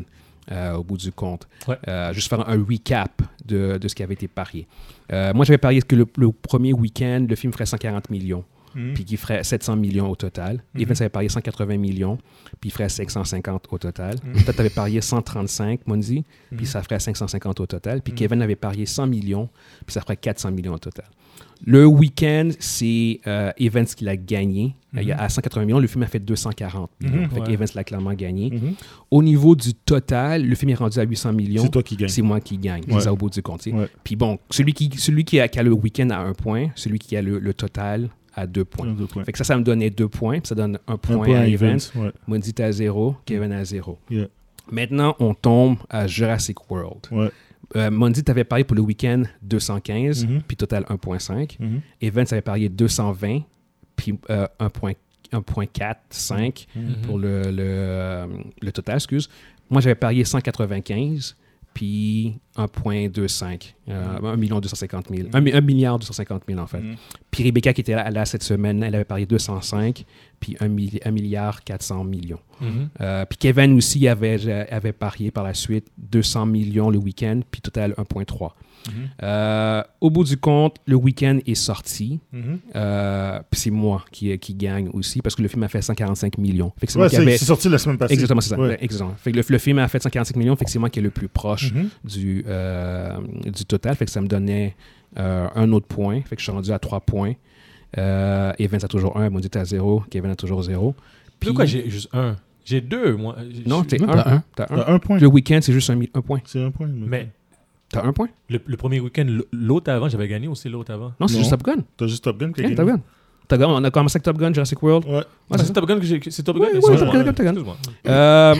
S1: euh, au bout du compte.
S3: Ouais.
S1: Euh, juste faire un recap de, de ce qui avait été parié. Euh, moi, j'avais parié que le, le premier week-end, le film ferait 140 millions
S4: Mhm.
S3: Hmm.
S1: puis qui ferait 700 millions au total. Evans avait parié 180 millions, puis il ferait 550 au total.
S3: Hmm.
S1: Toi, tu avais parié 135, Monzi, puis ça ferait 550 au total. Puis
S3: Hmm.
S1: Kevin avait parié 100 millions, puis ça ferait 400 millions au total. Le week-end, c'est euh, Evans qui l'a gagné. Euh, il y a- à 180 millions, le film a fait 240 millions.
S4: Mhm.
S1: Fait que
S3: Hmm. Ouais.
S1: Evans l'a clairement gagné.
S4: Mhm.
S1: Au niveau du total, le film est rendu à 800 millions.
S4: C'est toi qui gagne.
S1: C'est moi qui gagne. C'est
S4: Ouais.
S1: ça au bout du compte. tu sais.
S4: Ouais.
S1: Puis bon, celui qui, celui qui a, qui a le week-end à un point, celui qui a le, le total à deux points.
S4: Deux points.
S1: Fait que ça, ça me donnait deux points. puis ça donne un
S4: Un
S1: point,
S4: point
S1: à Evans.
S4: Ouais.
S1: Mondi à zéro, Kevin à zéro.
S4: Yeah.
S1: Maintenant, on tombe à Jurassic World.
S4: Ouais.
S1: Euh, Mondi, t'avais parié pour le week-end 215,
S4: Mhm.
S1: puis total 1.5.
S4: Mhm.
S1: Evans avait parié 220, puis euh, 1.4, 1.45
S3: Mhm.
S4: Hmm.
S1: pour le, le, euh, le total, excuse. Moi, j'avais parié 195, puis 1,25, euh, 1 million 250 000, 1, mi- 1 milliard 250 000 en fait.
S4: Mhm.
S1: Puis Rebecca qui était là, là cette semaine, elle avait parié 205, puis 1, milli- 1 milliard 400 millions.
S3: Mhm.
S1: Euh, puis Kevin aussi avait, euh, avait parié par la suite 200 millions le week-end, puis total 1,3.
S4: Mhm.
S1: Euh, au bout du compte, le week-end est sorti.
S4: Mhm.
S1: Euh, puis c'est moi qui, qui gagne aussi parce que le film a fait 145 millions. Fait que c'est moi
S4: Ouais,
S1: qui
S4: c'est
S1: avait-
S4: c'est sorti la semaine passée.
S1: Exactement, c'est ça.
S4: Ouais.
S1: Ouais, exactement. Fait que le, le film a fait 145 millions, fait que c'est moi qui est le plus proche
S4: Mhm.
S1: du, euh, du total. Fait que ça me donnait euh, un autre point. Fait que je suis rendu à 3 points. Euh, Evan a toujours 1, Maudit à 0, Kevin a toujours 0.
S3: Pourquoi j'ai juste un J'ai deux, moi. Je-
S1: Non,
S3: je-
S1: t'es
S2: Non,
S1: 1.
S2: t'as un.
S1: T'as un.
S4: T'as un point.
S1: Le week-end, c'est juste un, mi- un point.
S4: C'est un point. Mais...
S3: Mais
S1: T'as un point?
S3: le, le premier week-end, l- l'autre avant, j'avais gagné aussi l'autre avant.
S1: Non, c'est
S4: Non.
S1: juste Top Gun.
S4: T'as juste Top Gun qui a
S1: Yeah,
S4: gagné.
S1: Top Gun. Top Gun, On a commencé avec Top Gun, Jurassic World.
S4: Ouais.
S1: Ouais,
S3: Ah,
S1: c'est
S3: c'est Top Gun que j'ai. C'est Top
S1: Ouais,
S3: Gun.
S1: ouais,
S3: excuse-moi.
S1: Top Gun, Top Gun.
S3: Excuse-moi.
S1: Euh,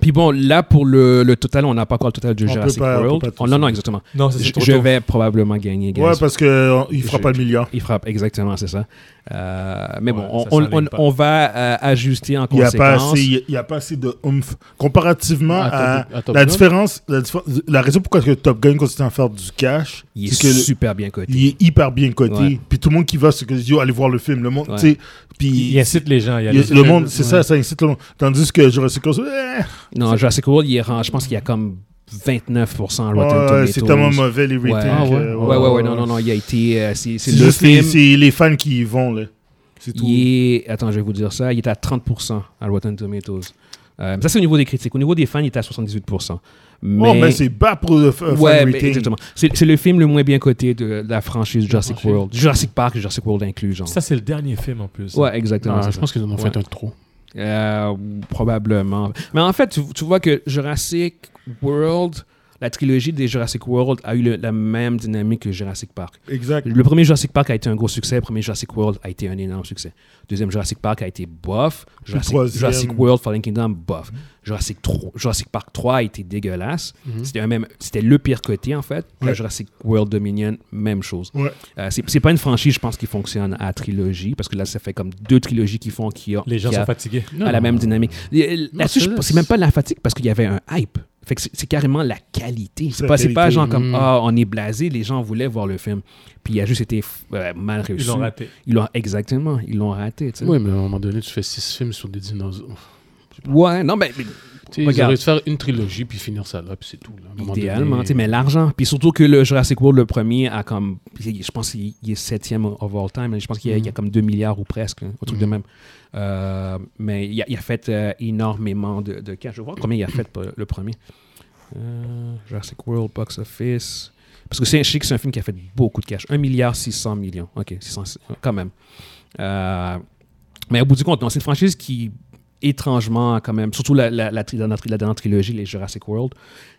S1: Puis bon, là, pour le, le total, on n'a pas encore le total du
S4: On peut
S1: Jurassic
S4: pas- on peut
S1: World.
S4: pas tout
S1: Oh, non, non, exactement.
S3: Non, ça, c'est
S1: Je,
S3: trop
S1: je
S3: tôt.
S1: vais probablement gagner, guys.
S4: Ouais, parce qu'il fera
S1: Je-
S4: pas le milliard.
S1: Il frappe, exactement, c'est ça. Euh, mais
S3: Ouais,
S1: bon, on,
S3: ça
S1: on,
S3: s'enligne
S1: on-
S3: pas.
S1: on va euh, ajuster en
S4: Il n'y a, pas
S1: conséquence.
S4: assez- il y a pas assez de oomph. Comparativement
S1: Ah,
S2: À
S4: à,
S2: Top- à Top
S4: euh, la,
S2: Gun?
S4: différence, la différence- la raison pourquoi que Top Gun continue à faire du cash,
S1: Il
S4: c'est que
S1: est
S4: le-
S1: super bien coté.
S4: il est hyper bien coté.
S1: Ouais.
S4: Puis tout le monde qui va, c'est que yo, allez voir le film. Le monde,
S1: Ouais.
S4: tu sais. Puis
S3: Il il incite les gens. à y
S4: il-
S3: aller.
S4: le monde, c'est ça, ça incite le monde. Tandis que Jurassic World, eh,
S1: Non, Jurassic World, il est rang- je pense qu'il y a comme 29% Rotten
S4: ouais,
S1: Tomatoes.
S4: c'est tellement mauvais les
S1: Ouais.
S4: ratings.
S1: Ah
S2: ouais.
S4: euh,
S1: Ouais, ouais, ouais, non, non, non, il a été. euh, c'est c'est
S4: C'est
S1: le
S4: juste les,
S1: film.
S4: c'est les fans qui y vont, là. C'est tout.
S1: Il est, attends, je vais vous dire ça, il est à 30% à Rotten Tomatoes. Euh, ça, c'est au niveau des critiques. Au niveau des fans, il est à 78%. Mais,
S4: Oh, mais c'est bas pour le f- euh, fan
S1: ouais, mais
S4: rating.
S1: exactement. C'est c'est le film le moins bien coté de, de la franchise Jurassic
S2: franchise.
S1: World. Jurassic Park, Jurassic World inclus, genre.
S3: Ça, c'est le dernier film en plus.
S1: Ouais, exactement.
S2: Non,
S1: c'est
S2: je
S1: ça.
S2: pense qu'ils en ont fait
S1: Ouais.
S2: un trop.
S1: Euh, probablement. Mais en fait, tu, tu vois que Jurassic World, la trilogie des Jurassic World a eu le- la même dynamique que Jurassic Park.
S4: Exact.
S1: Le premier Jurassic Park a été un gros succès, le premier Jurassic World a été un énorme succès. Deuxième Jurassic Park a été bof, Jurassic,
S4: troisième-
S1: Jurassic World Fallen Kingdom bof, Jurassic, 3 Jurassic Park 3 a été dégueulasse,
S4: Mhm.
S1: c'était un même, c'était le pire côté en fait. Le
S4: Hmm. Ouais.
S1: Jurassic World Dominion, même chose.
S4: Ouais.
S1: Euh, c'est, c'est pas une franchise, je pense, qui fonctionne à trilogie parce que là, ça fait comme deux trilogies qui font qui ont
S3: Les gens
S1: qui a-
S3: sont fatigués.
S1: à la même dynamique. Et, Là-dessus,
S2: c'est-
S1: je- c'est même pas la fatigue parce qu'il y avait un hype. Fait que c'est c'est carrément la qualité.
S4: la
S1: C'est pas, c'est pas
S4: qualité.
S1: genre comme
S2: Mm.
S1: ah on est blasé, les gens voulaient voir le film. Puis il a juste été f- euh, mal
S3: Ils
S1: réussi.
S3: l'ont raté.
S1: Ils l'ont- exactement, ils l'ont raté. tu sais.
S2: Oui, mais à un moment donné, tu fais six films sur des dinosaures.
S1: Ouais, non mais, mais
S2: Tu sais, ils
S1: Regarde.
S2: auraient dû faire une trilogie puis finir ça là, puis c'est tout. Là. À un moment donné-
S1: idéalement, tu sais, mais l'argent. Puis surtout que le Jurassic World le premier a comme, je pense qu'il il est septième of all time. Je pense qu'il y, a-
S2: Mm.
S1: il y a comme 2 milliards ou presque, hein, un truc de
S2: Mm.
S1: même. Euh, mais il a, il a fait euh, énormément de, de cash. Je vais voir combien il a fait pour le premier. Euh, Jurassic World Box Office. Parce que c'est, je sais que c'est un film qui a fait beaucoup de cash. 1 milliard 600 millions. OK, 600, quand même. Euh, mais au bout du compte, non, c'est une franchise qui, étrangement, quand même, surtout la, la, la, tri- la, tri- la dernière trilogie, les Jurassic World,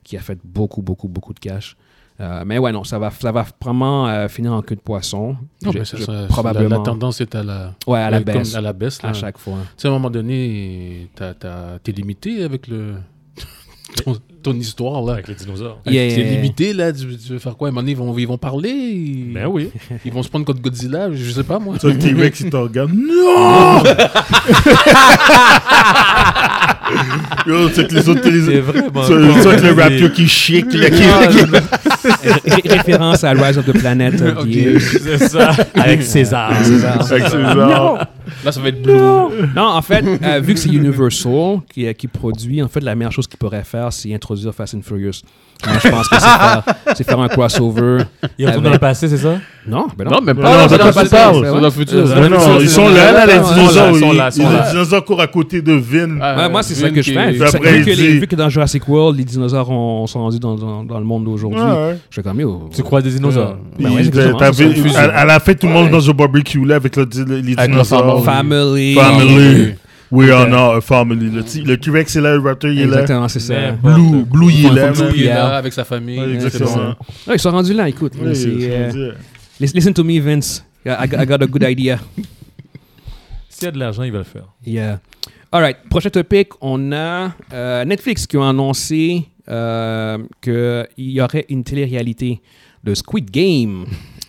S1: qui a fait beaucoup, beaucoup, beaucoup de cash. Euh, mais ouais, non, ça va, ça va vraiment euh, finir en queue de poisson.
S2: Non,
S1: Je-
S2: mais ça,
S1: je-
S2: ça- la- La,
S1: probablement.
S2: tendance est à la,
S1: ouais, à la
S2: comme
S1: baisse.
S2: À la baisse. là.
S1: à chaque fois.
S2: Tu sais, à un moment donné, t'as- t'as- t'es limité avec le <laughs> ton, ton histoire là.
S3: Avec les dinosaures.
S1: Yeah, yeah,
S2: T'es
S1: yeah.
S2: limité là. Tu, tu veux faire quoi À un moment donné, ils vont, ils vont parler. Ils,
S3: Ben oui.
S2: ils vont se prendre contre Godzilla. Je sais pas moi.
S4: Toi,
S1: <laughs>
S4: le T-Rex, il te regarde. Non! <laughs> Yo, c'est que les autres, les
S3: C'est
S4: autres.
S3: vraiment.
S4: C'est le Raptor qui chic, là, qui-
S1: Ré- référence à Rise of the
S2: <laughs>
S1: Planet euh, of the
S2: Ok.
S1: Apes.
S3: C'est ça. Avec César. <laughs>
S4: Fait que c'est genre-
S2: Là, ça va être bleu.
S1: Non, en fait, euh, vu que c'est Universal qui, euh, qui produit, en fait, la meilleure chose qu'ils pourraient faire, c'est introduire Fast and Furious. Moi, je pense que c'est faire, c'est faire un crossover.
S3: Il retourne dans le passé, c'est ça
S1: Non, ben non.
S2: Non, même
S4: Mais
S2: pas.
S4: non, de quoi tu parles?
S2: C'est dans le futur.
S4: Non, non, ils sont là, là, les
S1: Ils sont là,
S4: dinosaures.
S3: ils sont
S4: ils-
S3: là, ils sont
S4: Les
S3: là.
S4: dinosaures courent à côté de Vin.
S2: Ah,
S1: Ouais, moi, c'est ça que je fais.
S2: Vin
S1: Vu
S2: qui-
S1: que, ça-
S4: Après,
S1: vu que
S4: il
S1: les-
S4: dit-
S1: vu que dans Jurassic World, les dinosaures ont- sont rendus dans, dans- dans le monde d'aujourd'hui,
S4: Ouais, ouais.
S1: je suis comme, yo,
S3: Tu crois des dinosaures
S1: Ben ouais,
S4: Puis,
S1: exactement,
S4: t'as- t'as
S1: c'est
S4: vu-
S1: ça.
S4: à, à la fin, tout le monde dans un barbecue là avec le di- les
S2: Avec
S4: dinosaures.
S2: le
S1: family.
S4: Family. We are now a family. Le, t- le T-Rex est là, le Raptor il est là.
S1: Exactement, c'est ça.
S3: Mais-
S4: Blue, Blue il est là.
S1: Blue,
S4: man.
S2: Il est
S1: Pierre.
S2: là avec sa famille.
S4: Ouais, Exactement.
S1: Ouais, ils sont rendus là, écoute.
S4: Oui,
S1: c'est,
S4: c'est
S1: euh,
S4: dire.
S1: lis- listen to me, Vince. I, I got- I got a good idea.
S3: S'il y a de l'argent, il va le faire.
S1: Yeah. All right. Prochain topic, on a euh, Netflix qui a annoncé euh, qu'il y aurait une télé-réalité de Squid Game,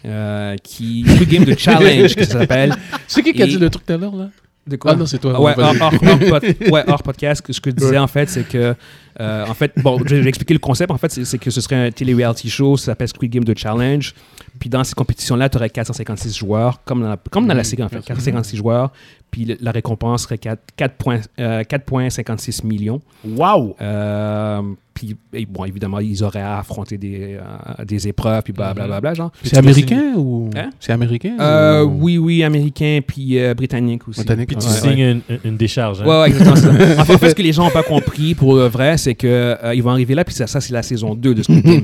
S1: euh, qui, Squid Game de Challenge, qui s'appelle.
S2: C'est qui qui a
S1: Et-
S2: dit le truc tout à l'heure là
S1: De quoi
S2: Ah non, c'est toi.
S1: Ah ouais, hors,
S2: Vas-y.
S1: hors- hors pod- ouais, hors podcast, ce que je disais en fait, c'est que, euh, en fait, bon, j'ai j'ai expliqué le concept, en fait, c'est c'est que ce serait un télé-reality show, ça s'appelle Squid Game de Challenge. Puis dans ces compétitions-là, tu aurais 456 joueurs, comme dans la, comme dans la série en fait, 456 joueurs. Puis le- la récompense serait 4 4 points, euh, 4,56 millions.
S4: Wow!
S1: Euh, puis, et bon, évidemment, ils auraient à affronter des, euh, des épreuves, puis blablabla, genre.
S2: C'est américain ou.
S1: Hein?
S2: C'est américain
S1: Euh,
S2: ou-
S1: oui, oui, américain, puis euh, britannique aussi.
S2: Britannique.
S3: Puis tu
S2: ouais.
S1: sais-
S3: signes une, une- une décharge. hein.
S1: Ouais, ouais, exactement ça. En fait, en fait, ce que les gens n'ont pas compris pour euh, vrai, c'est que euh, ils vont arriver là, puis ça, ça c'est la saison 2 de Squid
S4: <laughs>
S1: Game.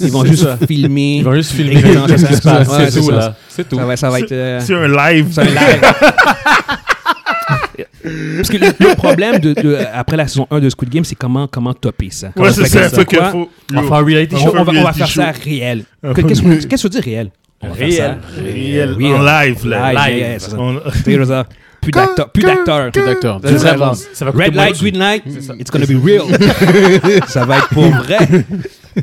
S1: Ils vont juste filmer.
S3: Ils vont juste filmer
S1: Exactement,
S3: ce
S1: c'est
S3: qui se
S1: ça.
S3: passe.
S1: Ouais,
S3: C'est
S1: c'est
S3: tout,
S1: ça.
S3: là. C'est tout.
S1: Ça va, ça va être. euh,
S4: C'est un live.
S1: c'est un
S4: <laughs>
S1: live. Parce que le, le problème de, de- après la saison 1 de Squid Game, c'est comment, comment topper ça. Comment
S4: Ouais, c'est
S1: faire
S4: ça. Fait que
S1: Quoi?
S4: faut.
S3: On va faire un reality
S1: On,
S4: show.
S1: va, on va
S4: Reality
S1: faire ça
S4: show.
S1: réel. Que- Qu'est-ce que qu'est-ce que veut dire réel? On va faire ça
S3: Réel.
S4: Ah Réel,
S1: Réel.
S4: en live, là.
S1: Live, yeah, c'est ça.
S4: On-
S1: C'est ça. Plus d'acteurs. Plus d'acteurs.
S2: Plus d'acteurs.
S1: Ça, ça va.
S3: Ça va coûter
S1: Red
S3: moins
S1: light,
S3: cher.
S1: green light, it's gonna be real. <laughs> ça va être pour vrai.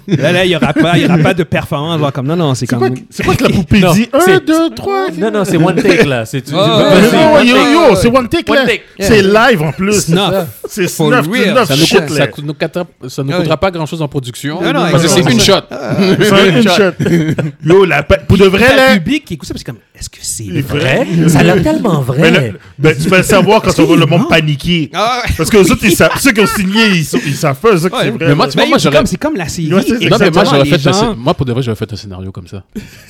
S1: Là, là, il n'y aura, pas- il y aura pas de performance. Genre comme, non, non, c'est comme...
S4: C'est quoi que
S1: <laughs>
S4: la poupée
S3: Non,
S4: dit?
S3: c'est-
S4: 1, 2, 3.
S3: Non, non, c'est one take, là. C'est tu-
S1: Oh,
S3: c'est pas
S1: ouais,
S3: possible.
S4: Non,
S1: c'est
S4: non,
S1: one
S4: yo,
S1: take.
S4: yo, c'est one take,
S3: One
S4: là.
S3: take.
S4: C'est live en plus.
S1: Snuff.
S4: C'est
S1: For
S4: snuff,
S1: real.
S4: snuff
S2: Ça nous
S4: shit,
S2: coûte-
S4: là.
S2: ça coûte- nous coûtera- ça nous coûtera pas grand chose en production.
S1: Ah Non, non,
S2: parce que <laughs> c'est
S1: exactement. Ah,
S2: une shot.
S4: C'est un une shot. Yo, la pa- pour de vrai,
S1: Le
S4: là.
S1: public qui écoute ça, puis c'est comme, est-ce que c'est
S4: C'est
S1: vrai?
S3: Ça l'a tellement vrai.
S4: Mais là, ben, tu vas le savoir quand on voit le monde paniquer.
S1: Ah ouais.
S4: Parce que eux autres, ils savent, ceux qui ont signé, ils, sont- ils savent pas, eux autres, que
S1: Ouais,
S4: c'est vrai.
S2: mais moi,
S4: là.
S2: tu vois,
S1: Ben,
S2: moi,
S1: c'est
S2: j'aurais-
S1: comme- c'est comme la série.
S4: Non, c'est-
S2: Non, mais moi,
S1: Exactement,
S2: j'aurais
S1: les
S2: fait un
S1: gens-
S2: scén- moi, pour de vrai, j'aurais fait un scénario comme ça.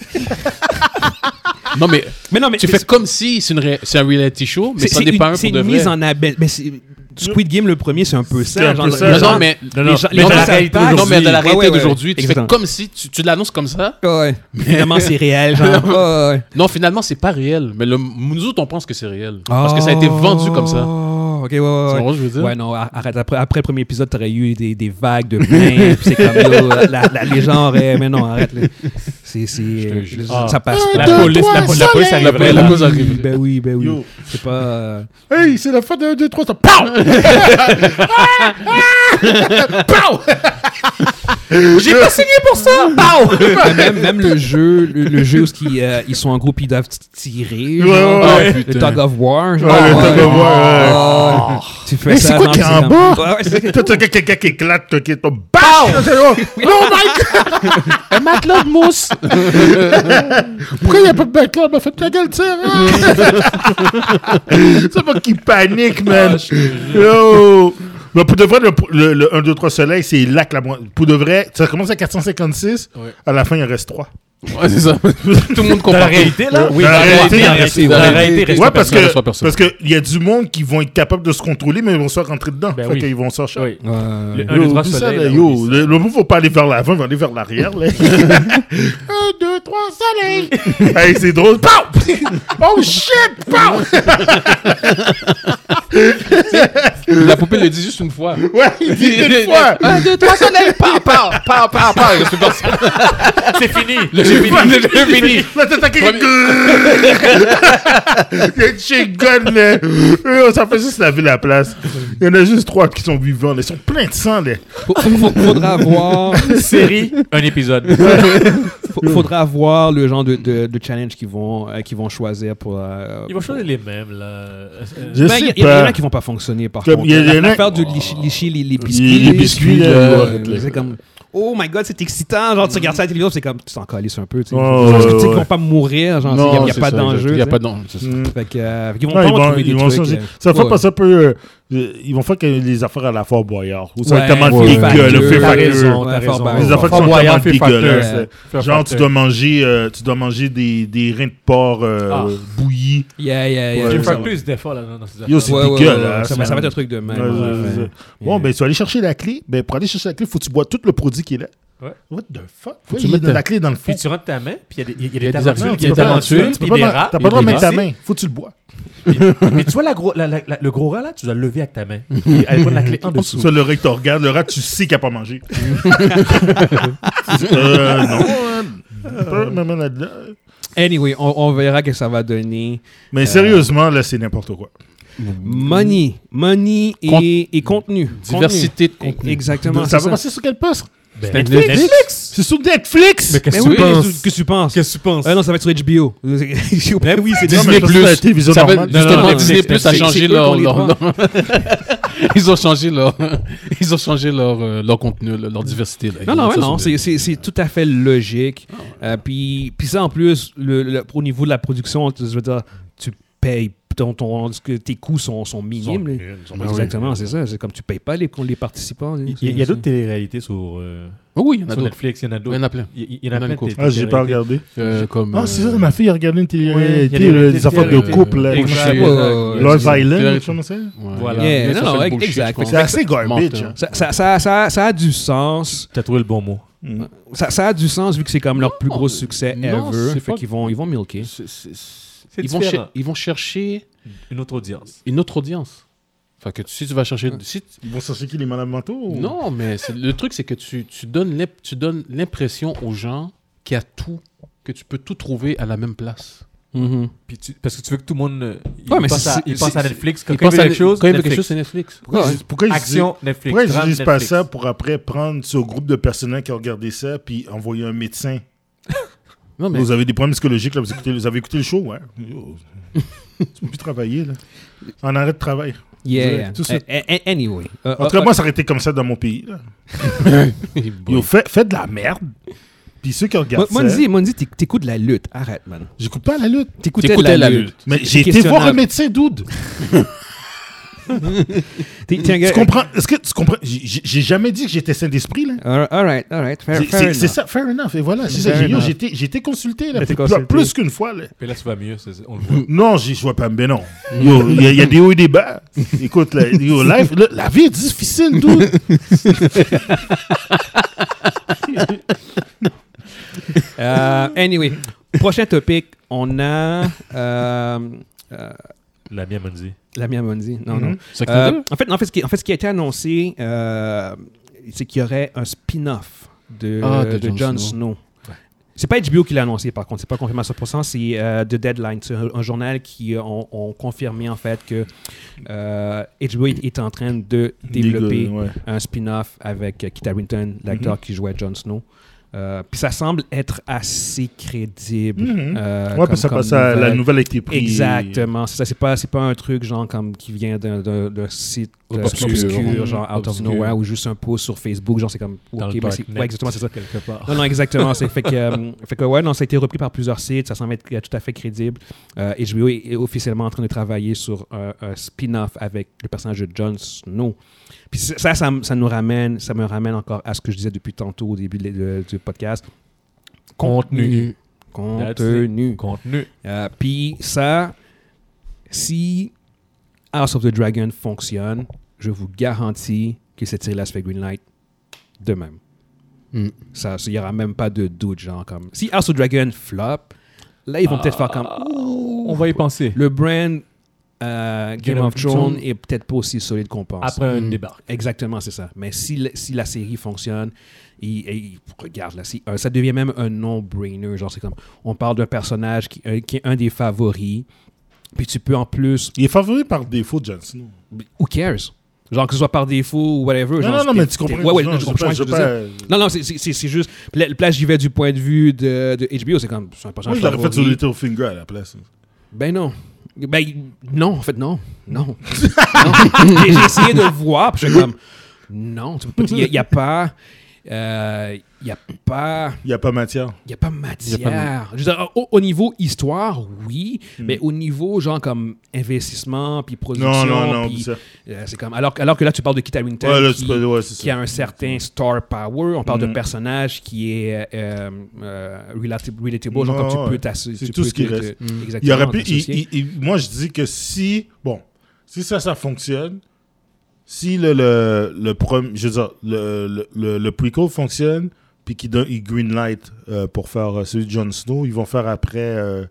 S2: <laughs> non, mais
S1: Mais non, mais
S2: tu fais comme si c'est une ré- c'est un reality show, mais
S1: c'est-
S2: ça
S1: c'est
S2: n'est pas un
S1: une- C'est
S2: pour de
S1: une
S2: vrai.
S1: mise en abel. Mais c'est- Squid Game, le premier, c'est un peu
S4: C'est
S1: ça.
S4: un
S1: genre,
S4: peu
S1: les
S4: ça.
S2: Non,
S1: gens-
S2: non, mais,
S4: Non,
S1: les
S4: non,
S1: gens-
S4: mais
S1: les
S2: non,
S1: gens
S2: mais-
S1: savent pas.
S2: Ah, non, mais de la
S1: Ouais,
S2: réalité
S1: ouais, ouais.
S2: d'aujourd'hui, tu fais
S1: Exactement.
S2: comme si tu, tu l'annonces comme ça.
S1: Ouais. Finalement, c'est réel. Genre. Ah Ouais, ouais.
S2: <laughs> Non, finalement, c'est pas réel. Mais le, nous autres, on pense que c'est réel. Parce que ça a été vendu comme ça.
S1: Oh, Ok, ouais, ouais,
S2: Tu
S1: ouais.
S2: vois ce que je veux dire?
S1: Ah. Ouais, non, ar- arrête. Après, après le premier épisode, t'aurais eu des, des vagues de plaintes. <laughs> puis c'est comme, yo, la- la- la- les gens auraient. Mais non, arrête. là. C'est, c'est,
S3: jure.
S1: ça- ça passe
S4: Ah,
S3: La
S1: pas.
S3: police, la, po- la police arriverait
S2: Après, la
S3: là.
S2: cause
S1: Oui,
S2: arrive.
S1: ben oui, ben oui.
S4: Yo.
S1: C'est pas. euh,
S4: Hey, c'est la fin de 1, 2, 3, ça. <laughs> Pow!
S2: J'ai pas signé
S1: <laughs>
S2: pour ça!
S4: <laughs>
S1: même, même le jeu, le, le jeu où ce qu'ils, euh, ils sont en groupe, ils doivent tirer.
S4: Ouais,
S1: genre. Ah,
S4: ouais,
S2: ouais.
S1: Le Tug of War. genre.
S4: Ouais, le tug of
S1: Ah,
S4: war,
S1: ouais. Tu fais
S4: Mais
S1: ça.
S4: c'est quoi
S1: genre,
S4: qui est
S1: c'est
S4: en
S1: comme-
S4: bas?
S1: Ouais, ouais, c'est-
S4: <laughs> Toi, t'as quelqu'un qui éclate, toi, qui est ton BAM!
S2: <laughs>
S4: Oh my
S2: Un matelas de mousse!
S4: god! Pourquoi y'a pas de backlog? M'a fait de la gueule, tu sais, hein? <laughs> C'est pas qu'il panique, man! Yo! Mais pour de vrai, le, le- le 1, 2, 3 soleil, c'est là que la moindre. Pour de vrai, ça commence à 456,
S2: Ouais.
S4: à la fin, il en reste 3.
S2: Ouais, c'est ça. <laughs> Tout le monde
S3: Dans
S2: comprend.
S3: la réalité, là?
S4: Oui, dans la réalité,
S3: il en
S2: reste-
S3: Dans la réalité, il reste
S4: Ouais,
S3: pas
S4: parce
S2: personne,
S4: que,
S2: reçoit personne.
S4: parce que il y a du monde qui vont être capables de se contrôler, mais ils vont se rentrer dedans.
S3: Ben
S4: fait
S3: oui.
S4: qu'ils vont s'en charger.
S3: Oui.
S1: Ouais.
S3: Le- Un, deux,
S4: Yo,
S3: trois,
S4: tout ça,
S3: soleil,
S4: là,
S3: là,
S4: yo,
S3: oui, ça.
S4: le, le mot, faut pas aller vers l'avant, il va aller vers l'arrière.
S1: <laughs>
S4: 1, 2, 3, soleil! <laughs> hey, c'est
S1: <laughs>
S4: drôle. Pow! oh shit! Pow!
S2: La poupée le dit juste une fois.
S4: Ouais, il dit
S1: <laughs>
S4: une fois!
S2: <laughs> Un, deux, trois, soleil! Pow, pow, pow, pow, pow! Il reste personne.
S3: C'est fini. <laughs>
S2: Le jeu fini. Le jeu fini.
S4: Là, t'as attaqué
S2: Premier-
S4: <laughs> Il y a une shake gun, là. Yo, ça fait juste laver la place. Il y en a juste trois qui sont vivants, là. Ils sont pleins de sang, là.
S1: Faut- faut- Faudra voir.
S3: Série, un épisode.
S4: Hmm.
S1: Faut- faudra voir le genre de, de, de challenge qu'ils vont, euh, qu'ils vont choisir pour. euh,
S3: Ils vont choisir les mêmes, là. Euh,
S4: Je
S1: Ben,
S4: sais
S1: il y, en a
S4: pas.
S1: qui vont pas fonctionner par
S4: Comme
S1: contre.
S4: il y en a-
S1: La- L'affaire de licher, licher les, les biscuits.
S4: Les biscuits,
S1: euh,
S4: euh,
S1: euh, c'est comme. Oh my god, c'est excitant. Genre, tu regardes ça à la télévision, c'est comme. Tu t'en calisses un peu. Tu sais,
S4: Hmm. Ouais,
S1: Genre,
S4: ouais,
S1: tu sais qu'ils
S4: ouais.
S1: vont pas mourir. Genre, il n'y a, pas d'enjeu.
S2: Il n'y a
S1: tu
S2: pas d'enjeu. c'est ça.
S4: Mm.
S1: sais. Fait que, euh, ils vont
S4: Ouais,
S1: pas
S4: Ah, ils vont,
S1: trouver des
S4: ils vont
S1: trucs.
S4: changer.
S1: euh,
S4: Ça va
S1: ouais.
S4: faire passer un peu. euh, euh, ils vont faire que les affaires à la Fort Boyard. Ou ça va être
S1: Ouais,
S4: tellement
S1: ouais,
S4: big,
S1: ouais.
S4: euh, le
S1: T'as
S4: Fear Factor.
S1: raison.
S2: Ah,
S4: Les affaires qui
S3: Fort
S4: sont
S3: Boyard,
S4: tellement
S3: Fear
S4: dégueulasses.
S1: Factor.
S2: hein.
S4: là. Genre, tu dois manger, euh, tu dois manger des, des reins de porc euh,
S3: Ah.
S4: bouillis.
S1: Yeah, yeah, yeah.
S4: Ouais,
S3: J'ai
S1: Ouais,
S4: ça va.
S3: fait plus d'efforts, là, dans ces
S4: Yo,
S3: affaires.
S4: c'est
S1: ouais, ouais,
S4: dégueulasse.
S1: Ça va ça va
S4: man.
S1: être un truc de même.
S4: Ouais,
S1: ouais,
S4: c'est
S1: ouais.
S4: ça. Euh, Bon, ben, tu vas aller chercher la clé. Ben, pour aller chercher la clé, faut que tu bois tout le produit qui est là.
S3: Ouais.
S4: What the fuck?
S2: Faut que
S4: Ouais,
S2: tu
S4: il y a
S2: mettes
S4: de
S2: ta-
S4: la clé dans le fond.
S3: Puis tu rentres ta main, puis il y a des- il y, a des
S2: des
S3: tarentules,
S2: articles,
S3: puis il y a
S2: tu
S3: des
S2: peux pas-
S3: tarentules,
S4: Tu
S3: puis
S4: peux pas
S3: des
S4: mettre-
S3: rats.
S4: T'as pas le droit de
S3: puis
S4: mettre ta
S3: des
S4: main. Faut que tu le bois.
S3: rats. Mais tu vois la gros- la- la- la- le gros rat, là, tu dois le lever avec ta main. Puis Elle prend la <laughs> clé en dessous.
S4: Ça, le rat, tu regardes. Le rat, tu sais qu'il a pas
S3: <laughs>
S4: mangé. euh, non. Pas maman là-dedans.
S1: Anyway, on, on verra que ça va donner.
S3: Euh.
S4: Mais sérieusement, là, c'est n'importe quoi.
S1: Money. Money et,
S2: Con-
S1: et contenu.
S2: Diversité de
S1: Contenu.
S2: contenu.
S1: Exactement.
S4: ça
S1: c'est
S4: va passer sur quel poste
S3: Ben,
S2: Netflix.
S4: C'est sur Netflix!
S3: Mais qu'est-ce
S1: Mais
S3: que
S1: oui,
S3: tu penses?
S1: qu'est-ce que tu penses?
S3: Ben Qu'est-ce que tu penses?
S1: Ah non, ça va être sur <laughs> HBO. Ben oui, c'est
S2: Disney
S4: mais ça, c'est la
S2: Plus.
S4: télévision
S2: Ça va-
S4: normale.
S2: justement,
S3: Non, non, non,
S2: Disney
S3: Netflix,
S2: Plus a
S1: c'est-
S2: changé
S1: c'est eux
S2: leur,
S1: qu'on les
S2: leur
S1: prend.
S2: nom. ils ont changé leur, <laughs> ils ont changé leur, euh, leur contenu, leur leur diversité. là. Ils
S1: Non,
S2: ont
S1: non,
S2: mis
S1: ouais,
S2: ça
S1: non,
S2: sur le-
S1: c'est- c'est c'est tout à fait logique. Euh, puis, puis ça, en plus, le, le- au niveau de la production, tu- je veux dire, tu payes, ton, ton- ce que tes coûts sont, sont minimes. là.
S4: ben,
S3: Ben
S1: Exactement, c'est ça. C'est comme tu payes pas les, les participants. là.
S3: Il y a- il y a d'autres téléréalités sur, euh,
S2: Oh oui, il y en a
S3: sur
S2: d'autres.
S3: Netflix, il y en a
S2: Il y en
S3: d'autres.
S2: a plein.
S3: Il y- il y en a
S2: Il y en a
S3: plein.
S2: une couple.
S3: de
S4: Ah, j'ai pas
S3: téléréalités.
S4: regardé.
S2: Euh, comme,
S4: Ah, c'est ça,
S2: euh,
S4: ma fille a regardé une
S3: Ouais, il y a
S4: télé-réalité,
S3: des-
S4: là,
S3: des
S4: des affaires de
S3: télé-
S4: couple. là.
S3: Exact.
S4: Comment ça-
S1: Ouais, ouais, ouais.
S4: euh, Love
S2: Télé-
S4: Island, comment ça?
S2: Ouais.
S3: Voilà.
S1: Yeah,
S2: Ça,
S1: non,
S2: c'est
S1: non,
S2: le bullshit
S1: exact.
S2: qu'on-
S4: C'est assez
S2: Morte,
S4: garbage.
S2: hein.
S4: hein.
S1: Ça, ça, ça, ça, ça a du sens.
S3: T'as trouvé le bon mot.
S4: hein.
S1: Ça, ça a du sens vu que c'est comme leur plus gros succès
S2: non,
S1: ever.
S2: c'est
S1: Fait
S2: pas-
S1: qu'ils vont, ils vont milquer.
S2: C'est- c'est- c'est-
S3: C'est
S2: Ils vont,
S3: différent.
S2: cher- ils vont chercher
S3: Une autre audience.
S2: une autre audience. Enfin, que tu- si tu vas chercher. si tu-
S4: Ils vont chercher qui, les malades mentaux? ou-
S2: Non, mais c'est- le truc, c'est que tu, tu donnes l'im- tu donnes l'impression aux gens qu'il y a tout, que tu peux tout trouver à la même place.
S1: Mhm.
S3: Puis tu- parce que tu veux que tout le monde. euh, Il
S1: Ouais, mais
S3: pense, à,
S1: c'est-
S3: il
S1: c'est-
S3: pense à
S1: c'est-
S3: Netflix. Quand
S2: Ils
S3: il pense
S2: pensent
S3: à
S2: à-
S3: quelque chose,
S2: quand il veut
S3: Netflix.
S2: quelque chose, c'est Netflix.
S4: Pourquoi ils- Pourquoi ils disent-
S3: Action Netflix.
S4: pourquoi ils
S3: drame,
S4: disent pas
S3: Netflix.
S4: ça pour après prendre ce groupe de personnel qui a regardé ça puis envoyer un médecin?
S2: Non, mais
S4: Vous avez des problèmes psychologiques, là, vous, écoutez, vous avez écouté le show,
S3: <laughs>
S4: ouais. Oh. tu peux plus travailler, là. En arrêt de travail.
S1: Yeah.
S4: Tout de suite.
S1: Eh, eh, anyway. Euh,
S3: Ah,
S4: En tout
S1: euh,
S4: cas, moi, ça aurait été comme ça dans mon pays.
S3: <laughs>
S4: Là. Yo, fais, fais de la merde. Puis ceux qui regardent
S1: Mon-
S4: ça,
S1: Monzi, Monzi, t'éc- t'écoutes la lutte. Arrête, man.
S4: j'écoute pas la lutte.
S1: T'écoutais
S2: T'écoutais
S1: la,
S2: la
S1: lutte.
S2: lutte.
S4: Mais
S1: C'est
S4: j'ai été voir un
S1: questionnable.
S4: médecin, dude.
S1: T'es- t'es un
S4: Tu
S1: gars-
S4: comprends? Est-ce que tu comprends? J'ai- J'ai j'ai jamais dit que j'étais sain d'esprit, là.
S1: All all right, all right. Fair,
S4: C'est-
S1: fair
S4: C'est c'est
S1: enough.
S4: ça, fair enough. Et voilà, c'est
S1: Fair
S4: ça. J'ai yo,
S1: enough.
S4: j'ai été- j'ai été consulté, là.
S1: Mais t'es
S4: plus-
S1: consulté.
S4: Plus qu'une fois, là. Mm.
S3: Puis là, ça va mieux. c'est-
S1: <laughs>
S3: On le voit.
S4: Non, j'y- je vois pas, mais non. Yo, Il y, a- il y a des hauts et des <laughs> bas. Écoute, la, yo, life- la- la vie est difficile, <laughs> dude.
S1: Euh, anyway, prochain topic, on a euh, euh,
S3: La mienne, Monzi.
S1: la Mia Mondi. Non, non.
S2: C'est
S1: Euh,
S2: Canada?
S1: en, fait, en, fait, ce qui, en fait, ce qui a été annoncé, euh, c'est qu'il y aurait un spin-off de,
S2: Ah,
S1: de, Jon Snow. C'est pas HBO qui l'a annoncé, par contre. C'est pas confirmé à 100%. C'est euh, The Deadline. C'est un, un journal qui euh, ont, ont confirmé, en fait, que euh, HBO est, est en train de développer
S4: Dégueu, ouais.
S1: un spin-off avec euh, Kit Harington, l'acteur qui jouait Jon Snow. Euh, Puis ça semble être assez crédible.
S4: Mhm.
S1: euh,
S4: Ouais,
S1: comme-
S4: parce que ça
S1: comme
S4: passe à la nouvelle avec tes prix.
S1: Exactement, c'est ça. C'est pas, c'est pas un truc genre comme qui vient d'un d'un- d'un site euh,
S2: Obscur.
S1: obscur, genre out of
S2: Obscur.
S1: nowhere ou juste un post sur Facebook, genre c'est comme
S3: Dans
S1: ok,
S3: le
S1: ben
S3: dark
S1: c'est-
S3: net,
S1: ouais, exactement, c'est ça.
S3: Quelque part.
S1: Non, non, exactement. c'est fait que, euh, <laughs> fait que, ouais, non, ça a été repris par plusieurs sites, ça semble être euh, tout à fait crédible. Euh, HBO est, est officiellement en train de travailler sur un, un spin-off avec le personnage de Jon Snow. Puis ça, ça, ça, m- ça nous ramène, ça me ramène encore à ce que je disais depuis tantôt au début de- de- du podcast.
S3: Contenu.
S1: Contenu.
S3: Contenu.
S1: Euh, Puis ça, si House of the Dragon fonctionne, je vous garantis que cette série-là se fait Green Light de même. Hmm.
S2: Mm.
S1: Ça, il n'y aura même pas de doute, genre comme. Si House of the Dragon flop, là ils vont peut-être faire comme.
S3: On va y penser.
S1: Le brand euh, Game of Thrones est peut-être pas aussi solide qu'on pense.
S3: Après un
S2: Mm.
S3: débarque.
S1: Exactement, c'est ça. Mais si, la- si la série fonctionne, il, il- regarde, là, si- euh, ça devient même un non-brainer. Genre, c'est comme, on parle d'un personnage qui, euh, qui est un des favoris, puis tu peux en plus,
S4: Il est favori par défaut, Jon Snow.
S1: who cares? Genre, que ce soit par défaut ou whatever.
S4: Non,
S1: genre,
S4: non, non,
S1: t'es-
S4: mais tu
S1: t'es-
S4: comprends.
S1: Ouais, ouais,
S4: Non,
S1: je
S4: je
S1: comprends
S4: veux
S1: ce que
S4: pas-
S1: tu veux
S4: je veux
S1: dire. Non, non, c'est- c'est c'est- c'est juste. Là, là, j'y vais du point de vue de, de HBO, c'est comme, c'est un
S4: Moi,
S1: personnage
S4: je l'aurais fait
S1: favori.
S4: sur Littlefinger à la place. hein.
S1: Ben non. Ben non, en fait, non.
S4: <laughs>
S1: Non. Non. J'ai j'ai essayé de le voir, puis je suis comme, non, tu peux pas- il n'y a, pas... euh, Il n'y a pas...
S4: Il n'y a pas matière.
S1: Il n'y a pas matière. Je veux dire, au, au niveau histoire, oui, mais au niveau, genre, comme investissement, puis
S4: Hmm. Non,
S1: production,
S4: non, non.
S1: puis,
S4: c'est ça.
S1: euh, c'est comme... Alors, que- alors que là, tu parles de Kit Harington,
S4: Ouais, là,
S1: qui-
S4: tu peux- ouais, c'est
S1: qui
S4: ça.
S1: a un certain star power. On parle
S4: Mhm.
S1: de personnage qui est euh, euh, relati- relatable, genre
S4: Ouais,
S1: comme tu
S4: ouais.
S1: peux t'associer.
S4: C'est tout ce qui reste. Il aurait pu. il- il- il- moi, je dis que si. Bon, si ça, ça fonctionne. Si le, le, le, prom- je veux dire, le, le, le, le prequel fonctionne, puis qu'il donne il green light euh, pour faire euh, celui de Jon Snow, ils vont faire après euh,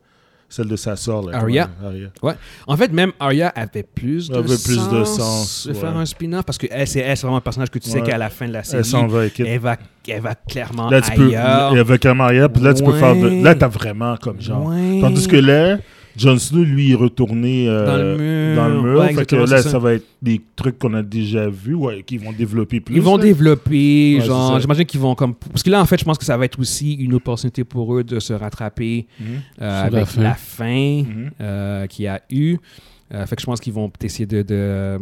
S4: celle de sa sœur. là,
S1: Arya.
S4: comment- Arya.
S1: En fait, même Arya avait plus de
S4: Avait
S1: sens,
S4: plus de sens,
S1: de
S4: ouais.
S1: faire un spin-off parce que elle, c'est elle, c'est vraiment un personnage que tu sais
S4: Ouais.
S1: qu'à la fin de la série,
S4: Elle s'en va, équipe.
S1: elle va, elle va clairement
S4: Là, tu peux.
S1: ailleurs.
S4: Avec un mariage, puis là, tu peux
S1: Ouais.
S4: faire. De, là, t'as vraiment comme genre.
S1: Ouais.
S4: Tandis que euh, là, Jon Snow, lui, est retourné euh,
S1: Mm. Dans le mur.
S4: dans le mur.
S1: Ouais,
S4: fait que
S1: exactement,
S4: là,
S1: c'est
S4: ça.
S1: ça.
S4: va être des trucs qu'on a déjà vus, ouais, qui vont développer plus.
S1: Ils vont
S4: là.
S1: développer,
S4: Ouais, c'est
S1: genre,
S4: ça.
S1: j'imagine qu'ils vont comme. Parce que là, en fait, je pense que ça va être aussi une opportunité pour eux de se rattraper
S4: Mhm.
S1: euh,
S2: Sur la
S1: avec
S2: fin.
S1: la fin
S4: Mhm.
S1: euh, qu'il y a eu. Euh, fait que je pense qu'ils vont essayer de. de-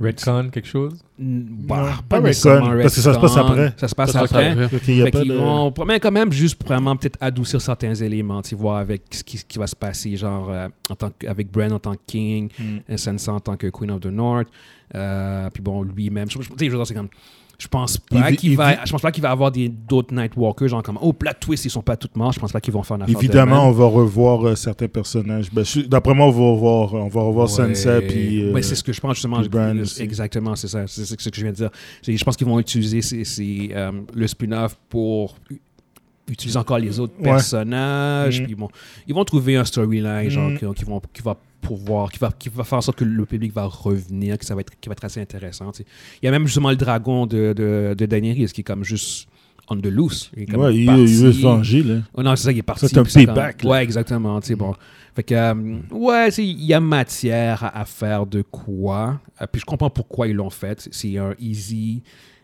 S3: Redcon, quelque chose.
S1: bah,
S4: Non,
S1: pas
S4: pas
S1: nécessairement
S4: Redcon, parce que ça se passe
S1: Redcon.
S4: après.
S1: ah, Ça se passe
S2: Ça se passe
S1: après.
S2: après.
S4: Ok, y a
S1: Fait
S4: pas
S1: qu'ils
S4: de-
S1: vont probablement quand même juste vraiment peut-être adoucir certains éléments, tu vois, avec ce qui, ce qui va se passer, genre euh, en tant que- avec Bran en tant que King,
S4: Mm.
S1: euh, Sansa en tant que Queen of the North, euh, puis bon lui-même. Je, je- tu sais, je veux dire, c'est comme- je pense pas
S4: Il vi-
S1: qu'il
S4: il
S1: va,
S4: vi-
S1: je pense pas qu'il va avoir des d'autres Nightwalkers genre comme oh plot twist ils sont pas toutes morts. Je pense pas qu'ils vont faire une affaire de
S4: Évidemment,
S1: même.
S4: on va revoir euh, certains personnages. Ben, je- D'après moi, on va revoir, euh, on va revoir
S1: Ouais.
S4: Sansa puis euh,
S1: Ouais, Ben, c'est ce que je pense justement. Euh,
S4: puis Bran aussi.
S1: exactement, c'est ça. C'est c'est ce que je viens de dire. C'est- Je pense qu'ils vont utiliser ces- ces, euh, le spin-off pour u- utiliser encore les autres
S4: Ouais.
S1: personnages.
S4: Mhm.
S1: Puis bon, ils vont trouver un storyline genre
S4: Mhm.
S1: qui, qui vont, qui va pouvoir, qui va, qui va faire en sorte que le public va revenir, que ça va être, qui va être assez intéressant. tu sais. Il y a même justement le dragon de, de, de Daenerys qui est comme juste on the loose. est comme
S4: ouais, il,
S1: parti.
S4: il veut se venger là.
S1: Oh non, c'est ça, il est parti.
S4: C'est un
S1: puis c'est comme-
S4: payback, là.
S1: Ouais, exactement. tu sais, Bon. Fait que, euh, ouais, tu sais, il y a matière à, à faire de quoi. Euh, puis je comprends pourquoi ils l'ont fait. C'est un easy,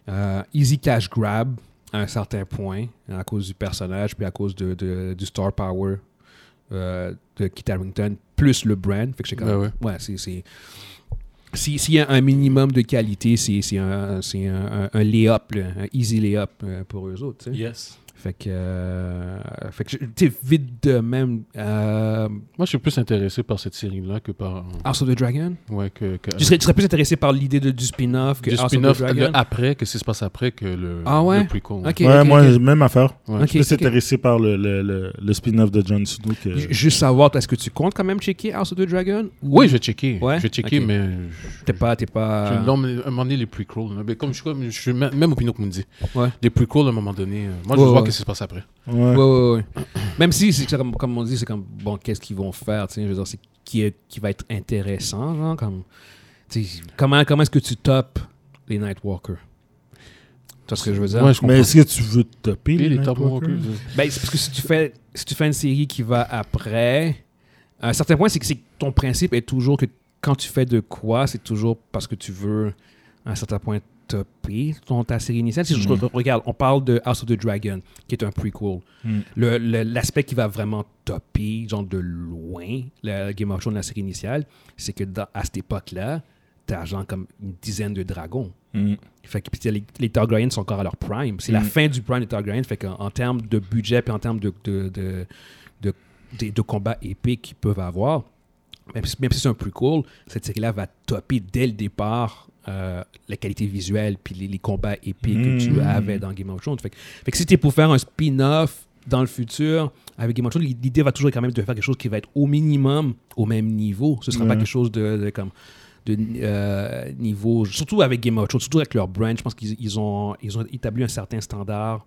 S1: euh, easy cash grab à un certain point, à cause du personnage, puis à cause de, de- du star power euh, de Kit Harington, plus le brand. Fait que j'ai comme,
S2: Ben ouais.
S1: ouais, c'est. c'est- si- S'il y a un minimum de qualité, c'est c'est un, c'est un, un- un lay-up, là, un easy lay-up euh, pour eux autres. tu sais.
S3: Yes.
S1: Fait que, euh, fait que je- tu sais, vite de même, euh,
S2: Moi, je suis plus intéressé par cette série-là que par.
S1: House of the Dragon.
S2: Ouais, que. que-
S1: Tu serais, Ah, tu serais plus intéressé par l'idée de- du spin-off que
S2: Euh. du
S1: House
S2: spin-off
S1: of the
S2: le
S1: Dragon.
S2: après, que ce qui se passe après que le,
S1: Ah ouais?
S2: le prequel.
S1: Ok,
S4: ouais,
S1: ok,
S4: moi,
S1: ok.
S4: même affaire.
S2: Ouais.
S1: Ok,
S4: Je suis
S1: ok.
S4: plus intéressé par le, le, le, le spin-off de Jon Snow que.
S1: J- Juste savoir, est-ce que tu comptes quand même checker House of the Dragon
S2: Oui, je vais checker.
S1: Ouais?
S2: Je vais checker,
S1: Ok. Euh.
S2: mais.
S1: T'es pas. T'es pas...
S2: Je- non, mais à un moment donné, les prequels. là, ben, Comme je, comme je suis même même opinion que Mundi.
S1: Ouais.
S2: Les prequels, à un moment donné, euh, moi, je
S1: Ouais,
S2: veux voir
S1: ouais.
S2: ce qui se passe après.
S4: Ouais.
S1: Ouais, ouais, ouais. Même si, c'est que ça, comme, comme on dit, c'est comme, bon, qu'est-ce qu'ils vont faire, tu sais, je veux dire, c'est qui, est- qui va être intéressant, genre, comme, tu sais, comment, comment est-ce que tu topes les Nightwalkers? Tu vois ce que je veux dire?
S2: Ouais, je comprends.
S4: Mais est-ce que tu veux te taper
S2: Et
S4: les
S2: les top
S4: Nightwalkers?
S2: walkers.
S1: Ben, c'est parce que si tu fais, si tu fais une série qui va après, à un certain point, c'est que c'est que ton principe est toujours que quand tu fais de quoi, c'est toujours parce que tu veux, à un certain point, topper ton, ta série initiale. Si je
S4: Mm.
S1: re- regarde, on parle de House of the Dragon, qui est un prequel.
S4: Mm.
S1: Le- le- L'aspect qui va vraiment topper, genre de loin, la Game of Thrones, la série initiale, c'est que dans- à cette époque-là, t'as genre comme une dizaine de dragons.
S4: Mm.
S1: Fait que puis les, les Targaryens sont encore à leur prime. C'est la
S4: Mm.
S1: fin du prime des Targaryens. Fait qu'en en termes de budget et en termes de, de, de, de, de- de combats épiques qu'ils peuvent avoir, même si, même si c'est un plus cool, cette série-là va topper dès le départ euh, la qualité visuelle puis les, les combats épiques que tu
S4: Mm.
S1: avais dans Game of Thrones. Fait que, fait que si t'es pour faire un spin-off dans le futur avec Game of Thrones, l'idée va toujours quand même de faire quelque chose qui va être au minimum au même niveau. Ce sera pas
S4: Ouais.
S1: quelque chose de, de comme de euh, niveau, surtout avec Game of Thrones, surtout avec leur brand, je pense qu'ils ils ont, ils ont établi un certain standard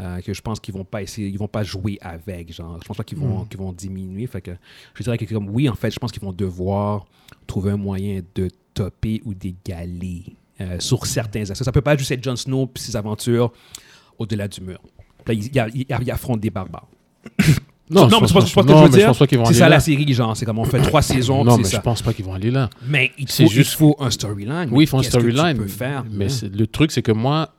S1: euh, que je pense qu'ils vont pas essayer, ils vont pas jouer avec. Genre, je pense pas qu'ils vont,
S2: Hmm.
S1: qu'ils vont diminuer. Fait que je dirais que comme oui, en fait, je pense qu'ils vont devoir trouver un moyen de topper ou d'égaler euh, sur certains aspects. Ça peut pas juste être Jon Snow puis ses aventures au-delà du mur. Puis Là, il, il- il- il affronte des barbares. Non, mais je pense- je pense que je veux
S2: non, mais
S1: dire,
S2: je pense pas qu'ils vont
S1: C'est
S2: aller
S1: ça
S2: là.
S1: la série, genre. C'est comme on fait
S2: <coughs>
S1: trois saisons,
S2: Non,
S1: puis
S2: mais
S1: c'est
S2: je
S1: ça.
S2: pense pas qu'ils vont aller là.
S1: Mais il faut,
S2: C'est juste-
S1: il faut un storyline.
S2: Oui, ils font un
S1: Qu'est-ce que tu
S2: storyline.
S1: peux faire.
S2: Mais
S1: Ouais.
S2: c'est- le truc, c'est que moi,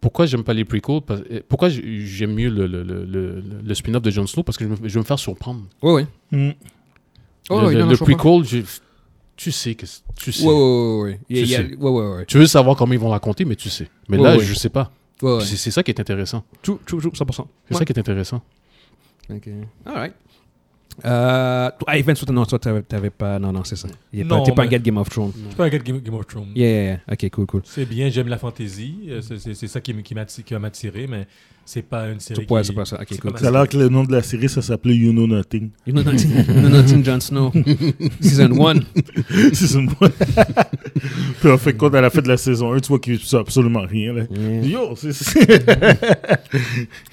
S2: pourquoi j'aime pas les prequels parce- euh, Pourquoi j- j'aime mieux le, le, le, le, le spin-off de Jon Snow Parce que je, me- je vais me faire surprendre.
S1: Oui, oui.
S4: Mm.
S1: Oh,
S2: le
S1: oui,
S2: le-
S1: non, non,
S2: le
S1: je comprends.
S2: prequel, je- tu sais. Que, c'est- tu sais.
S1: Ouais, ouais, ouais, ouais. Il y a- il y a-
S2: Tu sais.
S1: ouais, ouais, ouais.
S2: Tu veux savoir comment ils vont raconter, mais tu sais. Mais
S1: Ouais,
S2: là,
S1: ouais.
S2: je sais pas.
S1: Ouais, ouais.
S2: C'est c'est ça qui est intéressant.
S1: True, true, true, 100%.
S2: C'est ça qui est intéressant.
S1: Ok. All right. Euh, toi- ah, Evans, toi, non, toi, t'avais, t'avais pas. Non, non, c'est ça. Il est pas-
S3: Non,
S1: T'es pas un
S3: mais-
S1: gars de Game of Thrones.
S3: Je suis pas un gars de Game, Game of Thrones.
S1: Yeah, yeah, yeah. Ok, cool, cool.
S3: C'est bien, j'aime la fantaisie. euh, c'est- C'est c'est ça qui, m- qui, m'atti- qui va m'attirer, mais c'est pas une série.
S1: C'est pas,
S3: qui-
S1: c'est pas ça. Ok,
S3: c'est
S1: cool.
S3: pas
S4: Ça a l'air que le nom de la série, ça s'appelait You Know Nothing.
S1: You know
S4: <laughs>
S1: nothing, <laughs> you know nothing, Jon
S2: <laughs>
S1: Snow. Season 1.
S4: c'est une bonne. Puis on fait compte à la fin de la saison 1, tu vois qu'il ne absolument rien.
S1: Mm-hmm.
S4: Là. Yo, c'est- c'est.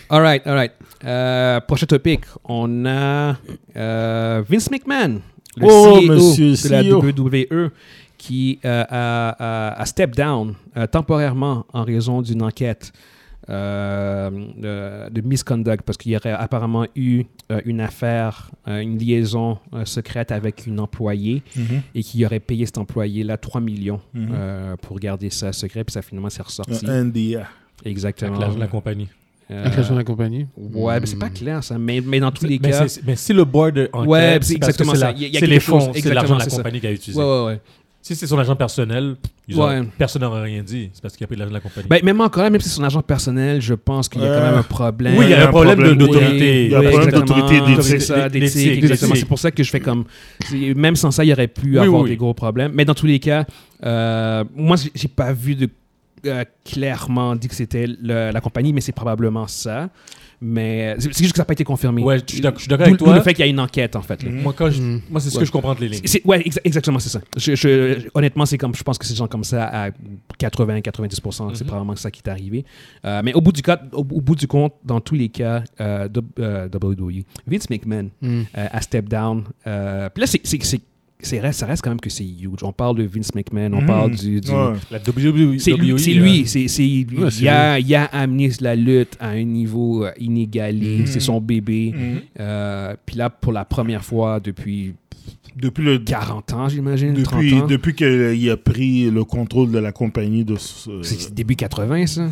S1: All right, all right. Euh, prochain topic. On a euh, Vince McMahon, le
S4: Oh,
S1: CEO
S4: monsieur
S1: de la
S4: CEO.
S1: WWE, qui euh, a, a- a step down euh, temporairement en raison d'une enquête euh, euh, de misconduct parce qu'il y aurait apparemment eu euh, une affaire, euh, une liaison euh, secrète avec une employée
S4: Mhm.
S1: et qu'il aurait payé cet employé-là 3 millions
S4: Mhm.
S1: euh, pour garder ça secret. Puis ça, finalement, c'est ressorti.
S4: Un euh, NDA.
S1: Exactement.
S3: avec l'argent de la compagnie.
S1: Euh,
S2: Avec l'argent de la compagnie.
S1: ouais, mais c'est
S4: Hmm.
S1: pas clair, ça. Mais, mais dans tous les
S3: mais,
S1: cas...
S3: Hmm. c'est- mais si le board enquête,
S1: Ouais, c'est
S3: c'est parce que
S1: exactement
S3: c'est la-
S1: ça. Il y a- il y a
S3: c'est les
S1: quelque chose.
S3: fonds, c'est l'argent
S1: Exactement,
S3: de la
S1: c'est ça.
S3: compagnie qui a utilisé.
S1: Ouais, ouais, ouais.
S3: Si c'est son agent personnel, ils ont-
S1: Ouais.
S3: personne n'aurait rien dit. C'est parce qu'il a pris de l'argent de la compagnie.
S1: Ben, même encore là, même si c'est son agent personnel, je pense qu'il y a quand
S4: Euh,
S1: même un problème.
S3: oui, il y a un problème de-
S1: Oui,
S3: d'autorité.
S4: Il y a un
S1: oui,
S4: problème
S1: exactement.
S4: d'autorité d'éthique.
S1: C'est ça,
S3: D'éthique,
S1: d'éthique, exactement.
S3: d'éthique.
S1: C'est pour ça que je fais comme. c'est- Même sans ça, il aurait pu
S3: Oui,
S1: avoir
S3: oui,
S1: des
S3: oui.
S1: gros problèmes. Mais dans tous les cas, euh, moi, j'ai- j'ai pas vu de euh, clairement dit que c'était le- la compagnie, mais c'est probablement ça. Mais c'est c'est juste que ça n'a pas été confirmé.
S3: ouais, je suis d'ac- je suis d'accord
S1: D'où-
S3: avec
S1: d'où
S3: toi.
S1: le fait qu'il y a une enquête, en fait. là.
S3: Moi, quand je-
S2: Mm.
S3: moi, c'est ce
S1: Ouais.
S3: que je comprends de les lignes.
S1: C'est- ouais, exa- exactement, c'est ça. Je- je- honnêtement, c'est comme, je pense que ces gens comme ça, à 80-90%, c'est
S3: Mhm.
S1: probablement ça qui est arrivé. Euh, mais au bout, du compte, au, au bout du compte, dans tous les cas, euh, de- euh, WWE, Vince McMahon
S2: Mm.
S1: euh, à Step Down. euh, Puis là, c'est, c'est, c'est- c'est reste- ça reste quand même que c'est huge. On parle de Vince McMahon, on
S4: Mhm.
S1: parle du... du-
S4: Ouais.
S3: La E WWE.
S1: C'est lui, c'est
S3: euh,
S1: lui, c'est, c'est-
S2: Ouais, c'est
S1: il, a, il a amené la lutte à un niveau euh, inégalé,
S4: Mhm.
S1: c'est son bébé.
S4: Mhm.
S1: Euh, Puis là, pour la première fois depuis
S4: Depuis le
S1: 40 ans, j'imagine, 30
S4: depuis,
S1: ans.
S4: depuis qu'il a pris le contrôle de la compagnie de ce- euh,
S1: C'est c'est début 80, ça.
S3: euh,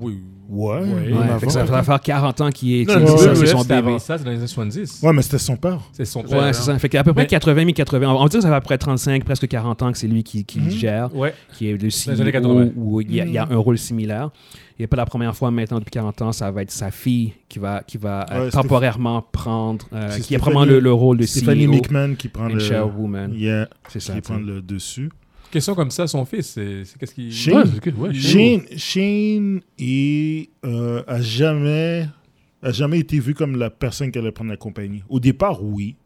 S3: Oui.
S4: ouais,
S3: Ouais,
S4: en
S1: Ouais,
S4: avant.
S1: fait que ça va faire 40 ans qu'il est.
S4: Non,
S1: c'est-
S4: non,
S1: c'est
S4: ouais,
S1: ça,
S4: ouais,
S1: c'est son
S3: c'était
S1: bébé.
S3: avant ça, c'est dans les années 70.
S4: ouais mais c'était son père
S3: C'est son père.
S1: Ouais, c'est
S4: hein.
S1: ça. Fait qu'à peu près
S3: Mais-
S1: 80 000, 80. On va dire que ça fait à peu près 35, presque 40 ans que c'est lui qui, qui le
S4: Mhm.
S1: gère,
S3: Ouais.
S1: qui est le CEO,
S3: années 80.
S1: où il y, a, il y a un rôle similaire. Et pas la première fois maintenant depuis 40 ans, ça va être sa fille qui va, qui va euh,
S4: Ouais, Stéph-
S1: temporairement prendre, euh,
S4: C'est
S1: qui a probablement le,
S4: Stéphanie-
S1: le rôle de E
S4: Stéphanie
S1: CEO
S4: McMahon qui prend
S1: and
S4: le
S1: chairwoman.
S4: Yeah,
S1: C'est ça.
S4: qui
S1: tu
S4: prend
S1: sais.
S4: le dessus
S3: Question comme ça, son fils, c'est c'est qu'est-ce qu'il.
S4: Shane.
S2: Ouais, c'est que- ouais, Shane.
S4: Shane Shane est, euh, a jamais a jamais été vu comme la personne qui allait prendre la compagnie au départ oui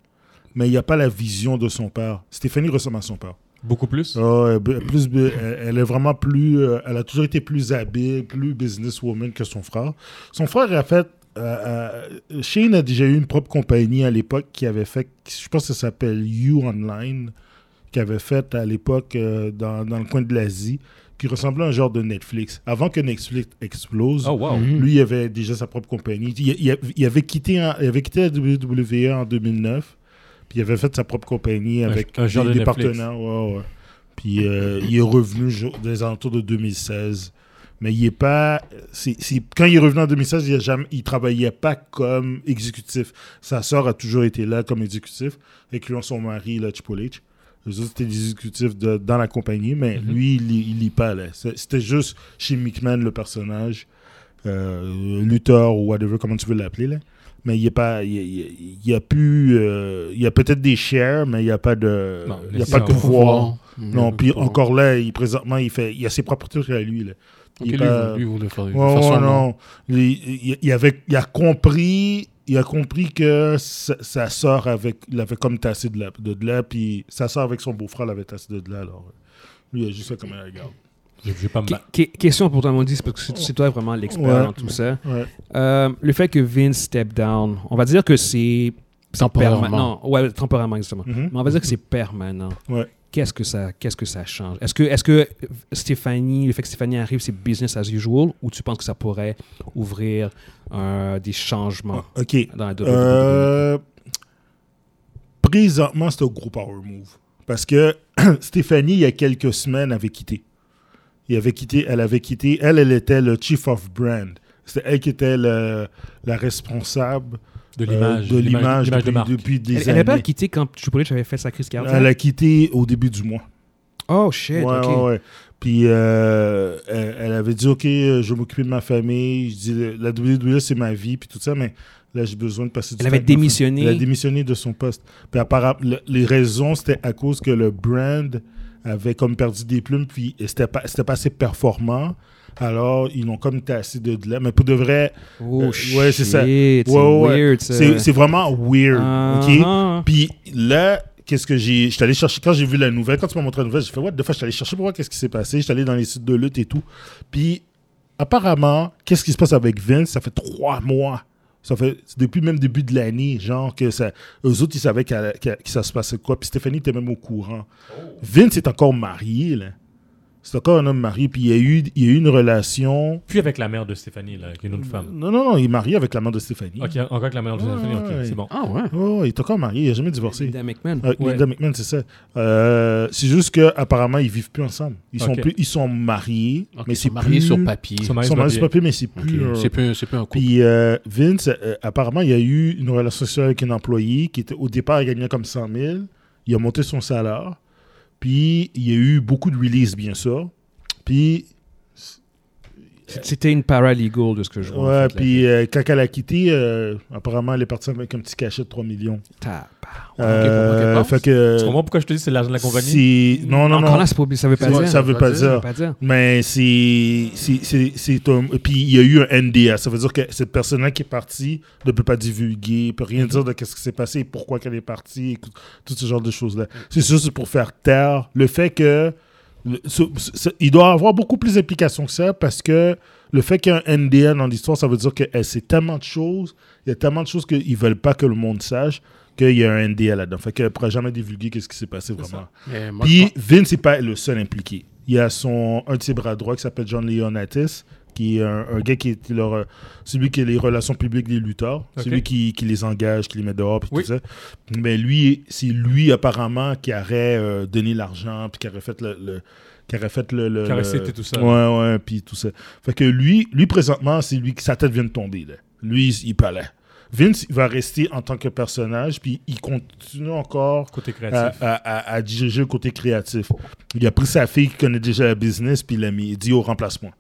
S4: mais il n'y a pas la vision de son père. Stéphanie ressemble à son père.
S3: Beaucoup plus.
S4: Ah, elle est plus, bu- elle, elle est vraiment plus. euh, elle a toujours été plus habile, plus businesswoman que son frère. Son frère a fait. euh, euh, Shane a déjà eu une propre compagnie à l'époque qui avait fait. Je pense que ça s'appelle You Online, qui avait fait à l'époque euh, dans, dans le coin de l'Asie, qui ressemblait à un genre de Netflix. Avant que Netflix explose.
S3: Oh, wow.
S2: Mhm.
S4: Lui, il avait déjà sa propre compagnie. Il, il- il avait, quitté, en- il avait quitté la WWE en 2009. Puis il avait fait sa propre compagnie avec
S3: un genre
S4: des,
S3: de
S4: des
S3: Netflix.
S4: partenaires. ouais, ouais. Puis euh, il est revenu jo- dans les alentours de 2016. Mais il est pas. c'est- c'est- quand il est revenu en 2016, il ne travaillait pas comme exécutif. Sa sœur a toujours été là comme exécutif, incluant son mari, là, Triple H. Les autres étaient des exécutifs de- dans la compagnie, mais
S3: Mhm.
S4: lui, il n'y pas là. C'est- C'était juste chez McMahon, le personnage euh, lutteur ou whatever, comment tu veux l'appeler, là. Mais il n'y a pas. Il y a- il y a, il y a plus. euh, il y a peut-être des shares, mais il n'y a pas de.
S3: Non,
S4: il y a
S3: c'est
S4: pas de
S3: pas un
S4: pouvoir.
S2: Mm.
S4: Non, puis
S2: Pouvoir.
S4: encore là, il, présentement, il, fait, il a ses propres trucs à lui, là.
S2: Ok,
S4: il
S2: lui,
S4: est pas-
S2: lui, il voulait faire, il
S4: Ouais,
S2: voulait faire
S4: ouais,
S2: son nom.
S4: non. Il, il- il avait, il a compris. Il a compris que sa, sa sœur avec, l'avait comme tassé de là, de de là, puis sa sœur avec son beau-frère l'avait tassé de là, alors. euh, Lui, il a juste fait comme un regard.
S3: Je je vais pas me
S1: Que-
S3: battre.
S1: que- question pour toi, Mondi, c'est parce que c'est- c'est toi vraiment l'expert
S4: Ouais.
S1: dans tout ça.
S4: Ouais.
S1: Euh, le fait que Vince step down, on va dire que c'est c'est
S2: Temporairement.
S1: permanent. Ouais, temporairement exactement.
S4: Mhm.
S1: Mais on va dire que c'est permanent.
S4: Ouais.
S1: Qu'est-ce que ça qu'est-ce que ça change Est-ce que est-ce que Stéphanie, le fait que Stéphanie arrive, c'est business as usual ou tu penses que ça pourrait ouvrir euh, des changements
S4: Ok.
S1: dans la E? WWE
S4: Euh, présentement, c'est un gros power move. Parce que <clears throat> Stéphanie, il y a quelques semaines, avait quitté. Il avait quitté, elle avait quitté. Elle, elle était le chief of brand. C'était elle qui était le- la responsable
S3: De
S4: euh,
S3: l'image.
S4: de E. l'image
S3: de marque.
S4: depuis, depuis des
S1: Elle
S4: années.
S1: n'avait pas quitté quand Triple H avait fait sa crise cardiaque.
S4: Elle a quitté au début du mois.
S1: Oh shit,
S4: Ouais,
S1: ok.
S4: ouais, ouais. Puis euh, elle, elle avait dit Ok, euh, je vais m'occuper de ma famille. Je dis La WWE, c'est ma vie, puis tout ça, mais là, j'ai besoin de passer du
S1: Elle avait
S4: temps avec ma famille.
S1: démissionné.
S4: Elle a démissionné de son poste. Puis apparemment, le- les raisons, c'était à cause que le brand avait comme perdu des plumes, puis c'était pas, c'était pas assez performant. Alors, ils l'ont comme tassé de de là. Mais pour de vrai,
S1: Oh
S4: Euh, ouais,
S1: shit.
S4: c'est ça.
S1: C'est
S4: Ouais, ouais, ouais.
S1: weird. ça.
S4: c'est c'est vraiment weird. OK?
S1: Ah,
S4: Puis là, qu'est-ce que j'ai. J'étais allé chercher. Quand j'ai vu la nouvelle, quand tu m'as montré la nouvelle, j'ai fait What the fuck? J'étais allé chercher pour voir qu'est-ce qui s'est passé. J'étais allé dans les sites de lutte et tout. Puis apparemment, qu'est-ce qui se passe avec Vince? Ça fait trois mois. Ça fait c'est depuis même début de l'année, genre que ça. Eux autres, ils savaient qu'à- qu'à- que ça se passait quoi. Puis Stéphanie était même au courant. Vince est encore marié, là. C'est encore un homme marié, puis il y a eu, il y a eu une relation.
S3: Puis avec la mère de Stéphanie, là, avec une autre femme.
S4: Non, non, non, il est marié avec la mère de Stéphanie.
S3: Ok, encore avec la mère de
S4: Mm-hmm. Ouais,
S3: Stéphanie, ok,
S4: ouais.
S3: c'est bon.
S2: Ah ouais.
S4: Oh, il est encore marié, il n'a jamais divorcé.
S1: Linda McMahon.
S4: Euh,
S3: Ouais.
S4: Linda McMahon, c'est ça. Euh, c'est juste qu'apparemment, ils vivent plus ensemble. Ils sont,
S3: Ok.
S4: plus, ils sont mariés,
S2: Ok,
S4: mais
S2: ils
S4: c'est
S2: sont mariés
S4: plus-
S2: sur papier.
S3: Ils sont
S4: Ils
S3: mariés
S4: sont
S3: sur
S4: mariés sur
S3: papier.
S4: papier, mais c'est
S2: Ok,
S4: plus... euh,
S2: C'est plus, c'est plus un couple.
S4: Puis euh, Vince, euh, apparemment, il y a eu une relation sociale avec un employé qui était au départ, il gagnait comme 100 000. Il a monté son salaire. Puis il y a eu beaucoup de releases, bien sûr. Puis,
S1: C'était une paralegal de ce que je vois.
S4: ouais,
S1: en fait, là.
S4: puis euh, quand elle a quitté, euh, apparemment, elle est partie avec un petit cachet de 3 millions.
S1: Tabarnak.
S4: Euh,
S2: pour moi qu'elle
S4: fait que.
S3: Tu comprends pourquoi je te dis c'est l'argent de la compagnie?
S4: c'est- Non, non,
S1: Encore
S4: non.
S1: là, c'est pas obligé, ça veut pas
S4: Ouais,
S1: dire.
S4: ça veut pas
S1: Ça veut
S4: dire.
S1: pas dire.
S4: Mais c'est. c'est- c'est- c'est un- Puis il y a eu un NDA. Ça veut dire que cette personne-là qui est partie ne peut pas divulguer, peut rien dire de ce qui s'est passé, pourquoi qu'elle est partie, et tout- tout ce genre de choses-là. C'est juste pour faire taire le fait que. le- ce- ce- ce- il doit avoir beaucoup plus d'implications que ça parce que le fait qu'il y ait un NDA dans l'histoire, ça veut dire que eh, c'est tellement de choses, il y a tellement de choses qu'ils ne veulent pas que le monde sache qu'il y a un NDA là-dedans. Fait qu'elle ne pourra jamais divulguer ce qui s'est passé vraiment.
S2: Mais Eh, moi, je
S4: Puis Vince n'est pas le seul impliqué. Il y a son, un de ses bras droits qui s'appelle John Leonidas, qui est un, un gars qui est leur, euh, celui qui a les relations publiques des lutteurs,
S3: Ok.
S4: celui qui, qui les engage, qui les met dehors, puis
S3: Oui.
S4: tout ça. Mais lui, c'est lui apparemment qui aurait euh, donné l'argent, puis qui aurait fait le... le- qui aurait fait le... le-
S3: Qui aurait
S4: le-
S3: cité tout ça.
S4: Ouais, ouais, puis tout ça. Fait que lui, lui présentement, c'est lui qui sa tête vient de tomber. Là. Lui, il- il parlait. Vince, il va rester en tant que personnage, puis il continue encore
S3: Côté
S4: à,
S3: créatif.
S4: à- à- à diriger le côté créatif. Il a pris sa fille qui connaît déjà la business, puis il l'a mis, il dit au remplacement.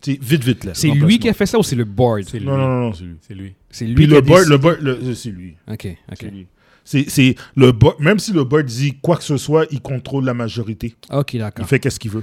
S4: Tu sais, vite, vite, là.
S1: C'est lui
S4: remplacement.
S1: qui a fait ça ou c'est le board
S3: C'est lui.
S4: Non, non, non, non, c'est lui.
S3: C'est lui.
S1: C'est lui
S4: Puis
S1: qui
S4: le
S1: a
S4: board,
S1: décidé-
S4: le board, le- euh, c'est lui.
S1: Ok, ok.
S4: C'est lui. C'est- c'est le board- même si le board dit quoi que ce soit, il contrôle la majorité.
S1: Ok,
S4: Il
S1: d'accord.
S4: fait qu'est-ce qu'il veut.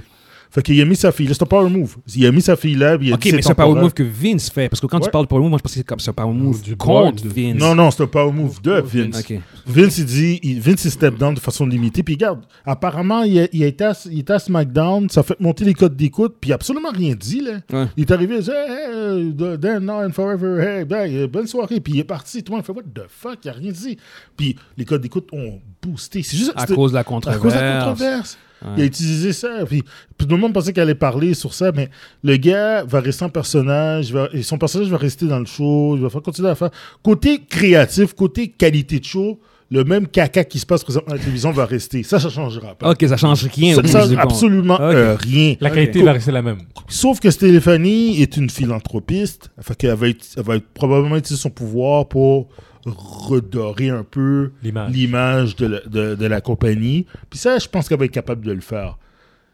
S4: Fait qu'il a mis sa fille là. C'est un power move. Il a mis sa fille là, puis il a
S1: Ok,
S4: dit c'est
S1: mais c'est un power
S4: temporaire.
S1: move que Vince fait. Parce que quand tu
S4: Ouais.
S1: parles de power move, moi je pense que c'est comme c'est un power move
S2: Du
S1: contre
S2: board.
S1: Vince.
S4: Non, non, c'est un power move de Vince.
S1: Ok.
S4: Vince, il dit, il- Vince, il step down de façon limitée. Puis regarde, apparemment, il, a, il a été à, il était à SmackDown, ça a fait monter les codes d'écoute, puis il a absolument rien dit, là.
S1: Ouais.
S4: Il est arrivé, il a dit, hey, hey, the- then, now and forever, hey, bye, euh, bonne soirée. Puis il est parti, tout le monde fait, what the fuck, il a rien dit. Puis les codes d'écoute ont boosté. C'est juste
S1: À
S4: c'était-
S1: cause de la
S4: à
S1: controverse.
S4: cause de la controverse.
S1: Ouais.
S4: Il a utilisé ça. Puis, puis tout le monde pensait qu'elle allait parler sur ça, mais le gars va rester en personnage. va- et son personnage va rester dans le show. Il va faire continuer à faire. Côté créatif, côté qualité de show, le même caca qui se passe présentement à la télévision va rester. Ça, ça changera pas.
S1: Ok, ça change rien. au
S4: Ça,
S1: bout
S4: ça
S1: du compte.
S4: absolument
S1: Ok.
S4: euh, rien.
S3: La qualité
S1: Ok.
S3: va rester la même.
S4: Sauf que Stéphanie est une philanthropiste. Fait qu'elle va, ut- elle va ut- probablement utiliser son pouvoir pour redorer un peu
S3: L'image.
S4: l'image de, la- de- de la compagnie. Puis ça, je pense qu'elle va être capable de le faire.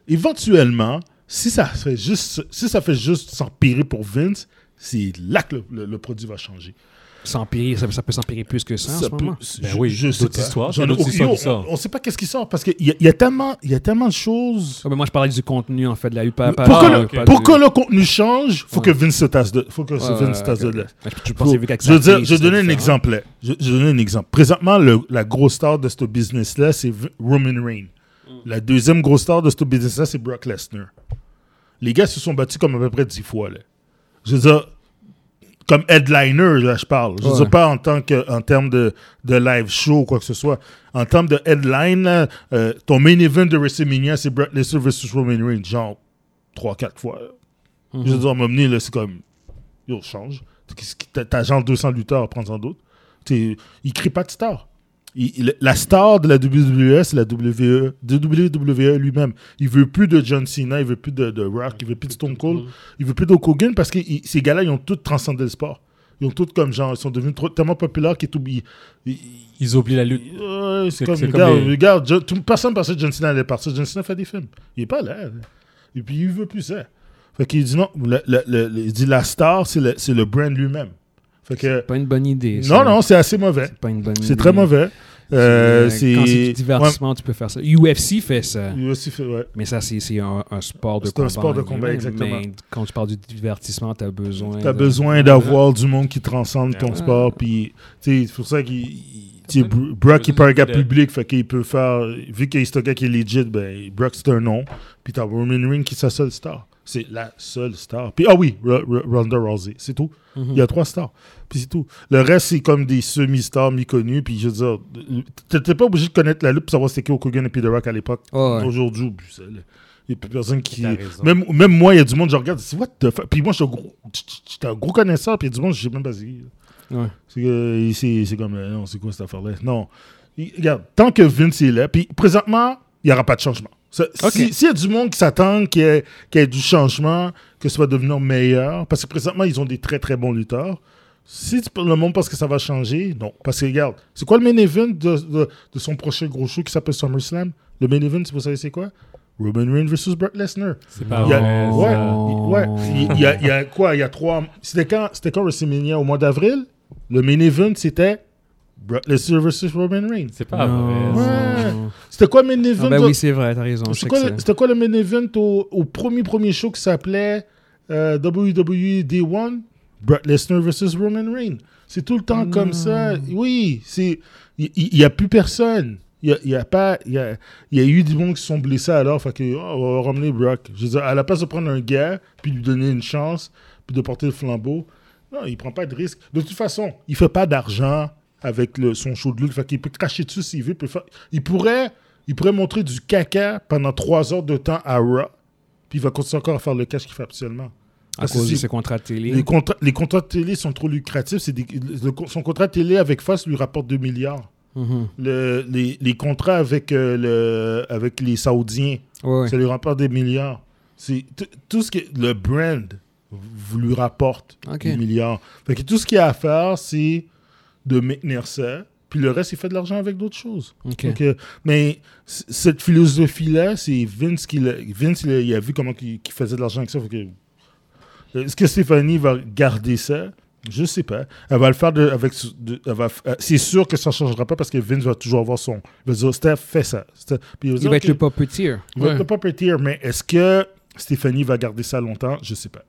S4: Éventuellement, si ça fait juste, si ça fait juste s'empirer pour Vince, c'est là que le, le- le produit va changer.
S1: S'empirer, ça, ça peut s'empirer plus que ça, en ce
S4: peut-
S1: moment.
S4: je-
S3: Ben oui,
S4: je sais
S3: d'autres
S4: pas.
S3: histoires,
S4: J'en ai
S3: d'autres
S4: aucune-
S3: histoires qui
S4: on-
S3: sortent.
S4: On ne sait pas qu'est-ce qui sort parce qu'il y, a- il y a tellement, il y a tellement de choses.
S1: Ah, mais moi je parlais du contenu en fait de la U. Pas, pas-
S4: pour que,
S1: pas-
S4: le,
S1: Ah, euh, pas
S4: pour
S1: du-
S4: que le contenu change, faut
S1: Ouais.
S4: que Vince se tasse de, faut que
S1: Ouais,
S4: Vince se
S1: ouais,
S4: tasse
S1: ok,
S4: de là.
S1: Mais Je, je pense que
S4: Faut-
S1: j'ai vu qu'avec
S4: je veux
S1: sa
S4: dire,
S1: fille,
S4: je vais
S1: c'était
S4: donner un
S1: différent.
S4: exemple. là. Je, je vais donner un exemple. Présentement, le- la grosse star de ce business-là, c'est V- Roman Reigns.
S1: Mm.
S4: La deuxième grosse star de ce business-là, c'est Brock Lesnar. Les gars se sont battus comme à peu près dix fois. Là. Je veux dire, comme headliner, là, je parle. Je veux
S1: Ouais.
S4: dire, pas en, tant que, en termes de, de live show ou quoi que ce soit. En termes de headline, là, euh, ton main event de WrestleMania, c'est Brock Lesnar versus Roman Reigns. Genre, trois, quatre fois. là. Je veux dire, à un moment donné, là, c'est comme. Yo, change. Qu'est-ce qui- T'as t'as genre 200 lutteurs, prends-en d'autres. T'es- Il crée pas de star. Il- il- la star de la WWE, c'est la E, WWE, de WWE lui-même. Il veut plus de John Cena, il veut plus de, de Rock, il veut plus de Stone Cold, il veut plus d'Hulk Hogan parce que il- ces gars-là, ils ont tous transcendé le sport. Ils ont tous comme genre, ils sont devenus trop- tellement populaires qu'ils oublient.
S3: Ils oublient la lutte.
S4: Ouais, c'est
S3: C'est-
S4: comme,
S3: c'est comme
S4: regarde,
S3: les-
S4: regarde, John- tout- personne pensait que John Cena allait partir. John Cena fait des films. Il est pas là. là. Et puis, il veut plus ça. Fait qu'il dit non. le- le- le- il dit la star, c'est le, c'est le brand lui-même. Fait que.
S1: Pas une bonne idée. ça.
S4: Non, non, c'est assez mauvais.
S1: C'est pas une bonne idée.
S4: C'est très mauvais. Euh,
S1: C'est- Quand c'est du
S4: c'est.
S1: divertissement, tu peux faire ça. UFC fait ça.
S4: Ouais, il a aussi fait- ouais.
S1: Mais ça, c'est c'est un, un sport de
S4: C'est un
S1: combat.
S4: sport de
S1: en
S4: combat,
S1: lui-même.
S4: exactement.
S1: Mais quand tu parles du divertissement, tu as besoin.
S4: T'as
S1: de-
S4: besoin d'avoir du monde qui transcende ton
S1: Ouais.
S4: sport. Puis, tu sais, c'est pour ça qu'il. il- tu sais,
S3: Personne-
S4: Bro- Brock, il
S3: personne
S4: peut un gars
S3: ne peut
S4: public, fait qu'il peut faire. Vu qu'il est un gars qui est legit, ben, Brock, c'est un nom. Puis t'as Roman Reigns qui est sa seule star. C'est la seule star. Puis, ah oui, R- R- Ronda Rousey, c'est tout.
S1: Mhm.
S4: Il y a trois stars. Puis c'est tout. Le reste, c'est comme des semi-stars mi-connus. Puis je veux dire, t'étais pas obligé de connaître la lutte pour savoir c'était qui Hulk Hogan et puis The Rock à l'époque.
S1: Ah ouais.
S4: Aujourd'hui, au Bruxelles. Il y a plus personne qui.
S1: T'as raison.
S4: Même, même moi, il y a du monde, je regarde, c'est what the fuck. Puis moi, je suis un gros, j'étais un gros connaisseur, puis il y a du monde, je sais même pas c'est qui.
S1: Ouais.
S4: C'est que- C'est c'est comme, euh, non, c'est quoi cette affaire-là? Non. Il- Regarde, tant que Vince est là, puis présentement, il n'y aura pas de changement. Ça-
S1: Ok.
S4: si- S'il y a du monde qui s'attend qu'il y, ait- qu'il y ait du changement, que ça va devenir meilleur, parce que présentement, ils ont des très très bons lutteurs. Si tu- le monde pense que ça va changer, non. Parce que regarde, c'est quoi le main event de, de- de son prochain gros show qui s'appelle SummerSlam? Le main event, vous savez c'est quoi? Roman Reigns versus Brock Lesnar.
S3: C'est pas
S4: Il y
S3: vrai,
S4: a- ouais,
S3: ça.
S4: il- ouais. Il- il y a, il y a quoi Il y a trois. C'était quand, c'était quand WrestleMania au mois d'avril Le main event, c'était Brock Lesnar versus Roman Reigns.
S3: C'est pas
S1: Non.
S3: vrai. ça.
S4: Ouais. C'était quoi le main event
S1: Ah ben
S4: de-
S1: oui, c'est vrai, t'as raison. je sais
S4: C'était
S1: que
S4: quoi,
S1: c'est-
S4: le- c'était quoi le main event au, au premier premier show qui s'appelait euh, WWE D1 Brock Lesnar versus Roman Reigns. C'est tout le temps comme ça. Oui, c'est il n'y a plus personne. Il y a, il y a pas il y a, il y a eu des gens qui se sont blessés alors fait que oh, on va ramener Brock. Je veux dire, à la place de prendre un gars puis de lui donner une chance puis de porter le flambeau, non, il prend pas de risque. De toute façon, il fait pas d'argent avec le, son show de lutte. Fait qu'il peut cracher dessus s'il veut. il peut faire- il, pourrait, il pourrait montrer du caca pendant trois heures de temps à Raw. Puis il va continuer encore à faire le cash qu'il fait habituellement.
S1: à
S4: Parce que
S1: cause de
S4: si-
S1: ses contrats de télé.
S4: les, contrats, les contrats de télé sont trop lucratifs. C'est des- le co- son contrat de télé avec Fox lui rapporte 2 milliards.
S1: Mhm.
S4: Le- les, les contrats avec, euh, le, avec les Saoudiens,
S1: Ouais, ouais.
S4: ça lui rapporte des milliards. C'est tout- tout ce que le brand v- lui rapporte
S1: Ok.
S4: des milliards. Fait que tout ce qu'il y a à faire, c'est de maintenir ça. Puis le reste, il fait de l'argent avec d'autres choses.
S1: Ok.
S4: Donc, euh, mais c- cette philosophie-là, c'est Vince qui l'a- Vince, il a, il a vu comment qu'il qu'il faisait de l'argent avec ça. Fait que- euh, Est-ce que Stéphanie va garder ça? Je sais pas. Elle va le faire de- avec. s- de- elle va f- euh, c'est sûr que ça changera pas parce que Vince va toujours avoir son. Il va dire, Steph, fais ça. Steph- puis
S1: Il
S4: dire,
S1: va être
S4: Ok.
S1: le puppeteer.
S4: Il va
S2: Ouais.
S4: être le puppeteer, mais est-ce que Stéphanie va garder ça longtemps? Je sais pas.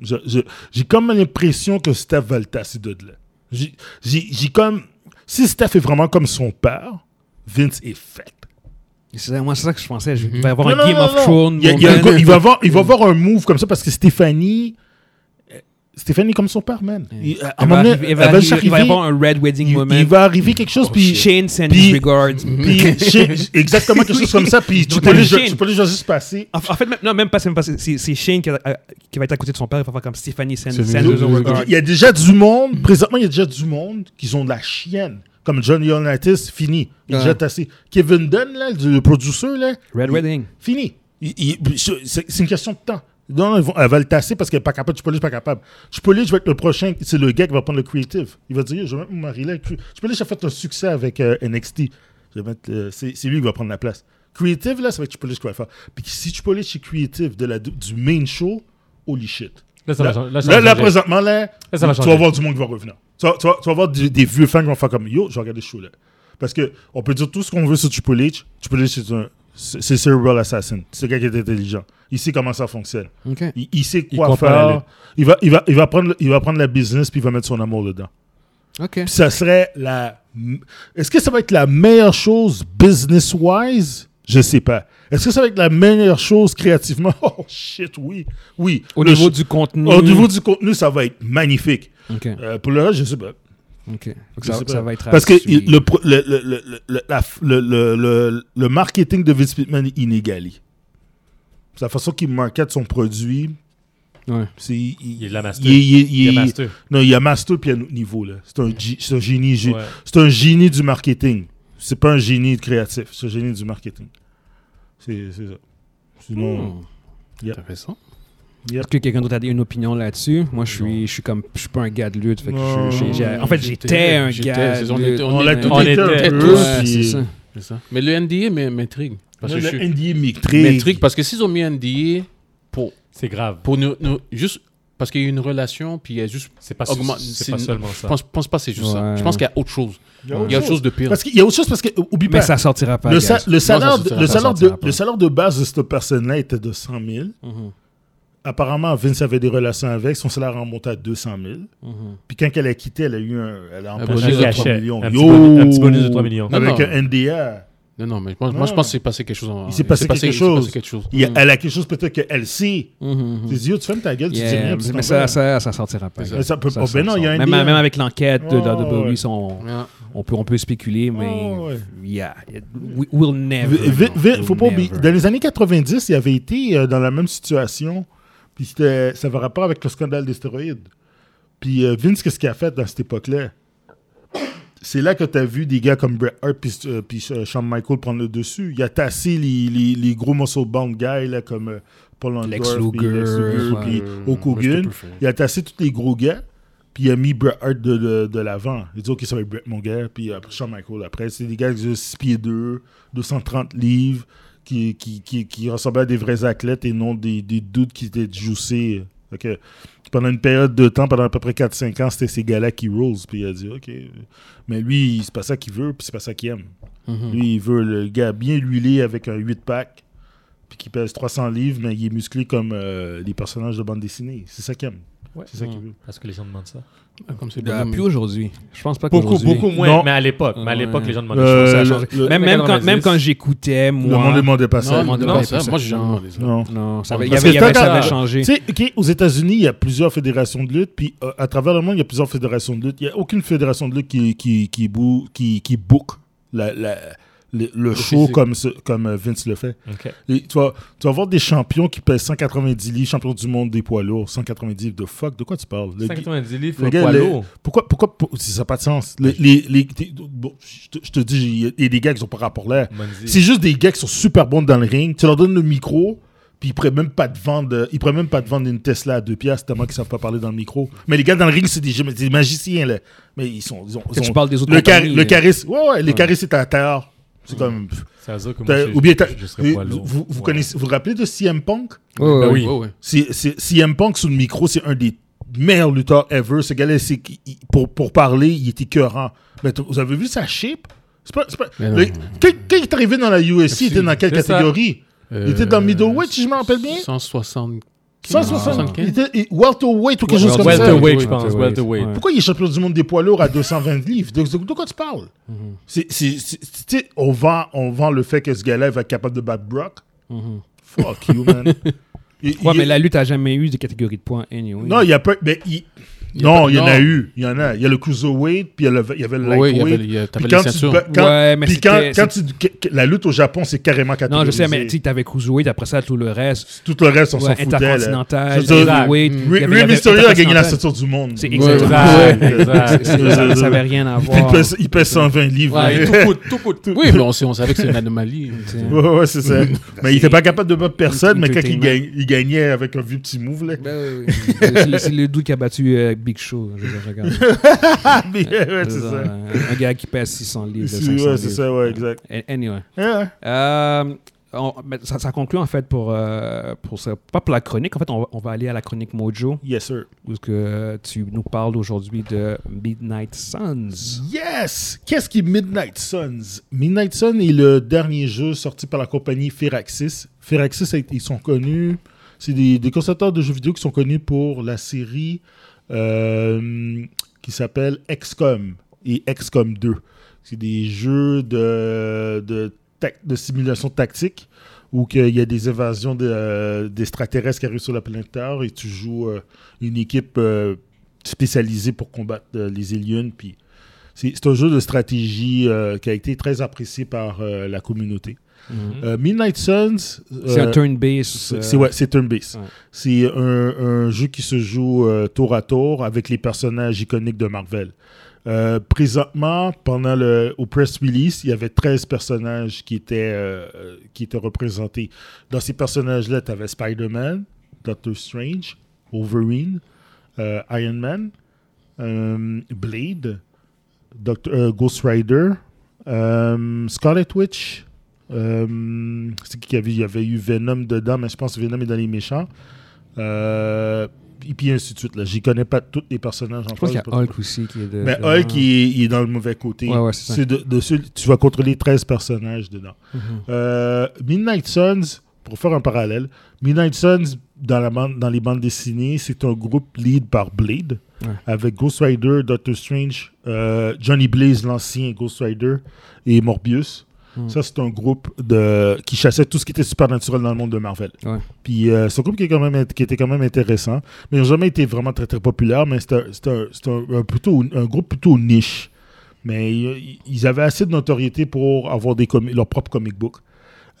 S4: Je- je- J'ai comme l'impression que Steph va le tasser de là. J'ai j'ai- j'ai comme... Si Steph est vraiment comme son père, Vince est fait.
S1: C'est moi, c'est ça que je pensais. Je
S3: Mhm.
S1: vais avoir
S4: Non,
S1: un
S4: non,
S1: Game
S4: non,
S1: of
S4: non.
S1: Thrones.
S4: Il, y a- il y a un
S1: moment. hein.
S4: gars- il va avoir, il va avoir un move comme ça parce que Stéphanie... euh, Stéphanie est comme son père, man. Il- à un
S1: Il va
S4: moment donné,
S1: arriver- il
S4: elle
S1: va
S4: va juste
S1: arriver- il va y
S4: arriver,
S1: avoir un Red Wedding
S4: il-
S1: moment. Oh,
S4: il va arriver quelque chose, puis...
S1: Shane sends
S4: puis-
S1: his <laughs> regards.
S4: puis- chez- exactement quelque chose comme ça, puis tu
S1: Donc,
S4: peux
S1: on
S4: lui-
S1: chaîne.
S4: tu peux lui juste passer.
S1: En, en fait, même, non, même pas, c'est même pas. c'est- C'est c'est Shane qui, a- qui va être à côté de son père. Il va faire comme Stéphanie sends
S2: C'est
S1: sends
S2: mieux.
S1: his regards.
S4: Il y a déjà du monde, présentement, il y a déjà du monde qui ont de la chienne. Comme John Ioannidis, fini. Il est
S1: Ouais.
S4: déjà tassé. Kevin Dunn, là, le producteur, là,
S1: Red
S4: il-
S1: Wedding.
S4: fini. Il- il- je- C'est c'est une question de temps. Non, non, ils vont- elle va le tasser parce qu'elle n'est pas capable. Chipotle, je suis pas capable. Chipotle, je vais être le prochain. C'est le gars qui va prendre le creative. Il va dire, je vais mettre mon mari là. Chipotle, j'ai fait un succès avec euh, NXT. Je vais mettre, euh, c'est c'est lui qui va prendre la place. Creative, là, ça va être Chipotle qui va le faire. Puis si Chipotle, c'est creative de la, du main show, holy shit.
S3: Là, ça
S4: Là,
S3: va changer. Là, ça
S4: là,
S3: va
S4: là,
S3: changer.
S4: présentement, là,
S3: Là, ça va
S4: tu vas
S3: changer.
S4: avoir du monde qui va revenir. Tu vas, tu vas- tu vas avoir du- des vieux fans qui vont faire comme Yo, je vais regarder ce show-là. Parce que on peut dire tout ce qu'on veut sur Triple H. Triple H, c'est un. C'est c'est Cerebral Assassin. C'est quelqu'un qui est intelligent. Il sait comment ça fonctionne.
S1: Ok.
S4: Il, il sait
S3: Il
S4: quoi
S3: comprend la
S4: faire.
S3: lutte.
S4: Il va, il, va, il, va prendre, le- il va prendre la business puis il va mettre son amour dedans.
S1: Ok.
S4: Puis ça serait la. Est-ce que ça va être la meilleure chose business-wise Je sais pas. Est-ce que ça va être la meilleure chose créativement <laughs> Oh shit, oui. Oui.
S1: Au
S4: Le
S1: niveau
S4: sh-
S1: du contenu.
S4: au niveau du contenu, ça va être magnifique.
S1: Ok.
S4: Euh, pour le reste, je sais pas.
S1: Ok. Donc
S4: Je
S1: ça,
S4: sais pas.
S1: ça va être. à
S4: Parce que
S1: suivre.
S4: il- le, pro- le, le, le, le- la f- le, le, le- le marketing de Vince Pittman est inégalé. La façon qu'il market son produit,
S1: Ouais.
S4: c'est.
S3: Il est la master.
S4: il est- il est- il
S3: Il est
S4: est-
S3: master.
S4: Non, il y a master puis il y a un autre niveau. là. C'est un, gi- c'est un génie. gé-
S3: Ouais.
S4: C'est un génie du marketing. C'est pas un génie créatif. C'est un génie du marketing. C'est c'est ça. Sinon,
S1: Hmm.
S4: euh,
S2: Intéressant.
S1: Est-ce que quelqu'un d'autre a une opinion là-dessus? Moi, je suis, je suis comme, je suis pas un gars de lutte. fait que je- j'ai- j'ai- en fait, j'étais un
S2: J'étais,
S1: gars.
S2: c'est
S1: de
S2: ça, on
S1: lutte.
S2: était-
S4: on l'a tout
S3: on
S4: été un
S3: était
S4: peu,
S1: Ouais, c'est
S4: puis-
S1: ça.
S2: C'est ça. Mais le NDA m'in- m'intrigue. Parce que je
S4: Le
S2: suis.
S4: NDA
S2: M'intrigue parce que s'ils ont mis NDA pour,
S3: C'est grave.
S2: pour nous, nous- Juste parce qu'il y a une relation, puis il y a juste.
S3: C'est pas,
S2: Augmente-
S3: c'est
S2: c'est
S3: pas
S2: une-
S3: seulement
S2: Je
S3: ça.
S2: pense, pense pas que c'est juste ça.
S1: Ouais.
S2: Je pense qu'il y a autre chose. Il y a autre chose de pire.
S4: Parce qu'il y a autre chose parce que euh, oublie
S1: Mais
S4: pas.
S1: ça sortira pas.
S4: le,
S1: guys.
S4: sa- le salaire,
S2: sortira pas,
S4: le, salaire
S1: ça
S4: de,
S1: sortira pas.
S4: le salaire de base de cette personne-là était de 100 000.
S1: Mhm.
S4: Apparemment, Vince avait des relations avec. Son salaire remontait à 200 000.
S1: Mhm.
S4: Puis quand elle a quitté, elle a eu un. Elle a empoché
S2: bonus de
S4: 3
S3: cachet.
S4: millions.
S3: Un petit
S4: Yo!
S3: bonus- un petit bonus de 3 millions.
S2: Non,
S4: Avec
S2: non.
S4: un NDA.
S2: Non, non, mais moi,
S4: Non.
S2: moi, je pense que c'est passé quelque chose. en-
S4: Il s'est passé quelque
S2: il s'est passé
S4: chose.
S2: quelque chose.
S4: Il y a- Elle a quelque chose peut-être qu'elle sait.
S1: Mhm, mhm.
S4: Tu dis, yo, tu fermes ta gueule, tu dis
S1: Yeah,
S4: rien. puis tu t'en
S1: mais ça,
S4: vas.
S1: ça, ça sortira pas.
S4: Ça peut- oh, ben non, il y a un
S1: même,
S4: deal.
S1: même avec l'enquête de
S4: Oh,
S1: WWE,
S4: ouais.
S1: sont,
S2: Ah.
S1: on peut, on peut spéculer, mais
S4: Oh, ouais.
S1: yeah, it- we- we'll never.
S4: Vi- vi-
S1: know.
S4: vi-
S1: We'll
S4: faut pas oublier,
S1: never.
S4: Dans les années 90, il avait été euh, dans la même situation. Puis c'était- ça avait rapport avec le scandale des stéroïdes. Puis euh, Vince, qu'est-ce qu'il a fait dans cette époque-là? C'est là que tu as vu des gars comme Bret Hart puis, euh, puis, euh, Shawn Michaels prendre le dessus. Il a tassé les, les- les gros muscle bound guys là, comme euh, Paul Orndorff,
S1: Lex
S4: puis
S1: Luger,
S4: Lex Luger,
S1: ouais.
S4: puis
S2: Euh,
S4: Hulk
S2: moi, je te
S4: Hogan.
S2: peux faire.
S4: Il a tassé tous les gros gars, puis il a mis Bret Hart de, de- de l'avant. Il dit, OK, ça va être Bret, mon gars, puis après Shawn Michaels. Après, c'est des gars qui ont 6 pieds 2, 230 livres, qui, qui, qui, qui ressemblaient à des vrais athlètes et non des, des dudes qui étaient juicés. Fait que pendant une période de temps, pendant à peu près 4-5 ans, c'était ces gars-là qui rules, puis il a dit, OK. Mais lui, c'est pas ça qu'il veut, puis c'est pas ça qu'il aime. Lui, il veut le gars bien huilé avec un 8-pack, puis qui pèse 300 livres, mais il est musclé comme euh, les personnages de bande dessinée. C'est ça qu'il aime.
S3: Ouais.
S4: C'est ça qu'il veut.
S3: Parce que les gens demandent ça.
S2: Ah, Comme c'est
S1: Ah,
S2: bonhomme.
S1: plus aujourd'hui. Je pense pas
S3: Beaucoup,
S1: qu'aujourd'hui-
S3: beaucoup moins.
S4: Non.
S3: Mais à l'époque, mais à
S1: Ouais.
S3: l'époque, les gens demandaient
S4: Euh,
S3: ça.
S1: Ça a
S4: le-
S1: changé.
S4: le-
S1: même, même quand,
S3: 90.
S1: même quand j'écoutais,
S4: Le monde
S1: moi.
S4: ne demandait pas
S2: Non,
S4: ça.
S2: on
S1: non,
S2: demande
S1: non,
S2: ça.
S1: ça,
S2: Moi, j'ai
S1: non.
S2: jamais demandé ça.
S4: Non.
S1: Non, ça avait, il y
S4: Ah, Parce
S1: avait,
S4: que
S1: il y avait-
S4: t'as-
S1: ça avait
S4: t'as-
S1: changé.
S4: Tu sais, OK, aux États-Unis, il y a plusieurs fédérations de lutte, puis euh, à travers le monde, il y a plusieurs fédérations de lutte. Il n'y a aucune fédération de lutte qui, qui, qui, bou- qui, qui book la- la- le, le show
S2: physique.
S4: comme, ce- comme euh, Vince le fait.
S3: Ok.
S4: Et tu, vas, tu vas voir des champions qui pèsent 190 livres, champions du monde des poids lourds. 190 livres de fuck, de quoi tu parles? Le gui-
S3: 190 livres,
S4: le
S3: un
S4: gars,
S3: poids
S4: le-
S3: lourd.
S4: Pourquoi, pourquoi, pour- si ça n'a pas de sens. Le- les, les- t'es- bon, je te- je te dis, il y a- il y a des gars qui sont pas rapport là.
S3: Bonzi.
S4: C'est juste des gars qui sont super bons dans le ring. Tu leur donnes le micro, puis ils pourraient même pas te vendre, euh, ils pourraient même pas te vendre une Tesla à deux piastres tellement qu'ils savent pas parler dans le micro. Mais les gars dans le ring, c'est des, c'est des magiciens là. Mais ils sont, ils ont- ils
S1: Tu
S4: ont-
S1: parles des autres
S4: le, chari-
S1: compagnies,
S4: le
S3: euh,
S1: là.
S4: charisme, ouais, ouais, le charisme est à terre. C'est comme,
S3: Ça veut dire que
S4: t'as-
S3: moi, je-
S4: ou bien t'as-
S3: je, je serais poids
S4: vous,
S3: lourd.
S4: vous, vous
S3: Ouais.
S4: connaissez, vous vous rappelez de CM Punk?
S1: Ouais,
S3: Ben
S1: ouais.
S3: oui.
S2: Ouais, ouais.
S4: C'est- c'est- CM Punk sous le micro, c'est un des meilleurs lutteurs ever. Ce gars-là, c'est qu'il- il- pour, pour parler, il était écœurant. Mais t- vous avez vu sa shape? C'est pas, c'est pas-
S2: Mais non.
S4: le- quand, quand il est arrivé dans la UFC, il était dans quelle
S3: C'est ça.
S4: catégorie? Il était dans
S2: Euh,
S4: middleweight, si je me rappelle bien.
S2: 160.
S4: 160.
S2: Ah.
S4: Il était il- welterweight ou quelque chose comme
S3: Welterweight,
S4: ça.
S3: je pense, welterweight.
S1: Ouais.
S4: Pourquoi il est champion du monde des poids lourds à 220 livres? De, de- de quoi tu parles? C'est- c'est- c'est- c'est- tu sais, on, vend, on vend le fait que ce gars-là va être capable de battre Brock. Fuck you, man. Il-
S1: Ouais,
S4: il-
S1: mais la lutte a jamais eu de catégorie de points, anyway.
S4: Non, il y a pas. Mais il-
S2: Il y a
S4: non,
S2: pas-
S4: il y en a
S2: non.
S4: eu. Il y en a. Il y a le cruiserweight, puis il y, a le- il y avait le
S2: Ouais, il y avait-
S4: lightweight.
S2: il y a-
S4: Puis
S2: t'avais
S4: quand
S2: les
S4: tu
S2: ceintures.
S4: ba- quand-
S1: Ouais, mais
S4: puis quand,
S1: c'était-
S4: quand tu- que- que- la lutte au Japon, c'est carrément
S1: Non,
S4: catégorisé.
S1: je sais, mais tu sais, t'avais Cruiserweight, après ça, tout le reste.
S4: Tout le reste, on s'en
S1: Ouais,
S4: foutait. là.
S1: intercontinental,
S4: Je veux dire,
S1: heavyweight. il y avait-
S4: Rey-
S1: il y
S4: Rey
S1: avait
S4: Mysterio a gagné la
S1: intercontinental.
S4: ceinture du monde.
S1: C'est
S4: Ouais.
S1: exactement
S3: Exact,
S1: ça.
S4: <laughs>
S3: exact.
S1: C'est- c'est- Ça n'avait rien à
S4: Puis il
S1: voir.
S4: pèse, il pèse 120 livres.
S2: Ouais,
S4: là.
S2: tout coûte, tout coûte. Oui, mais on, sait- on savait que c'est une
S1: <laughs>
S2: anomalie.
S4: Ouais, ouais, c'est ça. mais il était pas capable de battre personne, mais quand
S1: Mm.
S4: il,
S1: Entertainment.
S4: gagne- il gagnait avec un vieux petit move, là.
S1: Ben oui, oui. C'est c'est le doute qui a battu euh, Big Show. Je veux dire,
S4: <laughs>
S1: regarde.
S4: Ah, mais <laughs> ouais, c'est ça.
S1: Un, un gars qui pèse 600 livres.
S4: C'est-
S1: 500
S4: ouais, c'est
S1: livres.
S4: ça, ouais, exact. Hein?
S1: An- Anyway.
S4: Ouais.
S1: Euh, on- mais ça, ça conclut en fait pour, euh, pour ça. Pas pour la chronique. En fait, on va, on va aller à la chronique Mojo
S4: Yes, sir.
S1: où est-ce que tu nous parles aujourd'hui de Midnight Suns.
S4: Yes! Qu'est-ce qui est Midnight Suns? Midnight Sun est le dernier jeu sorti par la compagnie Firaxis. Firaxis, est- ils sont connus. C'est des, des concepteurs de jeux vidéo qui sont connus pour la série euh, qui s'appelle XCOM et XCOM 2. C'est des jeux de, de, tac- de simulation tactique où qu'il y a des évasions de, euh, d'extraterrestres qui arrivent sur la planète Terre et tu joues euh, une équipe euh, spécialisée pour combattre euh, les aliens. Puis c'est c'est un jeu de stratégie euh, qui a été très apprécié par euh, la communauté. Euh, Midnight Suns.
S1: C'est
S4: euh,
S1: un turn based.
S4: c'est c'est- ouais, c'est turn-based.
S1: ouais.
S4: C'est un, un jeu qui se joue euh, tour à tour avec les personnages iconiques de Marvel. Euh, présentement, pendant le, au press release, il y avait 13 personnages qui étaient, euh, euh, qui étaient représentés. Dans ces personnages-là, tu avais Spider-Man, Doctor Strange, Wolverine, euh, Iron Man, euh, Blade, Doctor- euh, Ghost Rider, euh, Scarlet Witch. euh, c'est qui qu'il y avait, il y avait eu Venom dedans, mais je pense que Venom est dans les méchants. Euh, et puis ainsi de suite. là. J'y connais pas tous les personnages en
S1: Je pense
S4: face.
S1: qu'il y a Hulk aussi qui est de.
S4: Mais
S1: de-
S4: Hulk, il est, il est dans le mauvais côté.
S1: Ouais, ouais, c'est ça.
S4: de, de ceux- tu vas contrôler 13 personnages dedans.
S1: Mhm.
S4: Euh, Midnight Suns, pour faire un parallèle, Midnight Suns, dans, la bande, dans les bandes dessinées, c'est un groupe lead par Blade,
S1: Ouais.
S4: avec Ghost Rider, Doctor Strange, euh, Johnny Blaze, l'ancien Ghost Rider, et Morbius.
S1: Mhm.
S4: Ça, c'est un groupe de, qui chassait tout ce qui était supernaturel dans le monde de Marvel.
S1: Ouais.
S4: Puis euh, c'est un groupe qui, est quand même, qui était quand même intéressant, mais ils n'ont jamais été vraiment très très populaires, mais c'est un- c'est un- c'est un- un plutôt, un groupe plutôt niche. Mais ils, ils avaient assez de notoriété pour avoir des comi- leur propre comic book.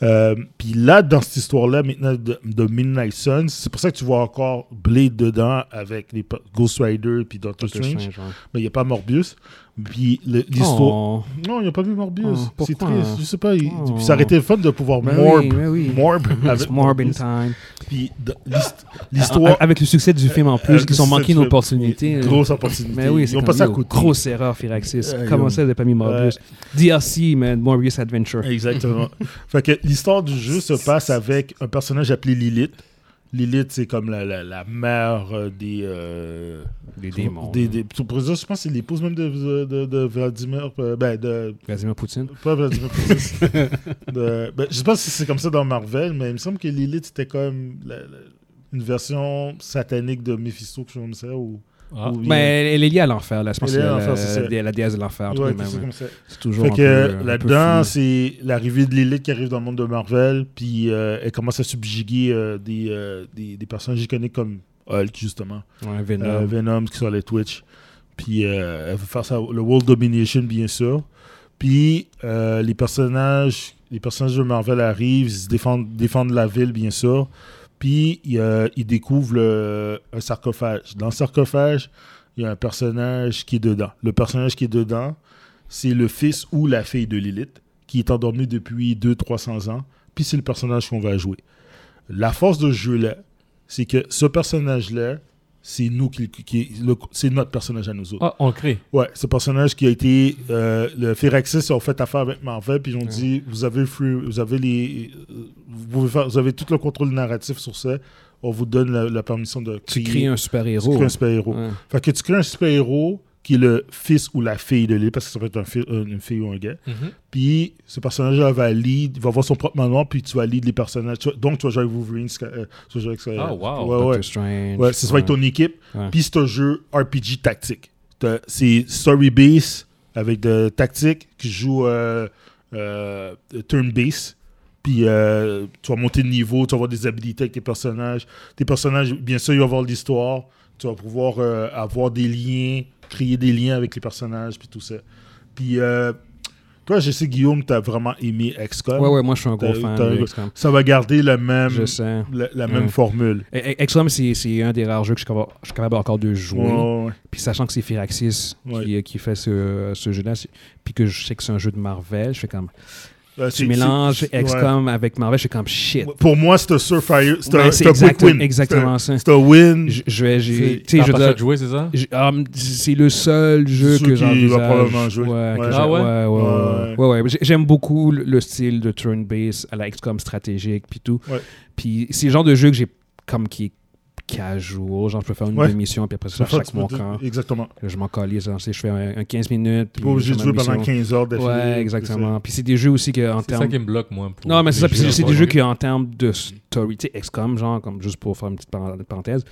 S4: Euh, Puis là, dans cette histoire-là, maintenant, de, de Midnight Suns, c'est pour ça que tu vois encore Blade dedans avec les pa- Ghost Rider puis Doctor
S1: Doctor
S4: Strange.
S1: Strange, ouais.
S4: Mais il n'y a pas Morbius. Puis le- l'histoire.
S1: Oh.
S4: Non, il n'y a pas vu Morbius.
S1: Oh,
S4: c'est
S1: pourquoi?
S4: triste. Je sais pas. il-
S1: Oh.
S4: Puis ça aurait été fun de pouvoir
S1: Ben
S4: Morb.
S1: oui, ben oui.
S4: Morb avec
S1: It's Morb in
S4: Morbius.
S1: time. Ah,
S4: Puis de- l'hist- l'histoire.
S1: A- Avec le succès du film en plus,
S4: Avec
S1: ils ont
S4: le
S1: manqué une
S4: succès-
S1: opportunité. euh.
S4: Grosse opportunité.
S1: ah, Mais oui, c'est
S4: Ils ont
S1: comme,
S4: passé à
S1: yo,
S4: côté.
S1: Grosse erreur, Firaxis.
S4: Euh,
S1: Comment
S4: yo.
S1: ça, vous n'avez pas mis Morbius DLC, man. Morbius Adventure.
S4: Exactement. <laughs> fait que l'histoire du jeu se passe avec un personnage appelé Lilith. Lilith, c'est comme la, la, la mère euh, des. euh,
S1: Des démons.
S4: Des, des- tout- pour dire, je pense que c'est l'épouse même de, de, de- de Vladimir. euh, ben, de.
S1: Vladimir Poutine.
S4: Pas
S1: <laughs>
S4: Vladimir Poutine. De- ben, je sais pas si c'est comme ça dans Marvel, mais il me semble que Lilith, c'était comme la- la- une version satanique de Mephisto, quelque chose comme ça. Ou,
S3: Ah.
S4: ou-
S1: Mais Ben, elle est liée à l'enfer, là. Je pense que
S4: Elle est
S1: c'est
S4: à
S1: la,
S4: l'enfer, c'est ça.
S1: la dé- la déesse de l'enfer. tout
S4: Ouais,
S1: de même,
S4: quelque chose
S1: ouais.
S4: comme ça.
S1: C'est toujours
S4: Fait
S1: un
S4: que euh,
S1: peu- un peu flou.
S4: là-dedans, c'est l'arrivée de Lilith qui arrive dans le monde de Marvel, puis euh, elle commence à subjuguer euh, des, euh, des, des personnages iconiques comme Hulk, justement,
S1: Ouais, Venom.
S4: euh, Venom, qui sont les Twitch. Puis euh, elle veut faire ça, le World Domination, bien sûr. Puis euh, les personnages les personnages de Marvel arrivent, ils se défendent, défendent la ville, bien sûr. Puis il, euh, ils découvrent le- un sarcophage. Dans le sarcophage, il y a un personnage qui est dedans. Le personnage qui est dedans, c'est le fils ou la fille de Lilith, qui est endormi depuis 200-300 ans. Puis c'est le personnage qu'on va jouer. La force de ce jeu-là, c'est que ce personnage-là, c'est nous qui, qui- le- c'est notre personnage à nous autres.
S3: Ah, on crée.
S4: Ouais, ce personnage qui a été. euh, le Firaxis ont fait affaire avec Marvel, puis ils ont dit vous avez, le flux- vous avez les. euh, Vous, pouvez faire- vous avez tout le contrôle narratif sur ça. On vous donne la, la permission de
S1: Tu
S4: créer-
S1: crées un
S4: tu
S1: super-héros.
S4: crées un super-héros.
S1: Ouais.
S4: Fait que tu crées un super-héros qui est le fils ou la fille de l'île, parce que ça peut être un fi- une une fille ou un gars. Puis ce personnage-là va lead, il va avoir son propre manoir, puis tu vas lead les personnages. Tu vas- donc tu vas jouer avec Wolverine. Sky- euh, tu vas jouer avec,
S3: Ah, wow.
S4: Ouais, ouais.
S1: Doctor Strange.
S4: Ouais, c'est ça avec ton équipe.
S1: Ouais.
S4: Puis c'est un jeu RPG tactique. T'as- C'est story base avec de tactique qui joue euh, euh, turn base. Puis euh, tu vas monter de niveau, tu vas avoir des habilités avec tes personnages. Tes personnages, bien sûr, ils vont avoir de l'histoire. Tu vas pouvoir euh, avoir des liens, créer des liens avec les personnages, puis tout ça. Puis euh, toi, je sais, Guillaume, t'as vraiment aimé XCOM.
S1: Ouais, ouais, moi, je suis un gros
S4: T'as-
S1: fan
S4: t'as-
S1: de XCOM.
S4: Ça va garder la même,
S1: Je E, sais.
S4: la, la
S1: Ouais.
S4: même formule.
S1: Et- et- XCOM, c'est c'est un des rares jeux que je suis capable- je suis capable encore de jouer.
S4: Ouais, ouais, ouais.
S1: Puis sachant que c'est Firaxis qui, euh,
S4: Ouais.
S1: qui fait ce, ce jeu-là, c'est- puis que je sais que c'est un jeu de Marvel, je fais comme.
S4: Euh,
S1: Tu
S4: c'est-
S1: mélanges
S4: c'est- ouais.
S1: XCOM avec Marvel, je fais comme shit.
S4: Ouais, Pour moi, c'est un Surfire. C'est
S1: Ouais,
S4: un,
S1: c'est
S4: c'est un
S1: exact-
S4: quick win.
S1: exactement
S4: C'est
S1: ça.
S4: un- C'est un win.
S1: Je, je vais. j'ai- Tu
S3: Tu
S1: sais, je veux
S3: pas
S1: dire,
S3: de jouer, c'est ça?
S1: j'ai- ah, c'est le seul jeu
S4: Ceux
S1: que
S4: qui va
S1: j'envisage.
S4: probablement jouer.
S1: Ouais, que
S4: Ouais.
S1: j'ai-
S3: Ah ouais?
S1: ouais, ouais, ouais.
S4: Ouais.
S1: Ouais, ouais. J'ai- J'aime beaucoup le- le style de turn-based à la XCOM stratégique, puis tout.
S4: Ouais.
S1: Puis c'est le genre de jeu que j'ai comme qui est casual. Genre, je peux faire une
S4: Ouais.
S1: demi-mission, puis après ça,
S4: Sur
S1: je
S4: chaque
S1: chaque mon camp.
S4: Exactement.
S1: Je m'en calise, genre, c'est- je fais un, un 15 minutes.
S4: T'es
S1: puis
S4: pas obligé
S1: je
S4: de
S1: fais ma
S4: jouer pendant
S1: mission.
S4: 15 heures d'affilée.
S1: Ouais, exactement. Puis c'est des jeux aussi que, en
S3: C'est ça
S1: termes.
S3: qui me bloque, moi. pour
S1: Non, mais c'est ça.
S3: les
S1: Puis c'est
S3: jeux
S1: c'est
S3: à
S1: des
S3: bas
S1: jeux
S3: bruit.
S1: qui, en termes de story, tu sais, XCOM, genre, comme juste pour faire une petite parenth- parenthèse,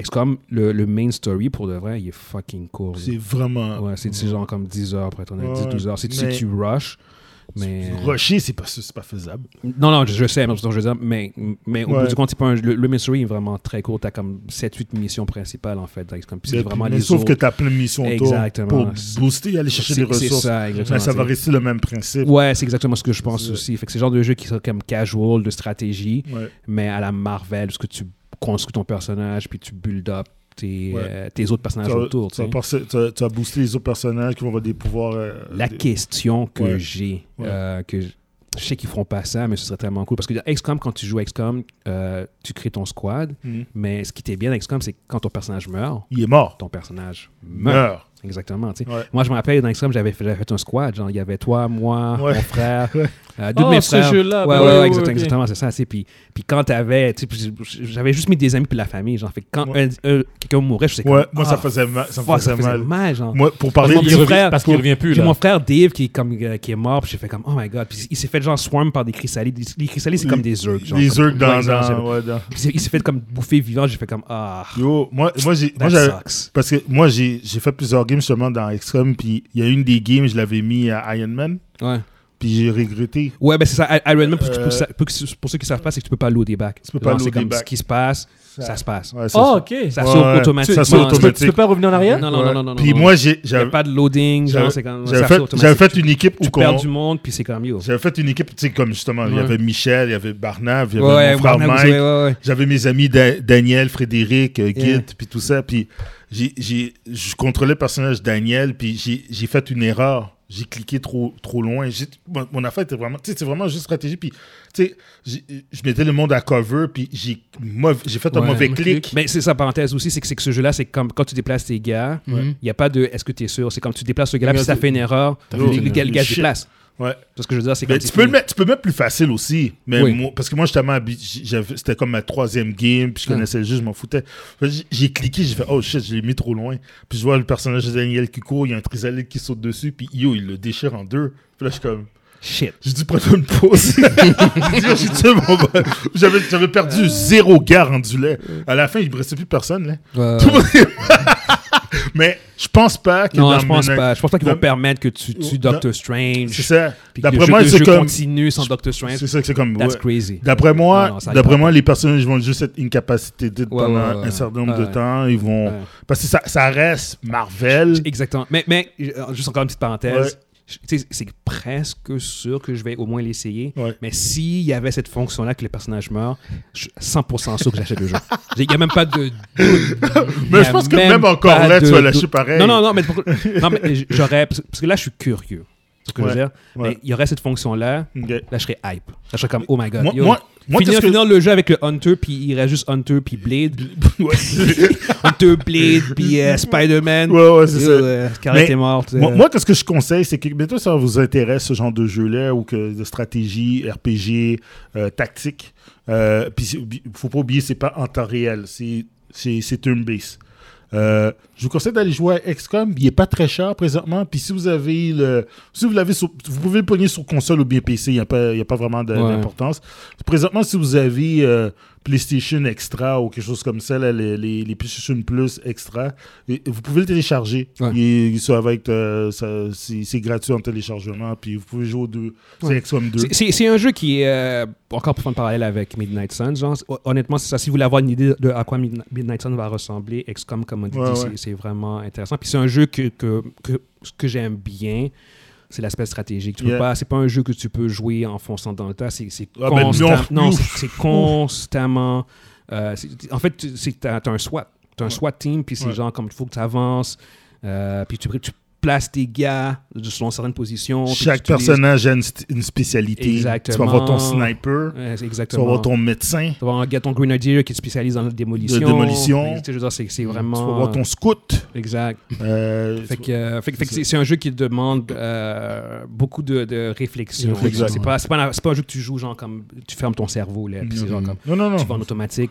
S1: XCOM, le, le main story, pour de vrai, il est fucking cool.
S4: C'est vraiment.
S1: Ouais, c'est c'est genre comme 10 heures, pour être honnête,
S4: Ouais,
S1: 10-12 heures. Si tu,
S4: mais-
S1: si tu rushes, mais.
S4: Mais... Rusher, c'est pas, c'est pas faisable.
S1: Non, non, je, je sais, mais, je veux dire, mais, mais au
S4: Ouais.
S1: bout du compte, c'est pas un- le, le main story est vraiment très court. T'as comme 7-8 missions principales, en fait, dans XCOM. Puis c'est
S4: Mais-
S1: vraiment
S4: mais
S1: les
S4: sauf
S1: autres.
S4: que t'as plein de missions autour
S1: Exactement.
S4: pour
S1: C'est-
S4: booster, aller chercher des
S1: C'est- C'est
S4: ressources.
S1: ça,
S4: mais
S1: exactement.
S4: ça va
S1: c'est-
S4: rester le même principe.
S1: Ouais, c'est exactement ce que je pense
S4: C'est-
S1: aussi. Fait que c'est le genre de jeu qui sera comme casual, de stratégie,
S4: Ouais.
S1: mais à la Marvel, parce que tu construis ton personnage, puis tu build up tes,
S4: Ouais.
S1: euh, tes autres personnages
S4: Tu vas-
S1: autour.
S4: tu vas
S1: tu sais.
S4: passer- Tu vas- tu vas booster les autres personnages qui vont avoir des pouvoirs. euh,
S1: La
S4: des-
S1: question que
S4: Ouais.
S1: j'ai,
S4: Ouais.
S1: euh, que je je sais qu'ils feront pas ça, mais ce serait tellement cool. Parce que dans XCOM, quand tu joues à XCOM, euh, tu crées ton squad,
S4: Mhm.
S1: mais ce qui t'est bien dans XCOM, c'est que quand ton personnage meurt,
S4: Il est mort.
S1: ton personnage meurt.
S4: Meurt.
S1: Exactement. tu sais.
S4: Ouais.
S1: Moi, je me rappelle, dans XCOM, j'avais fait, j'avais fait un squad. Genre, il y avait toi, moi,
S4: <laughs> Ouais. Oh,
S1: mon frère, euh, deux de
S3: Ah,
S1: mes
S3: ce
S1: frères.
S3: jeu-là,
S1: ouais,
S3: ben
S4: bah
S1: ouais,
S3: oui,
S1: ouais,
S3: oui,
S1: exactement,
S3: ok.
S1: exactement, c'est ça. tu sais. Puis, puis quand t'avais, tu sais, puis j'avais juste mis des amis puis la famille. Genre, fait que quand un- un- quelqu'un mourait, je sais
S4: Ouais, moi, ça
S1: faisait,
S4: faisait mal. Ça me
S1: ah, ça
S4: faisait
S1: faisait
S4: mal.
S1: mal. genre.
S4: Moi, pour parler
S1: Mon
S3: Il
S1: petit
S3: revient-
S1: frère,
S3: Parce qu'il
S1: pour-
S3: revient plus,
S1: J'ai
S3: là.
S1: mon frère Dave qui est, comme, euh, qui est mort, puis j'ai fait comme, oh my god. Puis il s'est fait genre swarm par des chrysallis. Des- Les chrysallis, c'est comme des
S4: urgs
S1: urgs. genre,
S4: Des
S1: comme-
S4: urgs dans,
S1: Ouais, genre, c'est-
S4: dans, ouais, dans-
S1: Puis c'est- il s'est fait comme bouffer vivant, j'ai fait comme, ah,
S4: Yo, moi, moi j'ai.
S1: that
S4: moi, j'avais-
S1: sucks.
S4: Parce que moi, j'ai j'ai fait plusieurs games justement dans XCOM, puis il y a une des games, je l'avais mis à Iron Man.
S1: Ouais.
S4: Puis j'ai regretté.
S1: Ouais, ben c'est ça. I- Iron Man, pour,
S4: Euh,
S1: pour ça- pour que- pour ceux qui savent pas, c'est que tu peux pas loader back.
S4: Tu peux pas
S1: Genre, c'est
S4: loader
S1: comme
S4: back.
S1: ce qui se passe, ça,
S4: Ça-
S1: se passe.
S4: Ouais, ça,
S3: Ah,
S4: ça-
S3: ok.
S1: Ça
S4: Ouais,
S1: saute
S4: ouais.
S1: automatique.
S4: Ça saute
S1: Non,
S3: Tu peux, tu peux
S4: automatique.
S3: pas revenir en arrière
S1: Oh, Non, non, non,
S4: Ouais.
S1: non, non.
S4: Puis
S1: non.
S4: moi, j'ai-
S1: Il n'y a
S4: j'avais
S1: pas de loading, genre, c'est quand
S4: j'avais
S1: ça
S4: fait,
S1: saute
S4: j'avais
S1: automatique.
S4: fait une équipe où
S1: Tu
S4: qu'on-
S1: perds du monde, puis c'est comme yo.
S4: j'avais fait une équipe, tu sais, comme justement, il y
S1: Ouais.
S4: avait Michel, il y avait Barnave, il y avait
S1: Ouais,
S4: mon frère
S1: Warner,
S4: Mike.
S1: ouais, ouais, ouais.
S4: J'avais mes amis Da- Daniel, Frédéric, euh, Git,
S1: Yeah.
S4: puis tout ça. Puis j'ai- j'ai- je contrôlais le personnage Daniel, puis j'ai- j'ai fait une erreur. J'ai cliqué trop, trop loin. J'ai- Mon, mon affaire était vraiment... tu sais, C'est vraiment juste stratégie. Puis, tu sais, j'ai- je mettais le monde à cover, puis j'ai mauvais- j'ai fait un
S1: Ouais.
S4: mauvais clic.
S1: Mais c'est sa parenthèse aussi, c'est que, c'est que ce jeu-là, c'est comme quand tu déplaces tes gars, il
S2: Mhm.
S1: n'y a pas de est-ce que tu es sûr, c'est comme tu déplaces le gars,
S4: Le
S1: puis
S4: gars,
S1: si ça
S4: c'est-
S1: fait une erreur,
S2: T'as
S1: le,
S2: fait une
S1: le gars le gars se
S4: Shit.
S1: déplace.
S4: Ouais.
S1: Parce que je veux dire, c'est
S4: Mais
S1: comme
S4: tu,
S1: c'est
S4: peux le
S1: fini.
S4: mettre, tu peux le mettre plus facile aussi. Mais
S1: Oui.
S4: moi- parce que moi, j'étais tellement habi- j'avais- C'était comme ma troisième game, puis je
S1: Ah.
S4: connaissais le jeu, je m'en foutais. Fait que j'ai- J'ai cliqué, j'ai fait, oh shit, je l'ai mis trop loin. Puis je vois le personnage de Daniel qui court, il y a un trisalide qui saute dessus, puis yo, il le déchire en deux. Puis là, je suis comme,
S1: Shit.
S4: j'ai dû prendre une pause. <laughs> J'ai dit, j'ai tué mon bon- J'avais j'avais perdu zéro gars rendu là. À la fin, il ne restait plus personne. Là.
S1: Euh,
S4: Tout le monde- <laughs> Mais je pense pas que.
S1: Non,
S4: dans
S1: je pense
S4: mon-
S1: pas. Je pense pas qu'ils vont
S4: dans-
S1: permettre que tu tues
S4: Dans-
S1: Doctor
S4: C'est
S1: Strange.
S4: ça.
S1: puis que le
S4: D'après
S1: jeu-
S4: moi,
S1: le
S4: c'est
S1: jeu
S4: comme.
S1: continue sans Doctor Strange.
S4: C'est ça que c'est comme.
S1: That's
S4: ouais.
S1: crazy.
S4: D'après moi,
S1: Non, non, ça arrive
S4: d'après
S1: pas.
S4: moi, les personnages vont juste être incapacités de- pendant
S1: ouais, ouais, ouais.
S4: un certain nombre
S1: Ouais.
S4: de temps. Ils vont
S1: Ouais.
S4: parce que ça, ça reste Marvel.
S1: Exactement. Mais, mais euh, juste encore une petite parenthèse.
S4: Ouais.
S1: Je- tu sais, C'est presque sûr que je vais au moins l'essayer.
S4: Ouais.
S1: Mais s'il y avait cette fonction-là que le personnage meurt, je suis 100% sûr que j'achète le jeu. Il n'y a même pas de.
S4: Mais je pense que même encore là, tu vas lâcher pareil.
S1: Non, non, non, mais, pour- non, mais j- j'aurais. Parce parce que là, je suis curieux. C'est ce que je veux
S4: Ouais,
S1: dire.
S4: ouais.
S1: Mais il y aurait cette fonction-là.
S4: Ok.
S1: Là, je serais hype. Là, je serais comme, oh my god.
S4: Moi,
S1: yo.
S4: moi, moi,
S1: finir,
S4: qu'est-ce que
S1: finir le jeu avec le Hunter, puis il reste juste Hunter, puis
S4: <laughs>
S1: Blade.
S4: Ouais.
S1: Hunter, Blade, puis euh, Spider-Man.
S4: Ouais, ouais, c'est
S1: Yo,
S4: ça.
S1: euh, Scarlett
S4: Mais
S1: est morte.
S4: Moi,
S1: euh.
S4: moi, qu'est-ce que je conseille, c'est que bientôt ça vous intéresse ce genre de jeu-là ou que de stratégie, RPG, euh, tactique. Euh, Puis c'est- bi- faut pas oublier, c'est pas en temps réel, c'est c'est c'est turn based. Euh, je vous conseille d'aller jouer à XCOM. Il est pas très cher présentement. Puis si vous avez le, si vous l'avez, sur- vous pouvez le pogner sur console ou bien PC. Il n'y a pas, il y a pas vraiment de-
S1: Ouais.
S4: d'importance. Présentement, si vous avez euh, PlayStation Extra ou quelque chose comme ça, là, les, les- les PlayStation Plus Extra, et- et vous pouvez le télécharger.
S1: Ouais.
S4: Il, il sera avec, euh, ça- c'est c'est gratuit en téléchargement. Puis vous pouvez jouer aux deux.
S1: Ouais.
S4: C'est XCOM 2.
S1: C'est- C'est c'est un jeu qui est, euh, encore pour faire un parallèle avec Midnight Sun, genre, c'est- hon- honnêtement, c'est ça. Si vous voulez avoir une idée de à quoi Midna- Midnight Sun va ressembler, XCOM, comme on dit,
S4: Ouais,
S1: c'est-
S4: ouais.
S1: c'est vraiment intéressant. Puis c'est un jeu que, que, que, ce que j'aime bien, c'est l'aspect stratégique. Tu peux
S4: Yeah.
S1: pas- C'est pas un jeu que tu peux jouer en fonçant dans le tas. C'est c'est
S4: Ah, ben,
S1: constant-
S4: ouf,
S1: non,
S4: ouf,
S1: c'est- c'est constamment... euh, c'est- en fait, tu as, un SWAT. Tu un
S4: Ouais.
S1: SWAT team, puis c'est
S4: Ouais.
S1: genre comme il faut que tu avances, euh, puis tu, tu places tes gars selon certaines positions. puis tu
S4: Chaque
S1: utilises-
S4: personnage a une, st- une spécialité. Tu
S1: Exactement.
S4: vas avoir ton
S1: Ouais,
S4: sniper,
S1: c'est
S4: tu vas
S1: exactement.
S4: avoir ton médecin,
S1: Tu vas avoir un gars, ton Grenadier qui se spécialise dans la démolition.
S4: De démolition.
S1: Tu sais, je veux dire, c'est, c'est
S4: tu
S1: vraiment.
S4: vas avoir ton scout.
S1: Exact.
S4: Euh,
S1: Fait
S4: tu-
S1: que, euh, fait que- fait que c'est, c'est un jeu qui demande euh, beaucoup de, de réflexion.
S4: De réflexion,
S1: C'est,
S4: ouais.
S1: pas, c'est, pas, un- c'est pas un jeu que tu joues, genre comme tu fermes ton cerveau, là, puis c'est genre comme
S4: non, non,
S1: tu vas en
S4: non.
S1: automatique.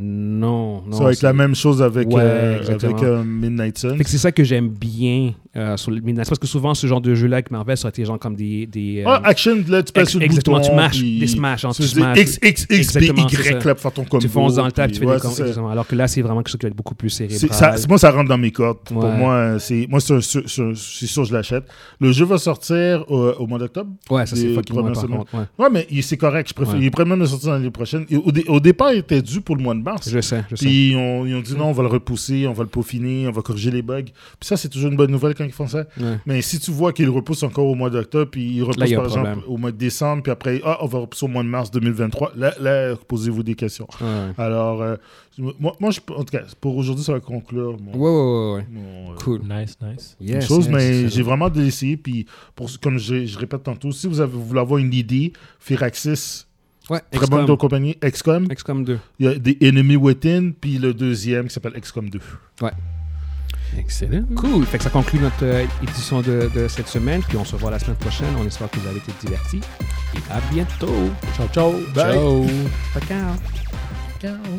S1: Non, non.
S4: Mm-hmm. Ça va être
S1: c'est-
S4: la même chose avec,
S1: Ouais,
S4: euh,
S1: exactement.
S4: avec euh, Midnight Sun.
S1: Fait que c'est ça que j'aime bien euh, sur le Midnight. Parce que souvent, ce genre de jeu-là avec Marvel, ça aurait été genre comme des. des euh,
S4: Ah, action, là, tu passes
S1: ex-
S4: sur le
S1: exactement,
S4: bouton.
S1: tu mashes,
S4: puis-
S1: des smashes, hein, tu
S4: C'est- c'est
S1: smashes.
S4: X, X, X, B,
S1: Exactement, c'est
S4: Y,
S1: ça.
S4: là, pour faire ton combo.
S1: tu fonces dans le tas,
S4: puis-
S1: tu fais
S4: ouais,
S1: des com-
S4: c'est ça.
S1: exactement. Alors que là, c'est vraiment quelque chose qui va être beaucoup plus
S4: C'est-
S1: cérébral.
S4: ça- c'est- moi, ça rentre dans mes cordes. Pour
S1: Ouais.
S4: moi, euh, c'est moi, c'est un sûr- sûr- c'est sûr, je l'achète. Le jeu va sortir euh, au mois d'octobre.
S1: ouais, ça c'est
S4: des
S1: fucking loin,
S4: premières
S1: par
S4: semaines.
S1: contre. Ouais.
S4: Ouais, mais il- c'est correct. Je préfère,
S1: Ouais.
S4: Il pourrait même le sortir l'année prochaine. Et Au, dé- au départ, il était dû pour le mois de mars.
S1: Je sais, je sais.
S4: Puis on- ils ont dit non, on va le repousser, on va le peaufiner, on va corriger les bugs. Puis ça, c'est toujours une bonne nouvelle quand ils font ça.
S1: Ouais.
S4: Mais si tu vois qu'ils repoussent encore au mois d'octobre, puis ils repoussent
S1: il y a
S4: par
S1: un
S4: exemple
S1: problème.
S4: au mois de décembre, puis après, ah, on va repousser au mois de mars 2023, là, là, posez-vous des questions.
S1: Ouais.
S4: Alors, euh, moi, moi je, en tout cas, pour aujourd'hui, ça va conclure mon,
S1: Ouais, ouais, ouais, ouais.
S4: mon, euh,
S1: Cool.
S3: Nice, nice.
S1: Yes,
S4: chose,
S1: yes,
S4: mais
S1: yes.
S4: j'ai vraiment de l'essayer. Puis, pour, comme je, je répète tantôt, si vous, avez, vous voulez avoir une idée, Firaxis,
S1: Ouais,
S4: très bonne
S1: XCOM.
S4: compagnie, XCOM,
S1: XCOM 2.
S4: il y a des Enemy Within, puis le deuxième qui s'appelle XCOM 2.
S2: Excellent.
S1: Cool. Fait que ça conclut notre euh, édition de, de cette semaine. Puis on se revoit la semaine prochaine. On espère que vous avez été divertis. Et à bientôt. Ben,
S2: Ciao, ciao.
S4: Bye.
S2: Ciao.
S1: Ciao.